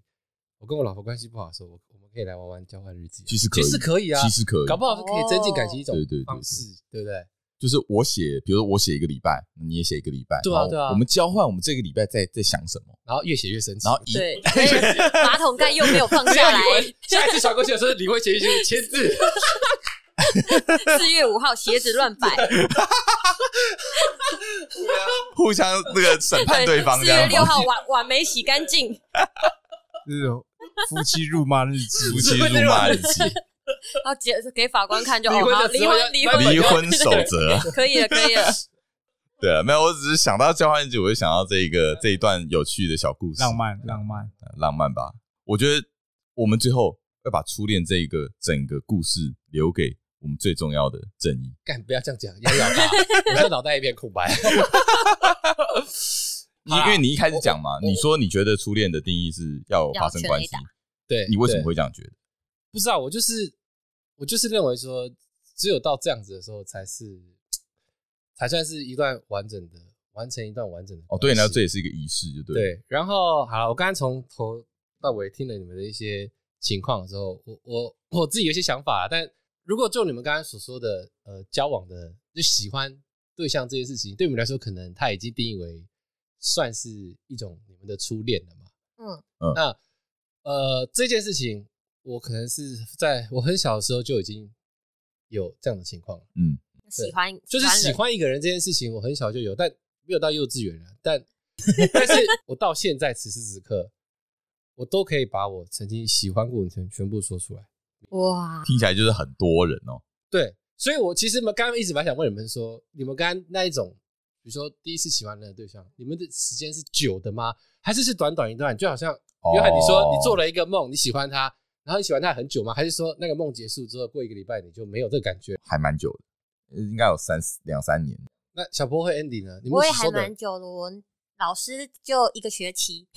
[SPEAKER 3] 我跟我老婆关系不好的时候，我我们可以来玩玩交换日记啊。
[SPEAKER 1] 其实可以
[SPEAKER 3] 其实可以啊，
[SPEAKER 1] 其实可以
[SPEAKER 3] 搞不好可以增进感情一种
[SPEAKER 1] 哦对对对
[SPEAKER 3] 方式，对不对？
[SPEAKER 1] 就是我写，比如说我写一个礼拜，你也写一个礼拜，
[SPEAKER 3] 对啊
[SPEAKER 1] 然后
[SPEAKER 3] 对啊
[SPEAKER 1] 我们交换我们这个礼拜在在想什么，
[SPEAKER 3] 然后越写越生气，
[SPEAKER 1] 然后一
[SPEAKER 4] 对，所以 马桶盖又没有放
[SPEAKER 3] 只要
[SPEAKER 4] 下来
[SPEAKER 3] 离。婚，下一次传过去的时候，离婚协议书签字，
[SPEAKER 4] 四月五号鞋子乱 摆，
[SPEAKER 1] 互相那个审判对方
[SPEAKER 4] 四
[SPEAKER 1] 这样吗。
[SPEAKER 4] 月六号碗碗没洗干净，
[SPEAKER 2] 这种夫妻辱骂日记，
[SPEAKER 1] 夫妻辱骂日 记，
[SPEAKER 4] 然后结给法官看就
[SPEAKER 3] 离
[SPEAKER 4] 哦，
[SPEAKER 3] 婚
[SPEAKER 4] 好，
[SPEAKER 3] 的时
[SPEAKER 4] 离
[SPEAKER 3] 候
[SPEAKER 4] 婚
[SPEAKER 3] 要
[SPEAKER 4] 离婚
[SPEAKER 1] 离婚守则。
[SPEAKER 4] 可以了，可以了。
[SPEAKER 1] 对啊，没有，我只是想到交换日记，我就想到这一个这一段有趣的小故事，
[SPEAKER 2] 浪漫浪漫，
[SPEAKER 1] 浪漫吧。我觉得我们最后要把初恋这一个整个故事留给我们最重要的正义。
[SPEAKER 3] 干不要这样讲，压力好大，我现在脑袋一片空白。
[SPEAKER 1] 你因为你一开始讲嘛，
[SPEAKER 3] 我
[SPEAKER 1] 你说你觉得初恋的定义是要有发生关系
[SPEAKER 4] 要全，
[SPEAKER 3] 对，
[SPEAKER 1] 你为什么
[SPEAKER 3] 对
[SPEAKER 1] 会这样觉得？
[SPEAKER 3] 不知道？我就是我就是认为说，只有到这样子的时候，才是才算是一段完整的完成一段完整的
[SPEAKER 1] 哦，对，然后
[SPEAKER 3] 关系
[SPEAKER 1] 这也是一个仪式，就对。，
[SPEAKER 3] 对，然后好了，我刚才从头到尾听了你们的一些情况之后，我我我自己有一些想法，但如果就你们刚才所说的，呃，交往的就喜欢对象这件事情，对你们来说，可能它已经定义为算是一种你们的初恋了嘛？
[SPEAKER 4] 嗯
[SPEAKER 1] 嗯
[SPEAKER 3] 那呃，这件事情，我可能是在我很小的时候就已经有这样的情况了。
[SPEAKER 1] 嗯，
[SPEAKER 4] 喜欢
[SPEAKER 3] 就是喜
[SPEAKER 4] 人
[SPEAKER 3] 欢一个人这件事情，我很小就有，但没有到幼稚园啊。但但是我到现在此时此刻，我都可以把我曾经喜欢过的全全部说出来。
[SPEAKER 4] 哇，
[SPEAKER 1] 听起来就是很多人哦。
[SPEAKER 3] 对，所以我其实我们刚刚一直蛮想问你们说，你们刚刚那一种，比如说第一次喜欢的对象，你们的时间是久的吗？还是是短短一段？就好像约翰，你说你做
[SPEAKER 1] 哦
[SPEAKER 3] 了一个梦，你喜欢他，然后你喜欢他很久吗？还是说那个梦结束之后，过一个礼拜你就没有这个感觉？
[SPEAKER 1] 还蛮久的，应该有三四两三年。
[SPEAKER 3] 那小波和 Andy 呢？你们
[SPEAKER 4] 我也
[SPEAKER 3] 所
[SPEAKER 4] 还
[SPEAKER 3] 说的
[SPEAKER 4] 蛮久的，我老师就一个学 期，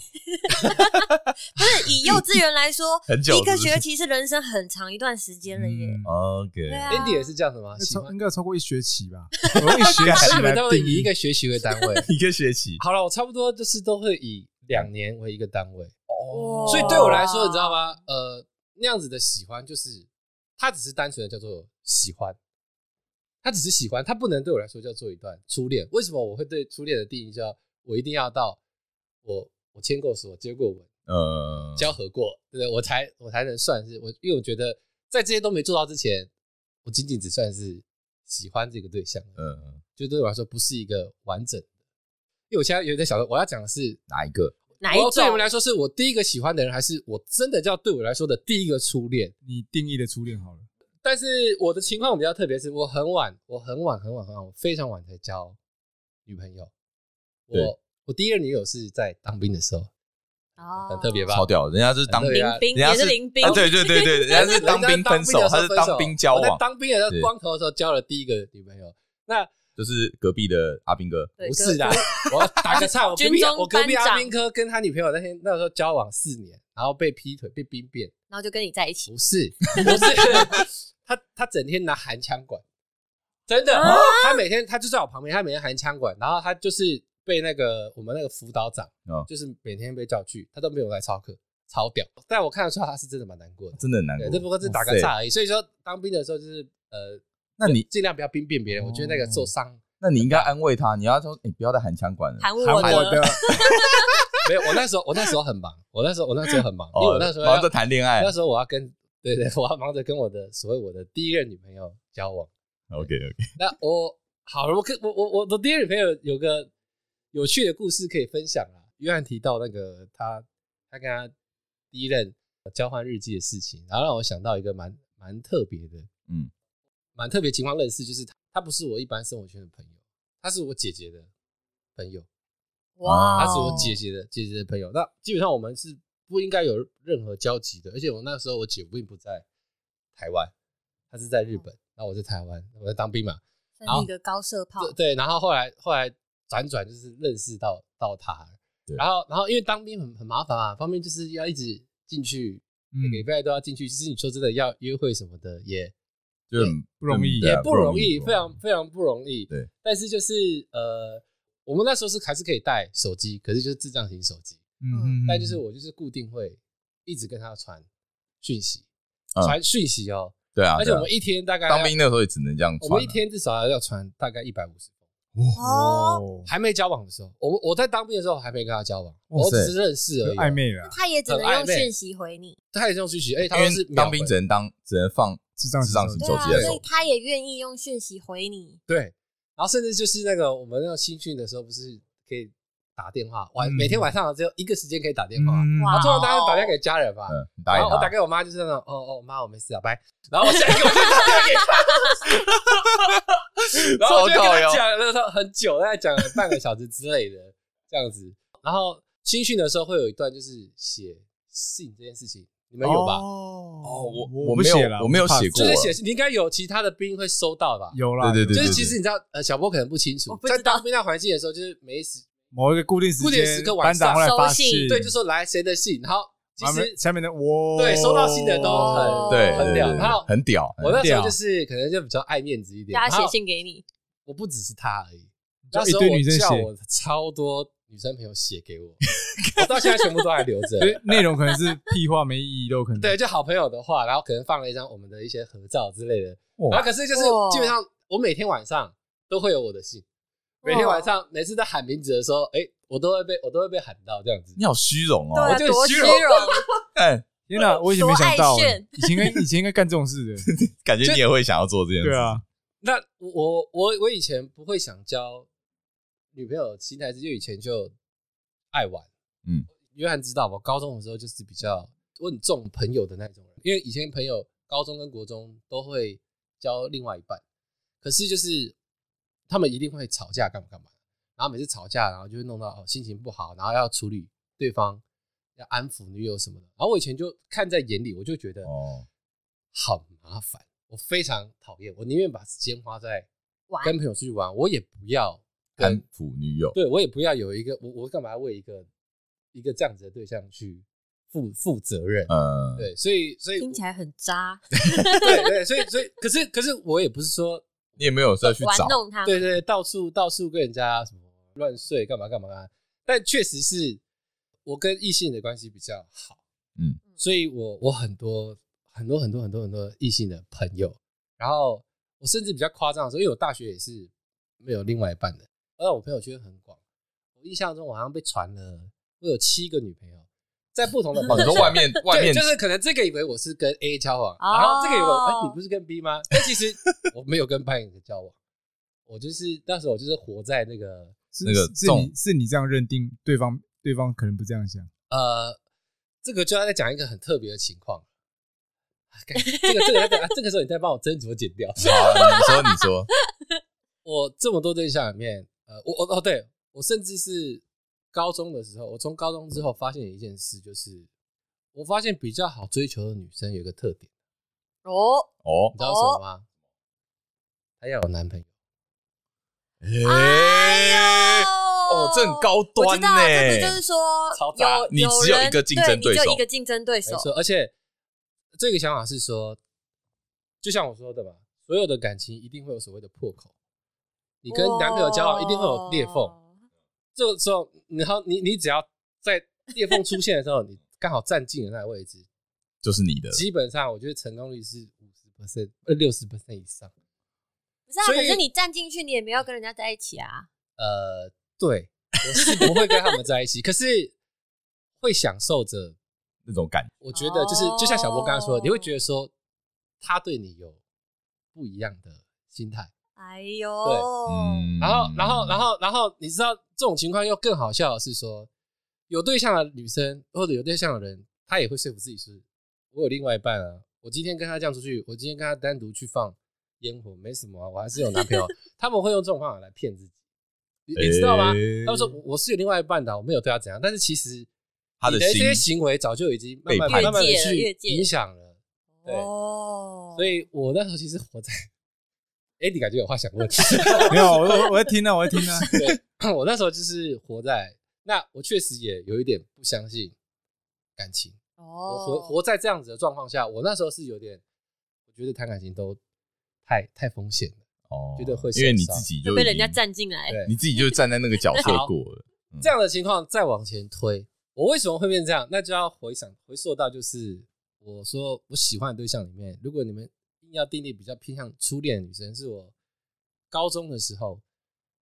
[SPEAKER 4] 不是以幼稚园来说，
[SPEAKER 1] 很久
[SPEAKER 4] 一个
[SPEAKER 1] 是不是
[SPEAKER 4] 学期是人生很长一段时间了耶。
[SPEAKER 1] 哦
[SPEAKER 2] 嗯
[SPEAKER 1] OK，
[SPEAKER 4] 对啊
[SPEAKER 3] Andy 也是这样的吗？
[SPEAKER 2] 那
[SPEAKER 3] 喜
[SPEAKER 2] 超
[SPEAKER 3] 欢
[SPEAKER 2] 应该有超过一学期吧，我用一学
[SPEAKER 3] 日
[SPEAKER 2] 期
[SPEAKER 3] 本
[SPEAKER 2] 来
[SPEAKER 3] 单位
[SPEAKER 2] 定
[SPEAKER 3] 以
[SPEAKER 2] 义
[SPEAKER 3] 一个学期为单 位。
[SPEAKER 1] 一个学期
[SPEAKER 3] 好了，我差不多就是都会以两年为一个单位，
[SPEAKER 4] 哦
[SPEAKER 3] 所以对我来说，你知道吗？呃，那样子的喜欢就是，它只是单纯的叫做喜欢，它只是喜欢，它不能对我来说叫做一段初恋。为什么我会对初恋的定义叫我一定要到我我牵过手，我接过吻，
[SPEAKER 1] 呃，
[SPEAKER 3] 交合过，对不对？我才我才能算是我，因为我觉得在这些都没做到之前，我仅仅只算是喜欢这个对象，
[SPEAKER 1] 呃
[SPEAKER 3] 就对我来说不是一个完整的。因为我现在有点在想说，我要讲的是，
[SPEAKER 1] 哪一个？
[SPEAKER 4] 哪
[SPEAKER 3] 我
[SPEAKER 4] 一
[SPEAKER 3] 要对你
[SPEAKER 4] 种
[SPEAKER 3] 们？来说是我第一个喜欢的人，还是我真的叫对我来说的第一个初恋？
[SPEAKER 2] 你定义的初恋好了。
[SPEAKER 3] 但是我的情况比较特别，是我很晚，我很晚很晚很晚，我非常晚才交女朋友。
[SPEAKER 1] 对
[SPEAKER 3] 我我第一个女友是在当兵的时候，
[SPEAKER 4] 哦
[SPEAKER 3] 很特别吧？
[SPEAKER 1] 超屌的，人家是当
[SPEAKER 3] 很特
[SPEAKER 1] 兵
[SPEAKER 3] 别，啊
[SPEAKER 1] 人家
[SPEAKER 4] 林兵也是林兵
[SPEAKER 1] 啊，对对对对，人家是当兵分手，
[SPEAKER 3] 人家
[SPEAKER 1] 他是
[SPEAKER 3] 当兵的时候分手
[SPEAKER 1] 当兵交
[SPEAKER 3] 我在
[SPEAKER 1] 往，
[SPEAKER 3] 当兵的时
[SPEAKER 1] 对
[SPEAKER 3] 候光头的时候交了第一个女朋友。那
[SPEAKER 1] 就是隔壁的阿兵哥，
[SPEAKER 4] 对
[SPEAKER 3] 不是啦， 我要打个岔，我隔
[SPEAKER 4] 军
[SPEAKER 3] 壁
[SPEAKER 4] 中
[SPEAKER 3] 我隔壁
[SPEAKER 4] 班长
[SPEAKER 3] 阿兵哥跟他女朋友那天那时候交往四年，然后被劈腿被兵变，
[SPEAKER 4] 然后就跟你在一起
[SPEAKER 3] 不 是不是， 他他整天拿含枪管，真的，
[SPEAKER 4] 啊
[SPEAKER 3] 他每天他就在我旁边，他每天含枪管，然后他就是被那个我们那个辅导长
[SPEAKER 1] 嗯，
[SPEAKER 3] 就是每天被叫去，他都没有来操课，超屌，但我看得出来他是真的蛮难过的。
[SPEAKER 1] 真的很难
[SPEAKER 3] 对，
[SPEAKER 1] 过。
[SPEAKER 3] 这不过是打
[SPEAKER 1] 哇
[SPEAKER 3] 个
[SPEAKER 1] 塞
[SPEAKER 3] 岔而已。所以说，当兵的时候就是呃，
[SPEAKER 1] 那你
[SPEAKER 3] 尽量不要兵变别人，我觉得那个受伤
[SPEAKER 1] 那你应该安慰他，你要说哎你不要再喊枪
[SPEAKER 3] 嗯
[SPEAKER 1] 管了。
[SPEAKER 4] 喊
[SPEAKER 2] 喊
[SPEAKER 4] 我
[SPEAKER 2] 我
[SPEAKER 4] 的
[SPEAKER 2] 的，
[SPEAKER 3] 没有，我那时候我那时候很忙，我那时候我那时候很忙，
[SPEAKER 1] 哦
[SPEAKER 3] 因为我那时候要
[SPEAKER 1] 忙着谈恋爱
[SPEAKER 3] 那时候我要跟对 对，我要忙着跟我的所谓我的第一任女朋友交往。
[SPEAKER 1] ，OK OK，
[SPEAKER 3] 那我好了，我可我我我的第一任女朋友有个有趣的故事可以分享啊。约翰提到那个他他跟他第一任交换日记的事情，然后让我想到一个蛮蛮特别的，
[SPEAKER 1] 嗯，
[SPEAKER 3] 蛮特别情况认识，就是他他不是我一般生活圈的朋友，他是我姐姐的朋友。
[SPEAKER 4] 哇，
[SPEAKER 3] 哦
[SPEAKER 4] 哦
[SPEAKER 3] 他是我姐姐的姐姐的朋友。那基本上我们是不应该有任何交集的，而且我那时候我姐并不在台湾，她是在日本，然后我在台湾，我在当兵嘛。
[SPEAKER 4] 算是一个高射炮，
[SPEAKER 3] 对对，然后后来后来辗转就是认识到到她
[SPEAKER 1] 对，
[SPEAKER 3] 然后然后因为当兵很很麻烦啊，方面就是要一直进去，每
[SPEAKER 1] 嗯
[SPEAKER 3] 个礼拜都要进去。其实你说真的，要约会什么的也
[SPEAKER 1] 就很
[SPEAKER 2] 不容易
[SPEAKER 1] 对
[SPEAKER 3] 也
[SPEAKER 1] 啊
[SPEAKER 3] 不容易，非
[SPEAKER 1] 不
[SPEAKER 3] 常
[SPEAKER 1] 容
[SPEAKER 3] 非常不容易。
[SPEAKER 1] 对，
[SPEAKER 3] 但是就是呃，我们那时候是还是可以带手机，可是就是智障型手机。
[SPEAKER 2] 嗯，
[SPEAKER 3] 但就是我就是固定会一直跟他传讯息，
[SPEAKER 1] 嗯
[SPEAKER 3] 传讯息哦，
[SPEAKER 1] 对啊，
[SPEAKER 3] 而且我
[SPEAKER 1] 对
[SPEAKER 3] 们
[SPEAKER 1] 啊
[SPEAKER 3] 一天大概要
[SPEAKER 1] 当兵，的时候也只能这样
[SPEAKER 3] 我
[SPEAKER 1] 穿啊。
[SPEAKER 3] 们一天至少要传大概一百五十封。
[SPEAKER 4] 哦，
[SPEAKER 2] 哦，
[SPEAKER 3] 还没交往的时候，我我在当兵的时候还没跟他交往，
[SPEAKER 2] 哇
[SPEAKER 3] 我
[SPEAKER 2] 塞
[SPEAKER 3] 只是认识
[SPEAKER 2] 有
[SPEAKER 3] 而已。
[SPEAKER 2] 暧，昧了啊，
[SPEAKER 4] 他也只能
[SPEAKER 3] 很
[SPEAKER 4] 用
[SPEAKER 3] 暧昧
[SPEAKER 4] 讯息回你，
[SPEAKER 3] 他也是用讯息，哎，他
[SPEAKER 1] 因
[SPEAKER 3] 都是
[SPEAKER 1] 为
[SPEAKER 3] 秒
[SPEAKER 1] 当兵
[SPEAKER 3] 回
[SPEAKER 1] 只能当只能放
[SPEAKER 2] 智障
[SPEAKER 1] 智障型
[SPEAKER 2] 手
[SPEAKER 1] 手
[SPEAKER 4] 对啊，
[SPEAKER 1] 机在
[SPEAKER 4] 所以
[SPEAKER 1] 手，
[SPEAKER 4] 他也愿意用讯息回你，
[SPEAKER 3] 对，然后甚至就是那个我们那个新训的时候，不是可以打电话，晚
[SPEAKER 2] 嗯
[SPEAKER 3] 每天晚上只有一个时间可以打电话，
[SPEAKER 2] 嗯
[SPEAKER 4] 哇
[SPEAKER 3] 然后通常大家打电话给家人吧，
[SPEAKER 1] 嗯，你打
[SPEAKER 3] 然
[SPEAKER 1] 给
[SPEAKER 3] 后我打
[SPEAKER 1] 他，
[SPEAKER 3] 给我妈就是那种，哦哦妈，我没事啊，拜。然后我下一个我就打电话给她， 然后我就跟
[SPEAKER 1] 超靠
[SPEAKER 3] 她
[SPEAKER 1] 腰
[SPEAKER 3] 讲了她很久，大概讲了半个小时之类的这样子。然后新训的时候会有一段就是写信这件事情，你们有吧？
[SPEAKER 2] 哦
[SPEAKER 1] 我
[SPEAKER 2] 我
[SPEAKER 1] 我
[SPEAKER 2] 不
[SPEAKER 1] 没有
[SPEAKER 2] 写了，
[SPEAKER 1] 我没有
[SPEAKER 2] 怕死
[SPEAKER 1] 写过啊
[SPEAKER 3] 就是写信，你应该有其他的兵会收到吧？
[SPEAKER 2] 有啦，
[SPEAKER 1] 对对对
[SPEAKER 3] 就
[SPEAKER 2] 有
[SPEAKER 3] 是其实你知道，呃，小波可能不清楚
[SPEAKER 4] 我，不知道
[SPEAKER 3] 在当兵那环境的时候，就是没时
[SPEAKER 2] 某一个固定时
[SPEAKER 3] 固定时
[SPEAKER 2] 间
[SPEAKER 3] 刻，晚
[SPEAKER 2] 班
[SPEAKER 3] 上
[SPEAKER 2] 长会来发
[SPEAKER 4] 收信
[SPEAKER 2] 信，
[SPEAKER 3] 对，就说来谁的信，然后其
[SPEAKER 2] 下
[SPEAKER 3] 实
[SPEAKER 2] 面下面的我
[SPEAKER 3] 对收到信的都
[SPEAKER 4] 哦
[SPEAKER 3] 很
[SPEAKER 1] 对，
[SPEAKER 3] 很
[SPEAKER 1] 对
[SPEAKER 3] 屌
[SPEAKER 1] 对
[SPEAKER 3] 然后
[SPEAKER 1] 很屌，
[SPEAKER 3] 我那时候
[SPEAKER 2] 屌
[SPEAKER 3] 就是可能就比较爱面子一点，
[SPEAKER 4] 大家
[SPEAKER 3] 然
[SPEAKER 4] 写
[SPEAKER 3] 后
[SPEAKER 4] 信给你，
[SPEAKER 3] 我不只是他而已，
[SPEAKER 2] 就
[SPEAKER 3] 那
[SPEAKER 2] 一
[SPEAKER 3] 时候
[SPEAKER 2] 堆女生
[SPEAKER 3] 我叫
[SPEAKER 2] 写
[SPEAKER 3] 我超多女生朋友写给 我，我到现在全部都还留着。
[SPEAKER 2] 就是 内容可能是屁话没意义都有可能。
[SPEAKER 3] 对，就好朋友的话，然后可能放了一张我们的一些合照之类的，
[SPEAKER 1] 哇
[SPEAKER 3] 然后可是就是
[SPEAKER 4] 哇
[SPEAKER 3] 基本上我每天晚上都会有我的信，每天晚上每次在喊名字的时候，哎，我都会被我都会被喊到这样子。
[SPEAKER 1] 你好虚荣哦
[SPEAKER 4] 对 啊，
[SPEAKER 3] 我，就
[SPEAKER 4] 多
[SPEAKER 3] 虚
[SPEAKER 4] 虚
[SPEAKER 3] 荣
[SPEAKER 4] 荣，
[SPEAKER 1] 哎，
[SPEAKER 2] 天哪，我以前没想到欸
[SPEAKER 4] 多爱炫，
[SPEAKER 2] 以前应该以前应该干这 种事的。
[SPEAKER 1] 感觉你也会想要做这件事，
[SPEAKER 2] 对啊，
[SPEAKER 3] 那我我我以前不会想交女朋友，心态是就以前就爱玩，
[SPEAKER 1] 嗯，
[SPEAKER 3] 约翰知道吧？高中的时候就是比较我很重朋友的那种人，因为以前朋友高中跟国中都会交另外一半，可是就是他们一定会吵架干嘛干嘛，然后每次吵架，然后就会弄到哦心情不好，然后要处理对方，要安抚女友什么的，然后我以前就看在眼里，我就觉得
[SPEAKER 1] 哦，
[SPEAKER 3] 好麻烦，我非常讨厌，我宁愿把时间花在
[SPEAKER 4] 玩
[SPEAKER 3] 跟朋友出去玩，我也不要
[SPEAKER 1] 安
[SPEAKER 3] 跟，
[SPEAKER 1] 抚女友，
[SPEAKER 3] 对我也不要有一个我我干嘛为一个一个这样子的对象去负负责任？
[SPEAKER 1] 嗯，
[SPEAKER 3] 对，所以所以
[SPEAKER 4] 听起来很渣，
[SPEAKER 3] 对对，所以所以可是可是我也不是说
[SPEAKER 1] 你也没有再去
[SPEAKER 4] 玩
[SPEAKER 1] 找，
[SPEAKER 4] 弄他们，
[SPEAKER 3] 对对对到处到处跟人家什么乱睡干嘛干嘛干嘛，但确实是我跟异性的关系比较好，
[SPEAKER 1] 嗯，
[SPEAKER 3] 所以我我很多很多很多很多很多异性的朋友，然后我甚至比较夸张的时候，因为我大学也是没有另外一半的，而我朋友圈很广，我印象中我好像被传了，我有七个女朋友，在 不同的
[SPEAKER 1] 哦，
[SPEAKER 3] 朋
[SPEAKER 1] 你
[SPEAKER 3] 友
[SPEAKER 1] 说
[SPEAKER 3] 圈
[SPEAKER 1] 外 面外面
[SPEAKER 3] 对，就是可能这个以为我是跟 A 交往，
[SPEAKER 4] 哦
[SPEAKER 3] 然后这个以为我哎、你不是跟 B 吗？但其实我没有跟扮演者交往，我就是那时候我就是活在那个
[SPEAKER 2] 是
[SPEAKER 1] 那个
[SPEAKER 2] 是是
[SPEAKER 1] 重
[SPEAKER 2] 你是你这样认定对方，对方可能不这样想。
[SPEAKER 3] 呃，这个就要再讲一个很特别的情况。啊干这个这个这个、啊这个时候你再帮我斟酌剪掉。
[SPEAKER 1] 好，啊你说你说，
[SPEAKER 3] 我这么多对象里面，呃，我我哦对我甚至是高中的时候，我从高中之后发现一件事，就是我发现比较好追求的女生有一个特点，
[SPEAKER 4] 哦，
[SPEAKER 1] 哦
[SPEAKER 3] 你，知道什么吗？她要有男朋友。
[SPEAKER 1] 哎
[SPEAKER 4] 哎呦，
[SPEAKER 1] 哦，这很高
[SPEAKER 4] 我
[SPEAKER 1] 端
[SPEAKER 4] 知道，啊这个就
[SPEAKER 1] 呢
[SPEAKER 4] 是，说
[SPEAKER 3] 超渣
[SPEAKER 4] 有
[SPEAKER 1] 你只有
[SPEAKER 4] 人
[SPEAKER 1] 一个竞争对
[SPEAKER 4] 对
[SPEAKER 1] 手
[SPEAKER 4] 你就一个竞争对手
[SPEAKER 3] 没，错，而且这个想法是说，就像我说的嘛，所有的感情一定会有所谓的破口，你跟男朋友交往一定会有裂缝，
[SPEAKER 4] 哦
[SPEAKER 3] 这个时候，然后你你只要在裂缝出现的时候，你刚好站进了那个位置，
[SPEAKER 1] 就是你的，
[SPEAKER 3] 基本上我觉得成功率是五十 percent 呃六十 percent 以上。
[SPEAKER 4] 不是啊，
[SPEAKER 3] 所以
[SPEAKER 4] 可是你站进去，你也没有跟人家在一起啊。
[SPEAKER 3] 呃，对，我是不会跟他们在一起，可是会享受着
[SPEAKER 1] 那种感觉，
[SPEAKER 3] 我觉得就是
[SPEAKER 4] 哦
[SPEAKER 3] 就像小波刚刚说的，你会觉得说他对你有不一样的心态，
[SPEAKER 4] 哎呦，
[SPEAKER 1] 嗯，
[SPEAKER 3] 然后然后然后然后你知道这种情况又更好笑的是说，有对象的女生或者有对象的人，她也会说服自己是，我有另外一半啊，我今天跟他这样出去，我今天跟他单独去放烟火没什么啊， 我还是有男朋友，他们会用这种方法来骗自己，你你知道吗？
[SPEAKER 1] 哎
[SPEAKER 3] 他们说我我是有另外一半的啊，我没有对他怎样，但是其实
[SPEAKER 1] 他的
[SPEAKER 3] 你的这些
[SPEAKER 1] 心
[SPEAKER 3] 行为早就已经慢慢
[SPEAKER 1] 背叛
[SPEAKER 3] 慢慢的
[SPEAKER 4] 越界了越
[SPEAKER 3] 去
[SPEAKER 4] 界
[SPEAKER 3] 影响了。对
[SPEAKER 4] 哦，
[SPEAKER 3] 所以我那时候其实活在，哎、你感觉有话 想问？
[SPEAKER 2] 没有，我我我在听啊，我在 听啊。
[SPEAKER 3] 对，我那时候就是活在，那我确实也有一点不相信感情。我
[SPEAKER 4] 哦，
[SPEAKER 3] 活活在这样子的状况下，我那时候是有点，我觉得谈感情都太太风险了。
[SPEAKER 1] 哦
[SPEAKER 3] 觉得会受
[SPEAKER 1] 因为你
[SPEAKER 3] 伤
[SPEAKER 1] 自己就
[SPEAKER 4] 被
[SPEAKER 1] 已
[SPEAKER 4] 人家
[SPEAKER 1] 经，
[SPEAKER 4] 站进来，
[SPEAKER 3] 对，
[SPEAKER 1] 你自己就站在那个角色
[SPEAKER 3] 好
[SPEAKER 1] 过了，
[SPEAKER 3] 这样的情况再往前推，我为什么会变这样？那就要回想回溯到就是我说我喜欢的对象里面，如果你们硬要定义比较偏向初恋的女生，是我高中的时候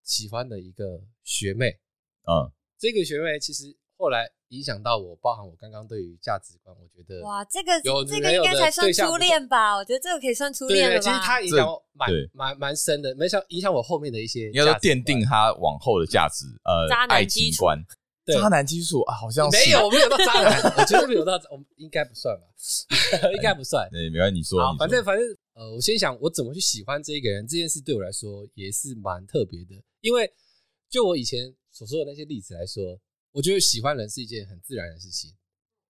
[SPEAKER 3] 喜欢的一个学妹。
[SPEAKER 1] 嗯，
[SPEAKER 3] 这个学妹其实后来影响到我，包含我刚刚对于价值观，我觉得
[SPEAKER 4] 哇，这个
[SPEAKER 3] 有
[SPEAKER 4] 这
[SPEAKER 3] 女
[SPEAKER 4] 个
[SPEAKER 3] 朋友
[SPEAKER 4] 应该才
[SPEAKER 3] 的
[SPEAKER 4] 算
[SPEAKER 3] 对象
[SPEAKER 4] 初
[SPEAKER 3] 不是
[SPEAKER 4] 恋吧？我觉得这个可以算初
[SPEAKER 3] 对
[SPEAKER 4] 恋
[SPEAKER 3] 对，
[SPEAKER 4] 了
[SPEAKER 3] 其实
[SPEAKER 4] 吧？
[SPEAKER 3] 她影响我蛮
[SPEAKER 1] 对
[SPEAKER 3] 蛮蛮深的，没想影响我后面的一些
[SPEAKER 1] 应该说
[SPEAKER 3] 价值观
[SPEAKER 1] 奠定他往后的价值，呃，
[SPEAKER 4] 渣男
[SPEAKER 1] 爱
[SPEAKER 4] 基
[SPEAKER 1] 情
[SPEAKER 4] 础
[SPEAKER 1] 观，
[SPEAKER 3] 对
[SPEAKER 1] 渣男基础啊，好像是
[SPEAKER 3] 没有，我没有到渣男，我觉得没有到，我应该不算吧， 应该不算。
[SPEAKER 1] 对，没关系，你说，
[SPEAKER 3] 好，
[SPEAKER 1] 你
[SPEAKER 3] 反
[SPEAKER 1] 说
[SPEAKER 3] 正反正呃，我先想我怎么去喜欢这一个人这件事，对我来说也是蛮特别的，因为就我以前所说的那些例子来说，我觉得喜欢人是一件很自然的事情，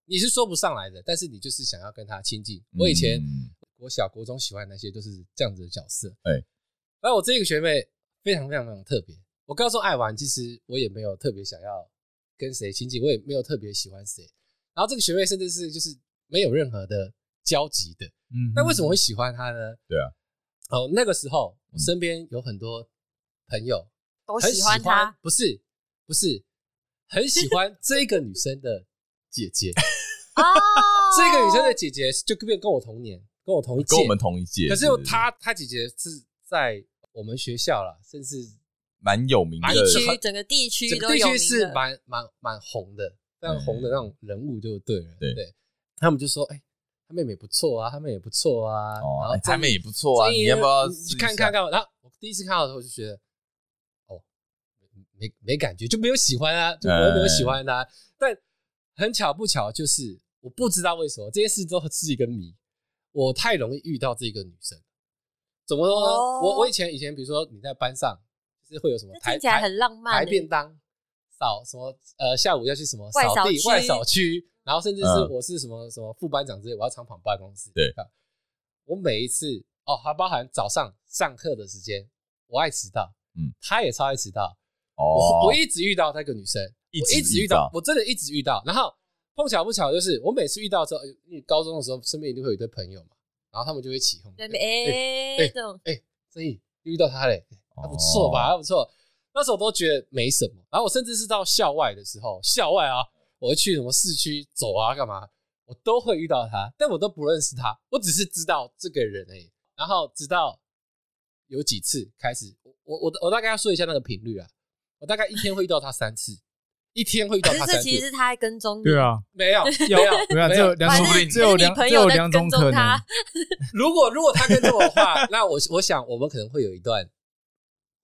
[SPEAKER 3] 你是说不上来的，但是你就是想要跟他亲近。我以前
[SPEAKER 1] 嗯
[SPEAKER 3] 国小、国中喜欢的那些都是这样子的角色，
[SPEAKER 1] 哎
[SPEAKER 3] 然后我这个学妹非常非常非常特别。我高中爱玩，其实我也没有特别想要跟谁亲近，我也没有特别喜欢谁。然后这个学妹甚至是就是没有任何的交集的，
[SPEAKER 2] 嗯，
[SPEAKER 3] 那为什么会喜欢他呢？
[SPEAKER 1] 对啊，嗯
[SPEAKER 3] 哦，那个时候我身边有很多朋友
[SPEAKER 4] 我
[SPEAKER 3] 很喜
[SPEAKER 4] 喜欢他，，
[SPEAKER 3] 不是不是，很喜 欢这个女生的姐姐，
[SPEAKER 4] 哦，
[SPEAKER 3] 这个女生的姐姐就跟跟我同年，跟我同一届，
[SPEAKER 1] 跟我们同一届，
[SPEAKER 3] 可是
[SPEAKER 1] 对对对
[SPEAKER 3] 她她姐姐是在我们学校啦，甚至
[SPEAKER 1] 蛮有名的哦
[SPEAKER 3] 蛮，
[SPEAKER 4] 地
[SPEAKER 3] 有
[SPEAKER 4] 区整个地区
[SPEAKER 3] 整个
[SPEAKER 4] 都
[SPEAKER 3] 地
[SPEAKER 4] 有
[SPEAKER 3] 区
[SPEAKER 4] 名
[SPEAKER 3] 是
[SPEAKER 4] 的
[SPEAKER 3] 蛮蛮蛮红的，非常红的那种人物就对了。
[SPEAKER 1] 嗯对
[SPEAKER 3] 对，他们就说：“哎，她妹妹不错啊，她妹妹不错啊。”然
[SPEAKER 1] 哦，
[SPEAKER 3] 后
[SPEAKER 1] 哎他们也不错啊，
[SPEAKER 3] 所以
[SPEAKER 1] 你要不要
[SPEAKER 3] 你
[SPEAKER 1] 试
[SPEAKER 3] 去
[SPEAKER 1] 一
[SPEAKER 3] 看
[SPEAKER 1] 下
[SPEAKER 3] 看？看？然后我第一次看到的时候就觉得，哦，没没感觉，就没有喜欢啊，就我没有
[SPEAKER 1] 哎
[SPEAKER 3] 喜欢他、但很巧不巧，就是我不知道为什么这件事都是一个谜，我太容易遇到这个女生。怎么说呢？
[SPEAKER 4] 哦
[SPEAKER 3] 我我以前以前比如说你在班上，就是会有什么
[SPEAKER 4] 这
[SPEAKER 3] 台
[SPEAKER 4] 听起来
[SPEAKER 3] 台
[SPEAKER 4] 很浪漫欸。
[SPEAKER 3] 排便当，扫什么呃下午要去什么
[SPEAKER 4] 外
[SPEAKER 3] 扫
[SPEAKER 4] 扫
[SPEAKER 3] 地
[SPEAKER 4] 区
[SPEAKER 3] 外扫区，然后甚至是
[SPEAKER 1] 嗯
[SPEAKER 3] 我是什么什么副班长之类，我要常跑办公室。
[SPEAKER 1] 对，
[SPEAKER 3] 我每一次哦，还包含早上上课的时间，我爱迟到，
[SPEAKER 1] 嗯，
[SPEAKER 3] 他也超爱迟到，
[SPEAKER 1] 哦
[SPEAKER 3] 我，我一直遇到那个女生，
[SPEAKER 1] 一
[SPEAKER 3] 我一
[SPEAKER 1] 直
[SPEAKER 3] 直遇到，我真的一直遇到，然后碰巧不巧就是我每次遇到之后，呃因为高中的时候身边一定会有一堆朋友嘛，然后他们就会起哄，
[SPEAKER 4] 对
[SPEAKER 3] 哎
[SPEAKER 4] 哎，
[SPEAKER 3] 哎
[SPEAKER 4] 这种
[SPEAKER 3] 所以遇到他嘞，还不错吧，还不错。那时候我都觉得没什么，然后我甚至是到校外的时候，校外啊，我会去什么市区走啊，干嘛，我都会遇到他，但我都不认识他，我只是知道这个人而已。然后直到有几次开始，我我我我大概要说一下那个频率啊，我大概一天会遇到他三次， 一天会遇到
[SPEAKER 4] 可
[SPEAKER 3] 他
[SPEAKER 4] 是
[SPEAKER 3] 三
[SPEAKER 4] 这
[SPEAKER 3] 次
[SPEAKER 4] 其，实是他在跟踪你，
[SPEAKER 2] 对，啊，
[SPEAKER 3] 没 有没有
[SPEAKER 2] 对啊，只有两
[SPEAKER 4] 还
[SPEAKER 2] 种
[SPEAKER 1] 说不
[SPEAKER 4] 是
[SPEAKER 1] 定，
[SPEAKER 2] 只有
[SPEAKER 4] 还是
[SPEAKER 2] 两
[SPEAKER 4] 你朋
[SPEAKER 2] 只
[SPEAKER 4] 友
[SPEAKER 2] 有
[SPEAKER 4] 在
[SPEAKER 2] 两种
[SPEAKER 4] 跟
[SPEAKER 2] 可
[SPEAKER 4] 踪
[SPEAKER 2] 能
[SPEAKER 4] 他，，
[SPEAKER 3] 如果如果他跟着我的话，那我我想我们可能会有一段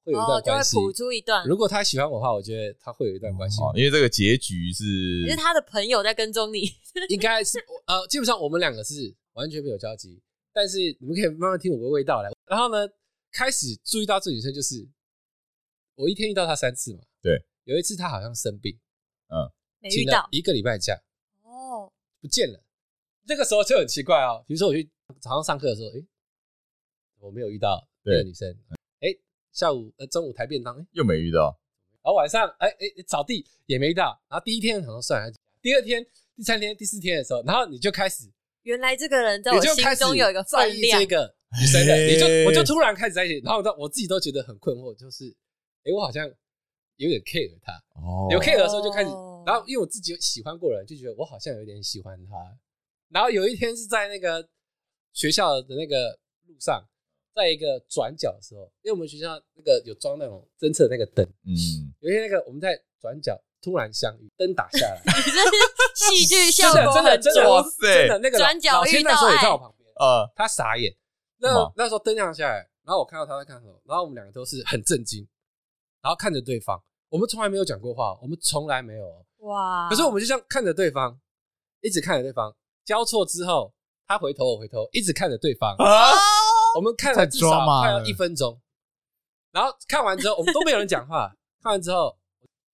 [SPEAKER 3] 会有一段
[SPEAKER 4] 哦，就会
[SPEAKER 3] 关系，
[SPEAKER 4] 谱出一段。
[SPEAKER 3] 如果他喜欢我的话，我觉得他会有一段关系，
[SPEAKER 1] 哦，因为这个结局是
[SPEAKER 4] 可是他的朋友在跟 踪你，
[SPEAKER 3] 应该是呃，基本上我们两个是完全没有交集，但是你们可以慢慢听我的味道来。然后呢，开始注意到这女生，就是我一天遇到她三次嘛，
[SPEAKER 1] 对，
[SPEAKER 3] 有一次她好像生病，
[SPEAKER 4] 没遇
[SPEAKER 3] 请了
[SPEAKER 4] 到
[SPEAKER 3] 一个礼拜假
[SPEAKER 4] 哦，
[SPEAKER 3] 不见了，那个时候就很奇怪哦。比如说我去早上上课的时候，诶，我没有遇到那个
[SPEAKER 1] 对
[SPEAKER 3] 女生，诶，下午呃中午抬便当，诶
[SPEAKER 1] 又没遇到，
[SPEAKER 3] 然后晚上哎哎扫地也没遇到，然后第一天好像算了，第二天、第三天、第四天的时候，然后你就开始，
[SPEAKER 4] 原来这个人在
[SPEAKER 3] 你
[SPEAKER 4] 我
[SPEAKER 3] 就
[SPEAKER 4] 心
[SPEAKER 3] 开始
[SPEAKER 4] 中有一个
[SPEAKER 3] 在
[SPEAKER 4] 分
[SPEAKER 3] 意
[SPEAKER 4] 量
[SPEAKER 3] 这， 个女生的，
[SPEAKER 1] 嘿
[SPEAKER 3] 你就我就突然开始在一起，然后我我自己都觉得很困惑，就是哎、我好像有点 care 她，
[SPEAKER 1] 哦
[SPEAKER 3] 有 care 的时候就开始
[SPEAKER 4] 哦，
[SPEAKER 3] 然后因为我自己有喜欢过人，就觉得我好像有点喜欢她。然后有一天是在那个学校的那个路上，在一个转角的时候，因为我们学校那个有装那种侦测那个灯。
[SPEAKER 1] 嗯，
[SPEAKER 3] 有一天那个我们在转角突然相遇，灯打 下来，
[SPEAKER 4] 戏剧 效
[SPEAKER 3] 真的
[SPEAKER 4] 果
[SPEAKER 3] 真的
[SPEAKER 4] 很
[SPEAKER 3] 真的
[SPEAKER 1] 哇
[SPEAKER 4] 足。
[SPEAKER 1] 塞
[SPEAKER 3] 真的那个老
[SPEAKER 4] 转角
[SPEAKER 3] 老千那时候也在我旁边，
[SPEAKER 1] 呃，
[SPEAKER 3] 他傻眼。那
[SPEAKER 1] 干嘛
[SPEAKER 3] 那时候灯亮下来，然后我看到他在看什么，然后我们两个都是很震惊，然后看着对方，我们从来没有讲过话，我们从来没有哦，
[SPEAKER 4] 哇！
[SPEAKER 3] 可是我们就这样看着对方，一直看着对方，交错之后，他回头我回头，一直看着对方，
[SPEAKER 1] 啊，
[SPEAKER 3] 我们看了至少快
[SPEAKER 2] 太抓马
[SPEAKER 3] 要
[SPEAKER 2] 了
[SPEAKER 3] 一分钟，然后看完之后，我们都没有人讲话。看完之后，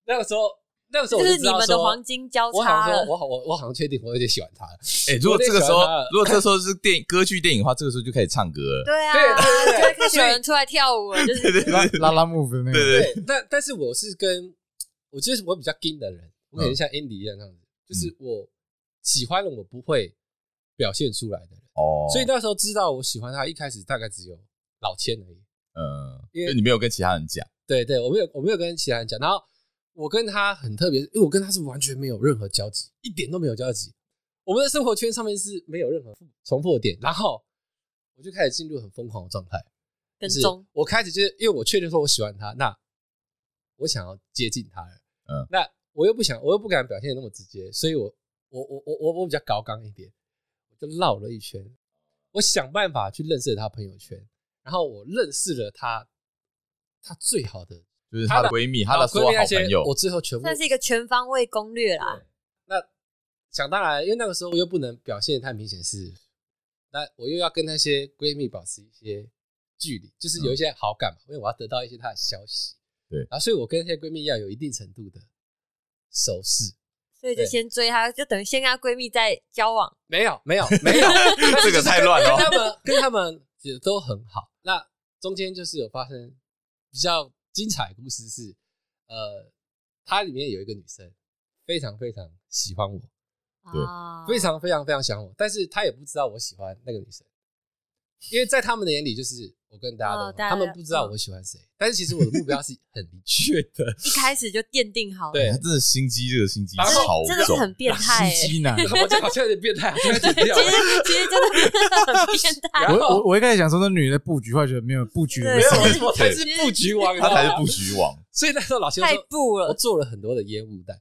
[SPEAKER 3] 那个时候，那个时候
[SPEAKER 4] 就
[SPEAKER 3] 我
[SPEAKER 4] 是
[SPEAKER 3] 知
[SPEAKER 4] 你
[SPEAKER 3] 道
[SPEAKER 4] 们的
[SPEAKER 3] 说，
[SPEAKER 4] 黄金交
[SPEAKER 3] 我好
[SPEAKER 4] 叉
[SPEAKER 3] 像说，
[SPEAKER 4] 了，
[SPEAKER 3] 我好，我我好像确定我有点喜欢他了。
[SPEAKER 1] 哎，如果这个时候
[SPEAKER 3] 我在想他，
[SPEAKER 1] 如果这 时候是电影歌剧电影的话，这个时候就开始唱歌了，
[SPEAKER 4] 对啊，
[SPEAKER 3] 对对对
[SPEAKER 4] 就会开始有
[SPEAKER 3] 所以
[SPEAKER 4] 人出来跳舞 了，就是
[SPEAKER 1] 对对对
[SPEAKER 2] 拉拉 move 的那
[SPEAKER 1] 对
[SPEAKER 2] 个，
[SPEAKER 1] 对，
[SPEAKER 3] 对，但但是我是跟，我觉得我比较硬的人，我可能像 Andy 一样那样子，就是我喜欢了我不会表现出来的人。
[SPEAKER 1] 哦，
[SPEAKER 3] 所以那时候知道我喜欢他，一开始大概只有老千而已。
[SPEAKER 1] 嗯，因
[SPEAKER 3] 因为
[SPEAKER 1] 为你没有跟其他人讲，
[SPEAKER 3] 对对，我没有我没有跟其他人讲，然后我跟他很特别，因为我跟他是完全没有任何交集，一点都没有交集。我们的生活圈上面是没有任何重复的点，然后我就开始进入很疯狂的状态，
[SPEAKER 4] 跟
[SPEAKER 3] 就是
[SPEAKER 4] 踪。
[SPEAKER 3] 我开始就是因为我确定说我喜欢他，那我想要接近他了，
[SPEAKER 1] 嗯，
[SPEAKER 3] 那我又不想，我又不敢表现的那么直接，所以我我我我我我比较高刚一点，我就绕了一圈，我想办法去认识他朋友圈，然后我认识了他，他最好的哦
[SPEAKER 1] 就是她的闺蜜，她的所
[SPEAKER 3] 闺蜜
[SPEAKER 1] 有
[SPEAKER 3] 那
[SPEAKER 1] 好
[SPEAKER 3] 些
[SPEAKER 1] 朋友，
[SPEAKER 3] 我最后全部
[SPEAKER 4] 算是一个全方位攻略啦，
[SPEAKER 3] 那想当然，因为那个时候我又不能表现得太明显，是那我又要跟那些闺蜜保持一些距离，就是有一些好感嘛，因为我要得到一些她的消息。
[SPEAKER 1] 嗯对
[SPEAKER 3] 然后所以我跟那些闺蜜要有一定程度的熟识。
[SPEAKER 4] 所以就
[SPEAKER 3] 对
[SPEAKER 4] 先追她，就等于先跟她闺蜜在交往。
[SPEAKER 3] 没有，没有，没有，
[SPEAKER 1] 这个太乱了哦
[SPEAKER 3] 跟他们跟他们也都很好。那中间就是有发生比较精彩的故事是，呃，它里面有一个女生非常非常喜欢我，
[SPEAKER 1] 对
[SPEAKER 4] 啊
[SPEAKER 3] 非常非常非常想我，但是他也不知道我喜欢那个女生，因为在他们的眼里就是我跟大家都
[SPEAKER 4] 哦
[SPEAKER 3] 好，
[SPEAKER 4] 大家
[SPEAKER 3] 他们不知道我喜欢谁，但是其实我的目标是很明确 的，
[SPEAKER 4] 一开始就奠定好了，
[SPEAKER 3] 对
[SPEAKER 1] 哎他真的心机，这个心机
[SPEAKER 3] 真的
[SPEAKER 1] 好
[SPEAKER 4] 真的是
[SPEAKER 1] 重，
[SPEAKER 4] 很变态、
[SPEAKER 2] 心
[SPEAKER 4] 欸。
[SPEAKER 2] 机男。啊
[SPEAKER 3] 我这好像有点变态，啊好像有点掉
[SPEAKER 4] 其实其实真的是很变态，
[SPEAKER 2] 我我我一开始想说那女的布局，后来觉得没有布局
[SPEAKER 4] 对
[SPEAKER 2] 没
[SPEAKER 4] 没
[SPEAKER 2] 有
[SPEAKER 4] 有，
[SPEAKER 3] 我才是布局王，你知
[SPEAKER 1] 他
[SPEAKER 3] 道吗
[SPEAKER 1] 才是布局王。
[SPEAKER 3] 所以那时候老师就
[SPEAKER 4] 太
[SPEAKER 3] 说，
[SPEAKER 4] 布
[SPEAKER 3] 我
[SPEAKER 4] 了。
[SPEAKER 3] 做了很多的烟雾弹，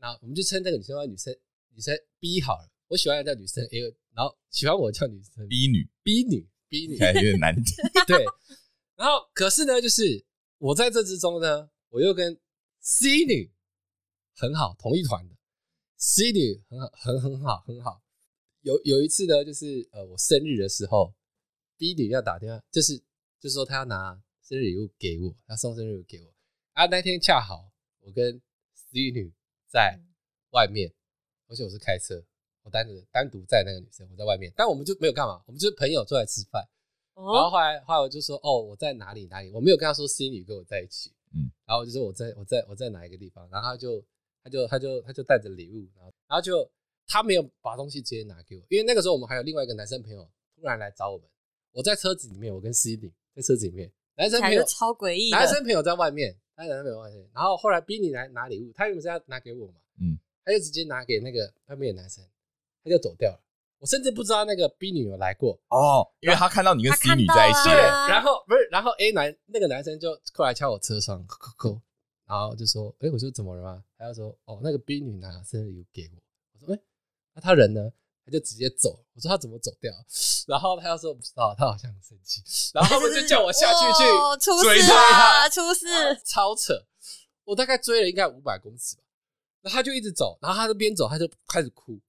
[SPEAKER 3] 然后我们就称那个女生叫女生女生 B 好了，我喜欢的叫女生 A，然后喜欢我叫女生
[SPEAKER 1] B 女
[SPEAKER 3] B 女 B 女，
[SPEAKER 1] 哎，有点难听。
[SPEAKER 3] 对，然后可是呢，就是我在这之中呢，我又跟 C 女很好，同一团的 C 女很好，很很好，很好。有有一次呢，就是呃我生日的时候，B 女要打电话，就是就是说她要拿生日礼物给我，要送生日礼物给我啊。那天恰好我跟 C 女在外面，而且我是开车，我单独单独载那个女生，我在外面，但我们就没有干嘛，我们就是朋友坐来吃饭。然后
[SPEAKER 4] 哦，
[SPEAKER 3] 后来后来我就说哦我在哪里哪里，我没有跟他说 C 女跟我在一起，
[SPEAKER 1] 嗯
[SPEAKER 3] 嗯，然后我就说我在我在我在哪一个地方，然后他就他就他就他就带着礼物，然后然后就他没有把东西直接拿给我，因为那个时候我们还有另外一个男生朋友突然来找我们，我在车子里面，我跟 C 女在车子里面，男生
[SPEAKER 4] 起来
[SPEAKER 3] 朋
[SPEAKER 4] 就
[SPEAKER 3] 友
[SPEAKER 4] 超诡异
[SPEAKER 3] 男
[SPEAKER 4] 的，
[SPEAKER 3] 生朋友在外面，他男生朋友在外面，然后后来逼你来拿礼物，他原本是要拿给我嘛，
[SPEAKER 1] 嗯，
[SPEAKER 3] 他就直接拿给那个外面的男生，他就走掉了，我甚至不知道那个逼女有来过，
[SPEAKER 1] 哦，因为他看到你跟
[SPEAKER 4] 他
[SPEAKER 1] C
[SPEAKER 4] 看
[SPEAKER 1] 女在一起
[SPEAKER 4] 到
[SPEAKER 3] 对，
[SPEAKER 4] 啊
[SPEAKER 1] 了，
[SPEAKER 3] 然后不是，然后 A 男那个男生就过来敲我车窗，扣扣扣，然后就说，哎、我说怎么了吗？他就说，哦，那个 B 女拿生日礼物给我。我说，哎、那他人呢？他就直接走。我说他怎么走掉？然后他又说不知道，他好像很生气。然后他们就叫我下去去
[SPEAKER 4] 哦出
[SPEAKER 3] 追
[SPEAKER 4] 事
[SPEAKER 3] 他啊
[SPEAKER 4] 了，出事！
[SPEAKER 3] 超扯！我大概追了应该五百公尺吧，然后他就一直走，然后他就边走他就开始 哭，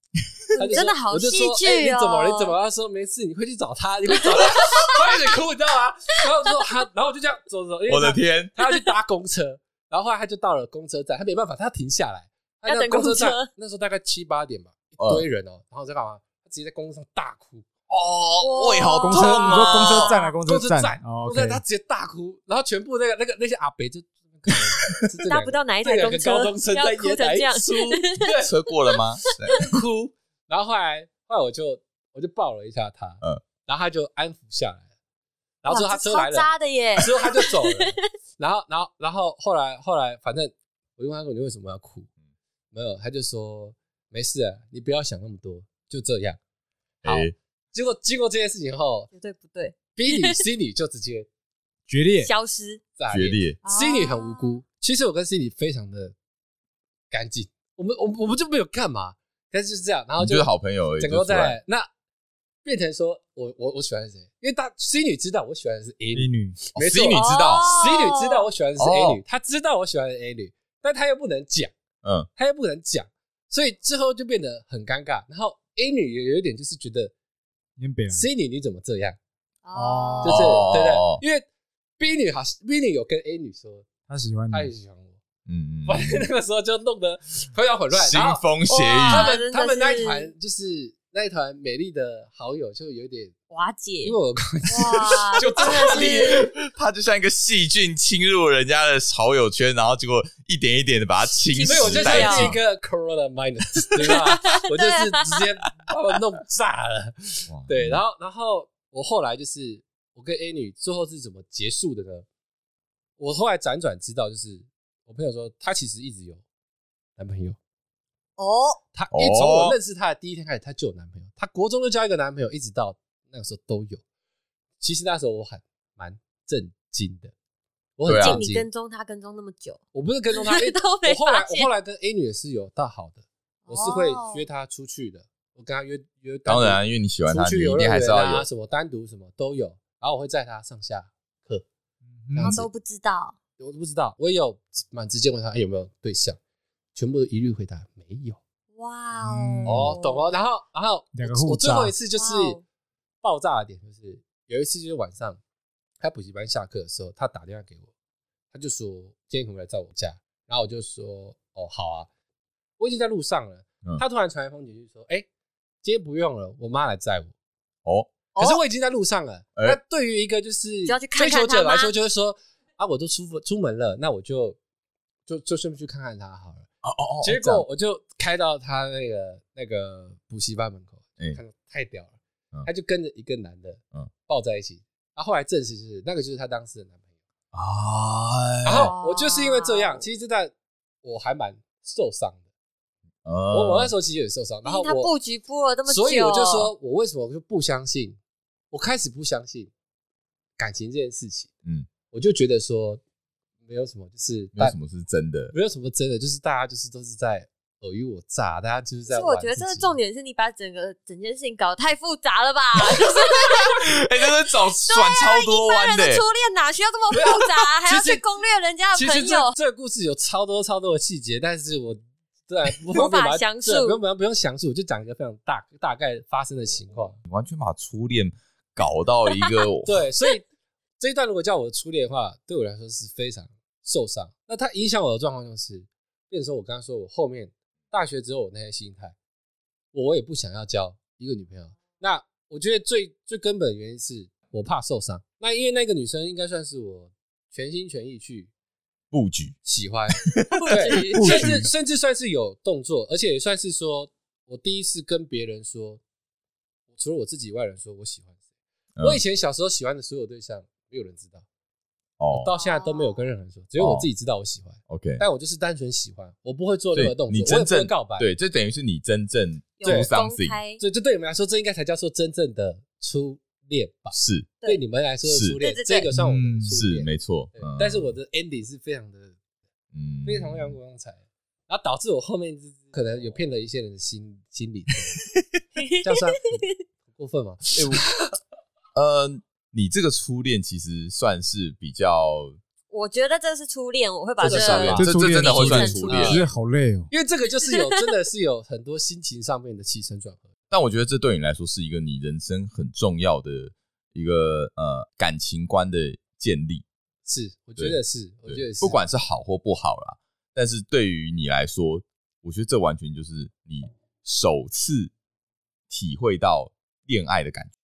[SPEAKER 3] 他就说
[SPEAKER 4] 真的好
[SPEAKER 3] 我就说
[SPEAKER 4] 戏剧
[SPEAKER 3] 哎你怎么了？
[SPEAKER 4] 哦
[SPEAKER 3] 你怎么了？他说没事，你会去找他，你会找他，他开始哭，你知道吗？然后我说他，然后我就这样走走，因为
[SPEAKER 1] 我的
[SPEAKER 3] 他
[SPEAKER 1] 天，
[SPEAKER 3] 他要去搭公车，然后后来他就到了公车站，他没办法，他停下来，他
[SPEAKER 4] 要
[SPEAKER 3] 那
[SPEAKER 4] 等
[SPEAKER 3] 公车站
[SPEAKER 4] 公车
[SPEAKER 3] 那时候大概七八点吧，
[SPEAKER 1] 嗯
[SPEAKER 3] 一堆人哦，然后在干嘛？他直接在公车上大哭，
[SPEAKER 1] 哦，胃好
[SPEAKER 2] 公
[SPEAKER 1] 痛
[SPEAKER 2] 车，你说公车
[SPEAKER 1] 啊！
[SPEAKER 2] 站啊，公
[SPEAKER 3] 公
[SPEAKER 2] 车
[SPEAKER 3] 车
[SPEAKER 2] 站
[SPEAKER 3] 站，，
[SPEAKER 2] 哦
[SPEAKER 3] 公车
[SPEAKER 2] ，OK，
[SPEAKER 3] 站他直接大哭，然后全部那个那个那些阿伯就。这两
[SPEAKER 4] 搭
[SPEAKER 3] 个
[SPEAKER 4] 不到哪一
[SPEAKER 3] 这
[SPEAKER 4] 哎台
[SPEAKER 3] 两
[SPEAKER 4] 公
[SPEAKER 3] 个
[SPEAKER 4] 车
[SPEAKER 3] 高中生，在
[SPEAKER 4] 要哭
[SPEAKER 3] 演
[SPEAKER 4] 成这
[SPEAKER 3] 台
[SPEAKER 4] 样，
[SPEAKER 3] 书，
[SPEAKER 1] 车过了 吗？对
[SPEAKER 3] 哭。然后后来后来我就我就抱了一下他，
[SPEAKER 1] 嗯
[SPEAKER 3] 然后他就安抚下来了。然后
[SPEAKER 4] 哇，
[SPEAKER 3] 之后他车
[SPEAKER 4] 这超
[SPEAKER 3] 来了，
[SPEAKER 4] 渣 的耶！
[SPEAKER 3] 之后他就走了。 然后然后然后后来后来反正我就问他说你为什么要哭？
[SPEAKER 1] 嗯
[SPEAKER 3] 没有，他就说没事啊，你不要想那么多，就这样。好
[SPEAKER 1] 哎，
[SPEAKER 3] 结果经过这件事情后
[SPEAKER 4] 绝对不对，
[SPEAKER 3] ，B 女 C 女就直接
[SPEAKER 2] 决裂，
[SPEAKER 4] 消失。
[SPEAKER 3] 炸
[SPEAKER 1] 决裂，
[SPEAKER 3] C 女
[SPEAKER 1] 哦
[SPEAKER 3] 很无辜。其实我跟 C 女非常的干净，我们我们我们就没有干嘛，但是就是这样，然
[SPEAKER 1] 我
[SPEAKER 3] 后
[SPEAKER 1] 们就是好朋友而已，
[SPEAKER 3] 整
[SPEAKER 1] 就
[SPEAKER 3] 个
[SPEAKER 1] 出
[SPEAKER 3] 都
[SPEAKER 1] 来
[SPEAKER 3] 在那变成说我我我喜欢谁，因为大 C 女知道我喜欢的是 A
[SPEAKER 2] 一
[SPEAKER 3] 女
[SPEAKER 2] 女，
[SPEAKER 1] 哦
[SPEAKER 3] 没
[SPEAKER 1] C
[SPEAKER 3] 错
[SPEAKER 1] 女知道，
[SPEAKER 3] ，C 女知道我喜欢的是 A
[SPEAKER 1] 哦
[SPEAKER 3] 女，她知道我喜欢的是 A 女，但她又不能讲，
[SPEAKER 1] 嗯，
[SPEAKER 3] 她又不能讲，所以之后就变得很尴尬。然后 A 女也有一点就是觉得
[SPEAKER 1] 嗯
[SPEAKER 2] 你北啊，
[SPEAKER 3] C 女你怎么这样，
[SPEAKER 4] 哦，
[SPEAKER 3] 就是
[SPEAKER 1] 哦
[SPEAKER 3] 对不对？因为 B 女好，B 女有跟 A 女说
[SPEAKER 2] 他喜欢你
[SPEAKER 3] 她，也喜欢我，
[SPEAKER 1] 嗯嗯
[SPEAKER 3] 反正那个时候就弄得非常混乱，
[SPEAKER 1] 腥
[SPEAKER 3] 然后
[SPEAKER 1] 风血
[SPEAKER 4] 哇
[SPEAKER 1] 雨，
[SPEAKER 3] 他
[SPEAKER 4] 真的
[SPEAKER 3] 们
[SPEAKER 4] 是
[SPEAKER 3] 他们那一团就是那一团美丽的好友就有点。
[SPEAKER 4] 瓦解
[SPEAKER 3] 因为。我关系
[SPEAKER 4] 哇，
[SPEAKER 1] 就
[SPEAKER 4] 啊真的是
[SPEAKER 1] 里，他就像一个细菌侵入人家的好友圈，然后结果一点一点的把它侵
[SPEAKER 3] 所以我
[SPEAKER 1] 蚀
[SPEAKER 3] 就
[SPEAKER 1] 殆
[SPEAKER 3] 像
[SPEAKER 4] 代
[SPEAKER 3] 是一
[SPEAKER 1] 尽。
[SPEAKER 3] 个 corona minus，对 吧？我
[SPEAKER 4] 啊
[SPEAKER 3] 就是直接把我弄炸了。
[SPEAKER 1] 哇
[SPEAKER 3] 对，然后然后我后来就是我跟 A 女最后是怎么结束的呢？我后来辗转知道，就是我朋友说她其实一直有男朋友，
[SPEAKER 4] 哦，
[SPEAKER 3] 她
[SPEAKER 1] 哦
[SPEAKER 3] 因为从我认识她的第一天开始，她就有男朋友。她国中就交一个男朋友，一直到那个时候都有。其实那时候我很蛮震惊的，我很
[SPEAKER 1] 对啊
[SPEAKER 3] 震
[SPEAKER 4] 你
[SPEAKER 3] 惊
[SPEAKER 4] 跟。踪他跟踪那么久，
[SPEAKER 3] 我不是跟踪 她，因为
[SPEAKER 4] 都没
[SPEAKER 3] 我后来
[SPEAKER 4] 发
[SPEAKER 3] 我
[SPEAKER 4] 现哦
[SPEAKER 3] 后来跟 A 女也是有大好的，我是会约她出去的，我跟她约约单独。
[SPEAKER 1] 当然啊，因为你喜欢他，
[SPEAKER 3] 出
[SPEAKER 1] 你
[SPEAKER 3] 去游
[SPEAKER 1] 一
[SPEAKER 3] 乐
[SPEAKER 1] 定
[SPEAKER 3] 园
[SPEAKER 1] 还是要
[SPEAKER 3] 啊，
[SPEAKER 1] 有。
[SPEAKER 3] 什么单独什么都有，然后我会载她上下课，
[SPEAKER 2] 嗯
[SPEAKER 4] 然后
[SPEAKER 3] 子
[SPEAKER 4] 都不知道，
[SPEAKER 3] 我都不知道，我也有蛮直接问她、哎有没有对象，全部一律回答没有。
[SPEAKER 4] 哇
[SPEAKER 2] 嗯
[SPEAKER 3] 哦，懂了。然后然后
[SPEAKER 2] 两个
[SPEAKER 3] 我
[SPEAKER 2] 互
[SPEAKER 3] 我
[SPEAKER 2] 炸
[SPEAKER 3] 最后一次就是
[SPEAKER 4] 哇哦
[SPEAKER 3] 爆炸的点就是有一次就是晚上他补习班下课的时候，他打电话给我，他就说今天可不可以来在我家？然后我就说哦好啊，我已经在路上了。
[SPEAKER 1] 嗯
[SPEAKER 3] 他突然传来风景就说哎、今天不用了，我妈来载我。
[SPEAKER 1] 哦，
[SPEAKER 3] 可是我已经在路上了。
[SPEAKER 1] 哎
[SPEAKER 3] 那对于一个就是
[SPEAKER 4] 就要去看
[SPEAKER 3] 追
[SPEAKER 4] 看
[SPEAKER 3] 求者
[SPEAKER 4] 他
[SPEAKER 3] 来
[SPEAKER 4] 吗
[SPEAKER 3] 说，就是说啊，我都出出门了，那我就就就顺便去看看他好了。
[SPEAKER 1] 哦哦，
[SPEAKER 3] 结
[SPEAKER 1] 这样
[SPEAKER 3] 果我就开到他那个那个补习班门口，
[SPEAKER 1] 嗯
[SPEAKER 3] 看太屌了
[SPEAKER 1] 嗯，
[SPEAKER 3] 他就跟着一个男的，
[SPEAKER 1] 嗯
[SPEAKER 3] 抱在一起。然后后来证实就是那个就是他当时的男朋友。
[SPEAKER 1] 哎，
[SPEAKER 3] 然
[SPEAKER 4] 哦
[SPEAKER 3] 后我就是因为这样，其实这段我还蛮受伤
[SPEAKER 1] 呃嗯
[SPEAKER 3] 的，我我那时候其实也受伤，然后
[SPEAKER 4] 哎因为他
[SPEAKER 3] 我
[SPEAKER 4] 布局布了这么久，
[SPEAKER 3] 所以我就说我为什么就不相信？我开始不相信感情这件事情，
[SPEAKER 1] 嗯，
[SPEAKER 3] 我就觉得说没有什么，就是
[SPEAKER 1] 没
[SPEAKER 3] 大
[SPEAKER 1] 有什么是真的，
[SPEAKER 3] 没有什么真的，就是大家就是都是在尔虞我诈，大家就是
[SPEAKER 4] 其
[SPEAKER 3] 在
[SPEAKER 4] 实
[SPEAKER 3] 玩
[SPEAKER 4] 我觉得
[SPEAKER 3] 自
[SPEAKER 4] 这个
[SPEAKER 3] 己
[SPEAKER 4] 重点是你把整个整件事情搞得太复杂 了吧？就是
[SPEAKER 1] 哎，真的找
[SPEAKER 3] 啊
[SPEAKER 1] 转超多
[SPEAKER 4] 一般
[SPEAKER 1] 弯
[SPEAKER 4] 人
[SPEAKER 1] 的欸
[SPEAKER 4] 的，初恋哪需要这么复杂、还要
[SPEAKER 3] 其实
[SPEAKER 4] 去攻略人家的
[SPEAKER 3] 其实
[SPEAKER 4] 朋
[SPEAKER 3] 这
[SPEAKER 4] 友？
[SPEAKER 3] 这个故事有超多超多的细节，但是我对啊 不方便
[SPEAKER 4] 无法
[SPEAKER 3] 把它
[SPEAKER 4] 详述
[SPEAKER 3] 对不用不用不用详述，我就讲一个非常大大概发生的情况。
[SPEAKER 1] 完全把初恋搞到一个
[SPEAKER 3] 对，所以这一段如果叫我的初恋的话，对我来说是非常受伤。那它影响我的状况就是，变成说我刚刚说我后面大学之后我那些心态，我也不想要交一个女朋友。那我觉得最最根本的原因是我怕受伤。那因为那个女生应该算是我全心全意去
[SPEAKER 1] 布局，
[SPEAKER 3] 喜欢，
[SPEAKER 1] 布
[SPEAKER 3] 对，
[SPEAKER 1] 局
[SPEAKER 3] 甚至甚至算是有动作，而且也算是说我第一次跟别人说，除了我自己以外的人说我喜欢谁。
[SPEAKER 1] 嗯
[SPEAKER 3] 我以前小时候喜欢的所有对象，没有人知道，
[SPEAKER 1] 哦
[SPEAKER 3] 到现在都没有跟任何人说，只有我自己知道我喜欢。
[SPEAKER 1] ，OK，
[SPEAKER 3] 但我就是单纯喜欢，我不会做
[SPEAKER 1] 所
[SPEAKER 3] 任
[SPEAKER 1] 以
[SPEAKER 3] 何动作，
[SPEAKER 1] 你
[SPEAKER 3] 我也
[SPEAKER 1] 真
[SPEAKER 3] 不会
[SPEAKER 1] 正
[SPEAKER 3] 告白。，
[SPEAKER 1] 对，这等于是你真正
[SPEAKER 4] 有
[SPEAKER 1] do
[SPEAKER 4] 公
[SPEAKER 1] something，
[SPEAKER 4] 开，
[SPEAKER 3] 所以这对你们来说，这应该才叫做真正的初恋吧？
[SPEAKER 1] 是嗯
[SPEAKER 3] 对你们来说的初恋
[SPEAKER 4] 是对对，对
[SPEAKER 3] 这个算我们的初
[SPEAKER 1] 是
[SPEAKER 3] 恋。
[SPEAKER 1] 没错
[SPEAKER 3] 对，
[SPEAKER 1] 嗯
[SPEAKER 3] 但是我的 ending 是非常的
[SPEAKER 1] 嗯
[SPEAKER 3] 非常非常光彩，然后导致我后面就是可能有骗了一些人的心心理，这样算 很过分吗？
[SPEAKER 1] 哎我呃，你这个初恋其实算是比较，
[SPEAKER 4] 我觉得这是初恋，我会把
[SPEAKER 3] 这
[SPEAKER 4] 这
[SPEAKER 3] 是初恋
[SPEAKER 1] 这
[SPEAKER 2] 这初
[SPEAKER 1] 这
[SPEAKER 2] 恋
[SPEAKER 1] 真的会算
[SPEAKER 4] 初
[SPEAKER 1] 初
[SPEAKER 4] 恋
[SPEAKER 1] 恋
[SPEAKER 2] 只，是好累哦。
[SPEAKER 3] 因为这个就是有真的是有很多心情上面的起承转合。
[SPEAKER 1] 但我觉得这对你来说是一个你人生很重要的一个呃感情观的建立，
[SPEAKER 3] 是，我觉得是，我
[SPEAKER 1] 对
[SPEAKER 3] 觉得是，
[SPEAKER 1] 不管是好或不好啦，但是对于你来说，我觉得这完全就是你首次体会到恋爱的感觉，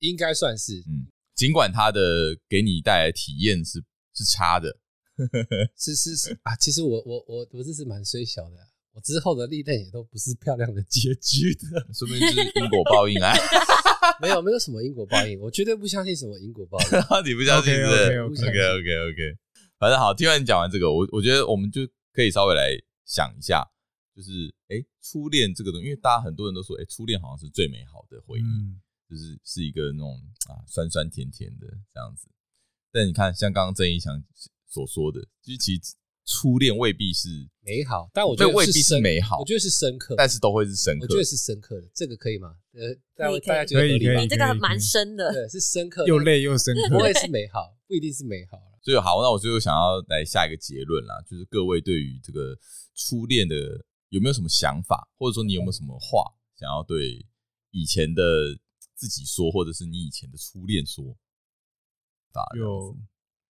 [SPEAKER 3] 应该算是
[SPEAKER 1] 嗯，尽管它的给你带来的体验是是差 的，，
[SPEAKER 3] 是是是啊。其实我我我我这是蛮虽小的啊、我之后的历练也都不是漂亮的结局的
[SPEAKER 1] 说不定是因果报 应啊，
[SPEAKER 3] 没有没有什么因果报应，我绝对不相信什么因果报应。
[SPEAKER 1] 你不 相信是不是
[SPEAKER 2] OK，OK，OK
[SPEAKER 1] OK OK OK，反正好，听完你讲完这个，我我觉得我们就可以稍微来想一下，就是哎、诶初恋这个东西，因为大家很多人都说，哎、初恋好像是最美好的回忆，
[SPEAKER 2] 嗯，
[SPEAKER 1] 就是是一个那种啊酸酸甜甜的这样子。但你看，像刚刚郑义强所说的，就是其实初恋未必是
[SPEAKER 3] 美好，但我觉得
[SPEAKER 1] 未必
[SPEAKER 3] 是
[SPEAKER 1] 是
[SPEAKER 3] 深
[SPEAKER 1] 美好
[SPEAKER 3] 我觉得是深刻，
[SPEAKER 1] 但是都会是深刻
[SPEAKER 3] 我觉得是深刻的，这个可以吗？呃，大家
[SPEAKER 4] 可以
[SPEAKER 3] 大家觉得
[SPEAKER 2] 可以
[SPEAKER 3] 合理
[SPEAKER 2] 可
[SPEAKER 3] 吧
[SPEAKER 4] 你？这个蛮深的，
[SPEAKER 3] 对，是深刻的，
[SPEAKER 2] 嗯又累又深
[SPEAKER 3] 不
[SPEAKER 2] 刻
[SPEAKER 3] 会。是美好，不一定是美好了。
[SPEAKER 1] 所以好，那我最后想要来下一个结论啦，就是各位对于这个初恋的有没有什么想法，或者说你
[SPEAKER 2] 嗯
[SPEAKER 1] 有没有什么话想要对以前的自己说，或者是你以前的初恋说？啊，
[SPEAKER 2] 有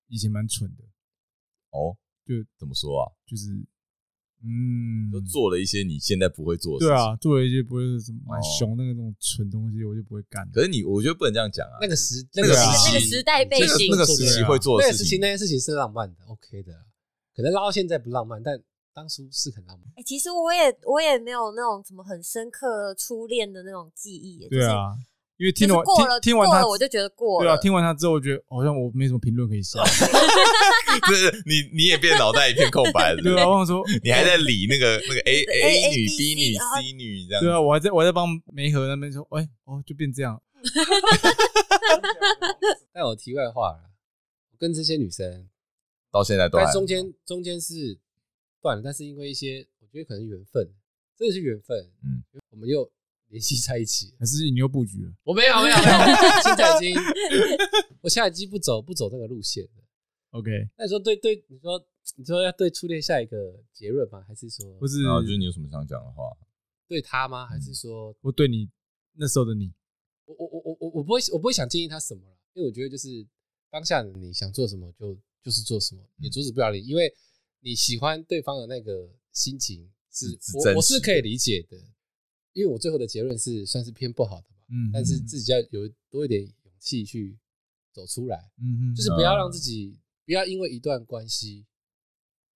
[SPEAKER 2] 以前蛮蠢的，
[SPEAKER 1] 哦，
[SPEAKER 2] 就
[SPEAKER 1] 怎么说啊？
[SPEAKER 2] 就是嗯，
[SPEAKER 1] 就做了一些你现在不会做的事
[SPEAKER 2] 对
[SPEAKER 1] 情。
[SPEAKER 2] 啊，做了一些不会是什么
[SPEAKER 1] 哦
[SPEAKER 2] 蛮熊那个那种蠢东西，我就不会干。
[SPEAKER 1] 可是你，我觉得不能这样讲啊。
[SPEAKER 3] 那个时
[SPEAKER 1] 那个
[SPEAKER 3] 那个
[SPEAKER 2] 对啊
[SPEAKER 3] 时期
[SPEAKER 4] 那个时代背
[SPEAKER 1] 那
[SPEAKER 4] 景啊
[SPEAKER 1] 个那个时期会做
[SPEAKER 3] 那
[SPEAKER 1] 的
[SPEAKER 3] 个
[SPEAKER 1] 事
[SPEAKER 3] 时期
[SPEAKER 1] 情，
[SPEAKER 3] 那件事情是浪漫的，OK 的，可能拉到现在不浪漫，但当初是很浪漫。
[SPEAKER 4] 哎、其实我也我也没有那种什么很深刻初恋的那种记忆耶，
[SPEAKER 2] 对啊，因为
[SPEAKER 4] 就
[SPEAKER 2] 听
[SPEAKER 4] 是，就是
[SPEAKER 2] 完听
[SPEAKER 4] 过了
[SPEAKER 2] 听完
[SPEAKER 4] 过
[SPEAKER 2] 他
[SPEAKER 4] 了，我就觉得过
[SPEAKER 2] 对啊，
[SPEAKER 4] 了，
[SPEAKER 2] 听完他之后，我觉得好像我没什么评论可以 下。
[SPEAKER 1] 就是你你也变脑袋一片空白了，
[SPEAKER 2] 对啊，我想说，
[SPEAKER 1] 你还在理那个那个 A
[SPEAKER 4] A-
[SPEAKER 1] A
[SPEAKER 4] A-
[SPEAKER 1] 女
[SPEAKER 4] B-
[SPEAKER 1] B 女
[SPEAKER 4] C，然后
[SPEAKER 1] C 女这样子
[SPEAKER 2] 对。啊，我还在我还在帮梅和那边说，哎，哦，就变这样。
[SPEAKER 3] 但我题外话了，我跟这些女生，
[SPEAKER 1] 到现在都还
[SPEAKER 3] 但中间中间是断了，但是因为一些我觉得可能缘分，真的是缘分，
[SPEAKER 1] 嗯
[SPEAKER 3] 嗯，我们又联系在一起了。
[SPEAKER 2] 还是你又布局了，
[SPEAKER 3] 我没有没有没有，现在已经，我现在已经不走不走那个路线了。
[SPEAKER 2] ，OK，
[SPEAKER 3] 那你说对对，你说你说要对初恋下一个结论吗？还是说
[SPEAKER 2] 或是
[SPEAKER 1] 然后
[SPEAKER 3] 嗯
[SPEAKER 1] 就是你有嗯什么想讲的话，
[SPEAKER 3] 对他吗？还是说
[SPEAKER 2] 我对你那时候的你，
[SPEAKER 3] 我我我我我我不会我不会想建议他什么了，因为我觉得就是当下的你想做什么就就是做什么，
[SPEAKER 1] 嗯
[SPEAKER 3] 也阻止不了你，因为你喜欢对方的那个心情是
[SPEAKER 1] 是是真实
[SPEAKER 3] 我
[SPEAKER 1] 的
[SPEAKER 3] 我是可以理解的，因为我最后的结论是算是偏不好的嘛，
[SPEAKER 2] 嗯，
[SPEAKER 3] 但是自己要有多一点勇气去走出来，
[SPEAKER 2] 嗯嗯，
[SPEAKER 3] 就是不要让自己不要因为一段关系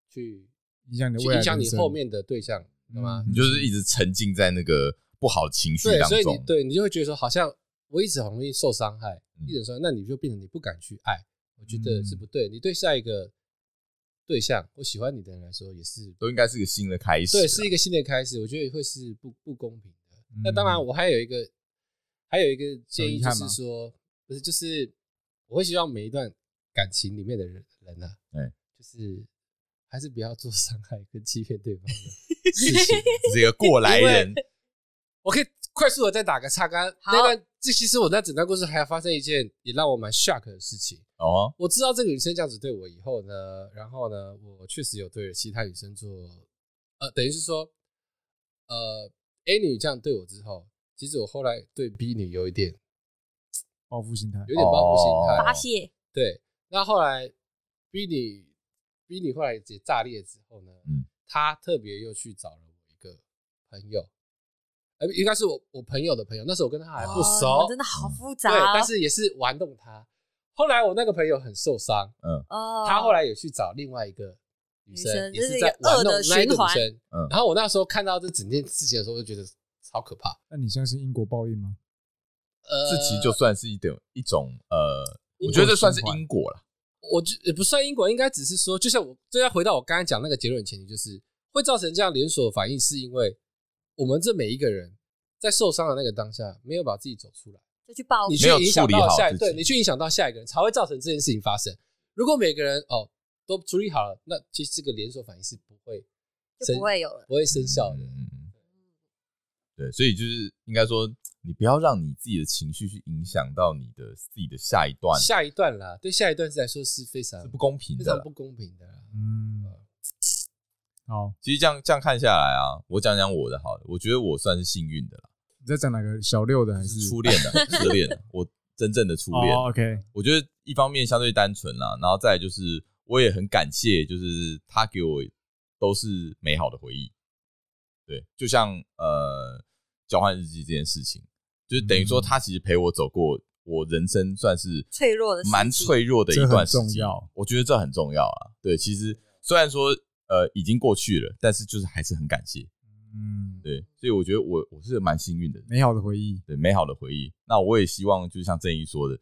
[SPEAKER 3] 去
[SPEAKER 2] 影响你的
[SPEAKER 3] 去
[SPEAKER 2] 未来
[SPEAKER 3] 影响
[SPEAKER 2] 人
[SPEAKER 3] 你
[SPEAKER 2] 生
[SPEAKER 3] 后面的对象，懂吗？
[SPEAKER 1] 你就是一直沉浸在那个不好的情绪
[SPEAKER 3] 嗯对，
[SPEAKER 1] 嗯当
[SPEAKER 3] 所以你
[SPEAKER 1] 中。
[SPEAKER 3] 对你就会觉得说，好像我一直很容易受伤害，
[SPEAKER 1] 嗯
[SPEAKER 3] 一直受伤，那你就变成你不敢去爱，我觉得是不对。你对下一个对象或喜欢你的人来说，也是
[SPEAKER 1] 都应该是个新的开始啊。
[SPEAKER 3] 对，是一个新的开始，我觉得会是不不公平的。
[SPEAKER 2] 嗯
[SPEAKER 3] 那当然，我还有一个还有一个建
[SPEAKER 2] 有
[SPEAKER 3] 议
[SPEAKER 2] 遗
[SPEAKER 3] 就
[SPEAKER 2] 憾
[SPEAKER 3] 是
[SPEAKER 2] 吗
[SPEAKER 3] 说，不是就是我会希望每一段感情里面的人人呢、
[SPEAKER 1] 哎
[SPEAKER 3] 就是还是不要做伤害跟欺骗对方的 事情。
[SPEAKER 1] 这个过来人，
[SPEAKER 3] 我可以快速的再打个叉杆。
[SPEAKER 4] 好
[SPEAKER 3] 那段这其实我在整段故事还发生一件也让我蛮 shock 的事情。
[SPEAKER 1] 哦，
[SPEAKER 3] 我知道这个女生这样子对我以后呢，然后呢，我确实有对其他女生做，呃，等于是说，呃，A 女这样对我之后，其实我后来对 B 女有一点
[SPEAKER 2] 报复心态，
[SPEAKER 3] 有点报复心态，
[SPEAKER 1] 哦
[SPEAKER 4] 发泄，
[SPEAKER 3] 对，那后来逼你逼你后来也炸裂之后呢，
[SPEAKER 1] 嗯
[SPEAKER 3] 他特别又去找了我一个朋友，呃，应该是我我朋友的朋友，那时候我跟他还不熟，嗯
[SPEAKER 4] 哦真的好复杂
[SPEAKER 3] 对，
[SPEAKER 4] 哦。
[SPEAKER 3] 但是也是玩弄他。后来我那个朋友很受伤，
[SPEAKER 4] 哦，
[SPEAKER 3] 他后来有去找另外一个女
[SPEAKER 4] 女
[SPEAKER 3] 生，
[SPEAKER 4] 生
[SPEAKER 3] 也
[SPEAKER 4] 这是一
[SPEAKER 3] 在
[SPEAKER 4] 个
[SPEAKER 3] 玩
[SPEAKER 4] 恶
[SPEAKER 3] 弄
[SPEAKER 4] 的
[SPEAKER 3] 那一个
[SPEAKER 4] 循
[SPEAKER 3] 女
[SPEAKER 4] 环
[SPEAKER 3] 生。
[SPEAKER 1] 嗯
[SPEAKER 3] 然后我那时候看到这整件事情的时候，我就觉得超可怕。
[SPEAKER 2] 那你相信因果报应吗？
[SPEAKER 3] 呃，
[SPEAKER 1] 这其实就算是一种一种呃，
[SPEAKER 3] 因果
[SPEAKER 1] 我觉得这算是
[SPEAKER 2] 循环
[SPEAKER 1] 因果了。
[SPEAKER 3] 我就也不算因果，应该只是说，就像我，就要回到我刚才讲那个结论前提，就是会造成这样连锁反应，是因为我们这每一个人在受伤的那个当下，没有把自己走出来，
[SPEAKER 4] 就去报复
[SPEAKER 3] 你去
[SPEAKER 1] 没有
[SPEAKER 3] 影响
[SPEAKER 1] 处理
[SPEAKER 3] 到
[SPEAKER 1] 好
[SPEAKER 3] 下，
[SPEAKER 1] 自己
[SPEAKER 3] 对你去影响到下一个人，才会造成这件事情发生。如果每个人哦都处理好了，那其实这个连锁反应是不会
[SPEAKER 4] 就不会有了。
[SPEAKER 3] 不会生效的。
[SPEAKER 1] 嗯，嗯对，所以就是应该说，你不要让你自己的情绪去影响到你的自己的下一段，
[SPEAKER 3] 下一段啦，对下一段来说是非常
[SPEAKER 1] 是不公平
[SPEAKER 3] 非
[SPEAKER 1] 的
[SPEAKER 3] 常
[SPEAKER 1] 啦。
[SPEAKER 3] 不公平的啦。
[SPEAKER 2] 嗯，好，
[SPEAKER 1] 其实这样这样看下来啊，我讲讲我的好了，我觉得我算是幸运的啦，
[SPEAKER 2] 你在讲哪个小六的还
[SPEAKER 1] 是
[SPEAKER 2] 是
[SPEAKER 1] 初恋 的初恋的，我真正的初恋。
[SPEAKER 2] 哦？OK，
[SPEAKER 1] 我觉得一方面相对单纯啦，然后再来就是我也很感谢，就是他给我都是美好的回忆。对，就像呃交换日记这件事情，就是等于说
[SPEAKER 2] 嗯
[SPEAKER 1] 他其实陪我走过我人生算是
[SPEAKER 4] 脆弱的时期
[SPEAKER 1] 蛮脆弱的一段时
[SPEAKER 2] 这很重
[SPEAKER 1] 间
[SPEAKER 2] 要。
[SPEAKER 1] 我觉得这很重要啊。对，其实虽然说呃已经过去了，但是就是还是很感谢。
[SPEAKER 2] 嗯，
[SPEAKER 1] 对，所以我觉得我我是蛮幸运的人。
[SPEAKER 2] 美好的回忆，
[SPEAKER 1] 对美好的回忆。那我也希望，就像正义说的，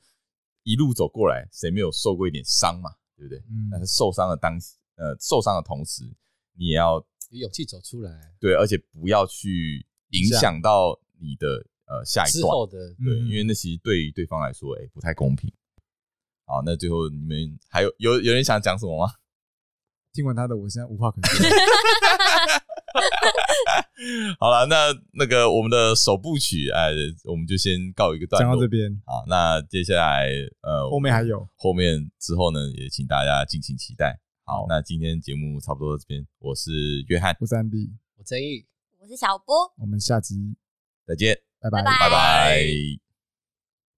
[SPEAKER 1] 一路走过来，谁没有受过一点伤嘛？对不对？
[SPEAKER 2] 嗯
[SPEAKER 1] 但是受伤的当呃受伤的同时，你也要
[SPEAKER 3] 有勇气走出来
[SPEAKER 1] 对，而且不要去影响到你的呃下一
[SPEAKER 3] 之
[SPEAKER 1] 段，
[SPEAKER 3] 后的，
[SPEAKER 1] 对，
[SPEAKER 2] 嗯
[SPEAKER 1] 因为那其实对于对方来说，哎、不太公平。好，那最后你们还有有有人想讲什么吗？
[SPEAKER 2] 听完他的，我现在无话可说。
[SPEAKER 1] 好了，那那个我们的首部曲，哎、我们就先告一个段
[SPEAKER 2] 讲
[SPEAKER 1] 落
[SPEAKER 2] 到。这边，
[SPEAKER 1] 好，那接下来呃，
[SPEAKER 2] 后面还有，
[SPEAKER 1] 后面之后呢，也请大家敬请期待。好
[SPEAKER 2] 好，
[SPEAKER 1] 那今天节目差不多到这边，我是约翰，
[SPEAKER 2] 我是安迪，
[SPEAKER 3] 我争议。
[SPEAKER 4] 我是小波，
[SPEAKER 2] 我们下集
[SPEAKER 1] 再见，
[SPEAKER 2] 拜拜。
[SPEAKER 4] 拜
[SPEAKER 1] 拜拜。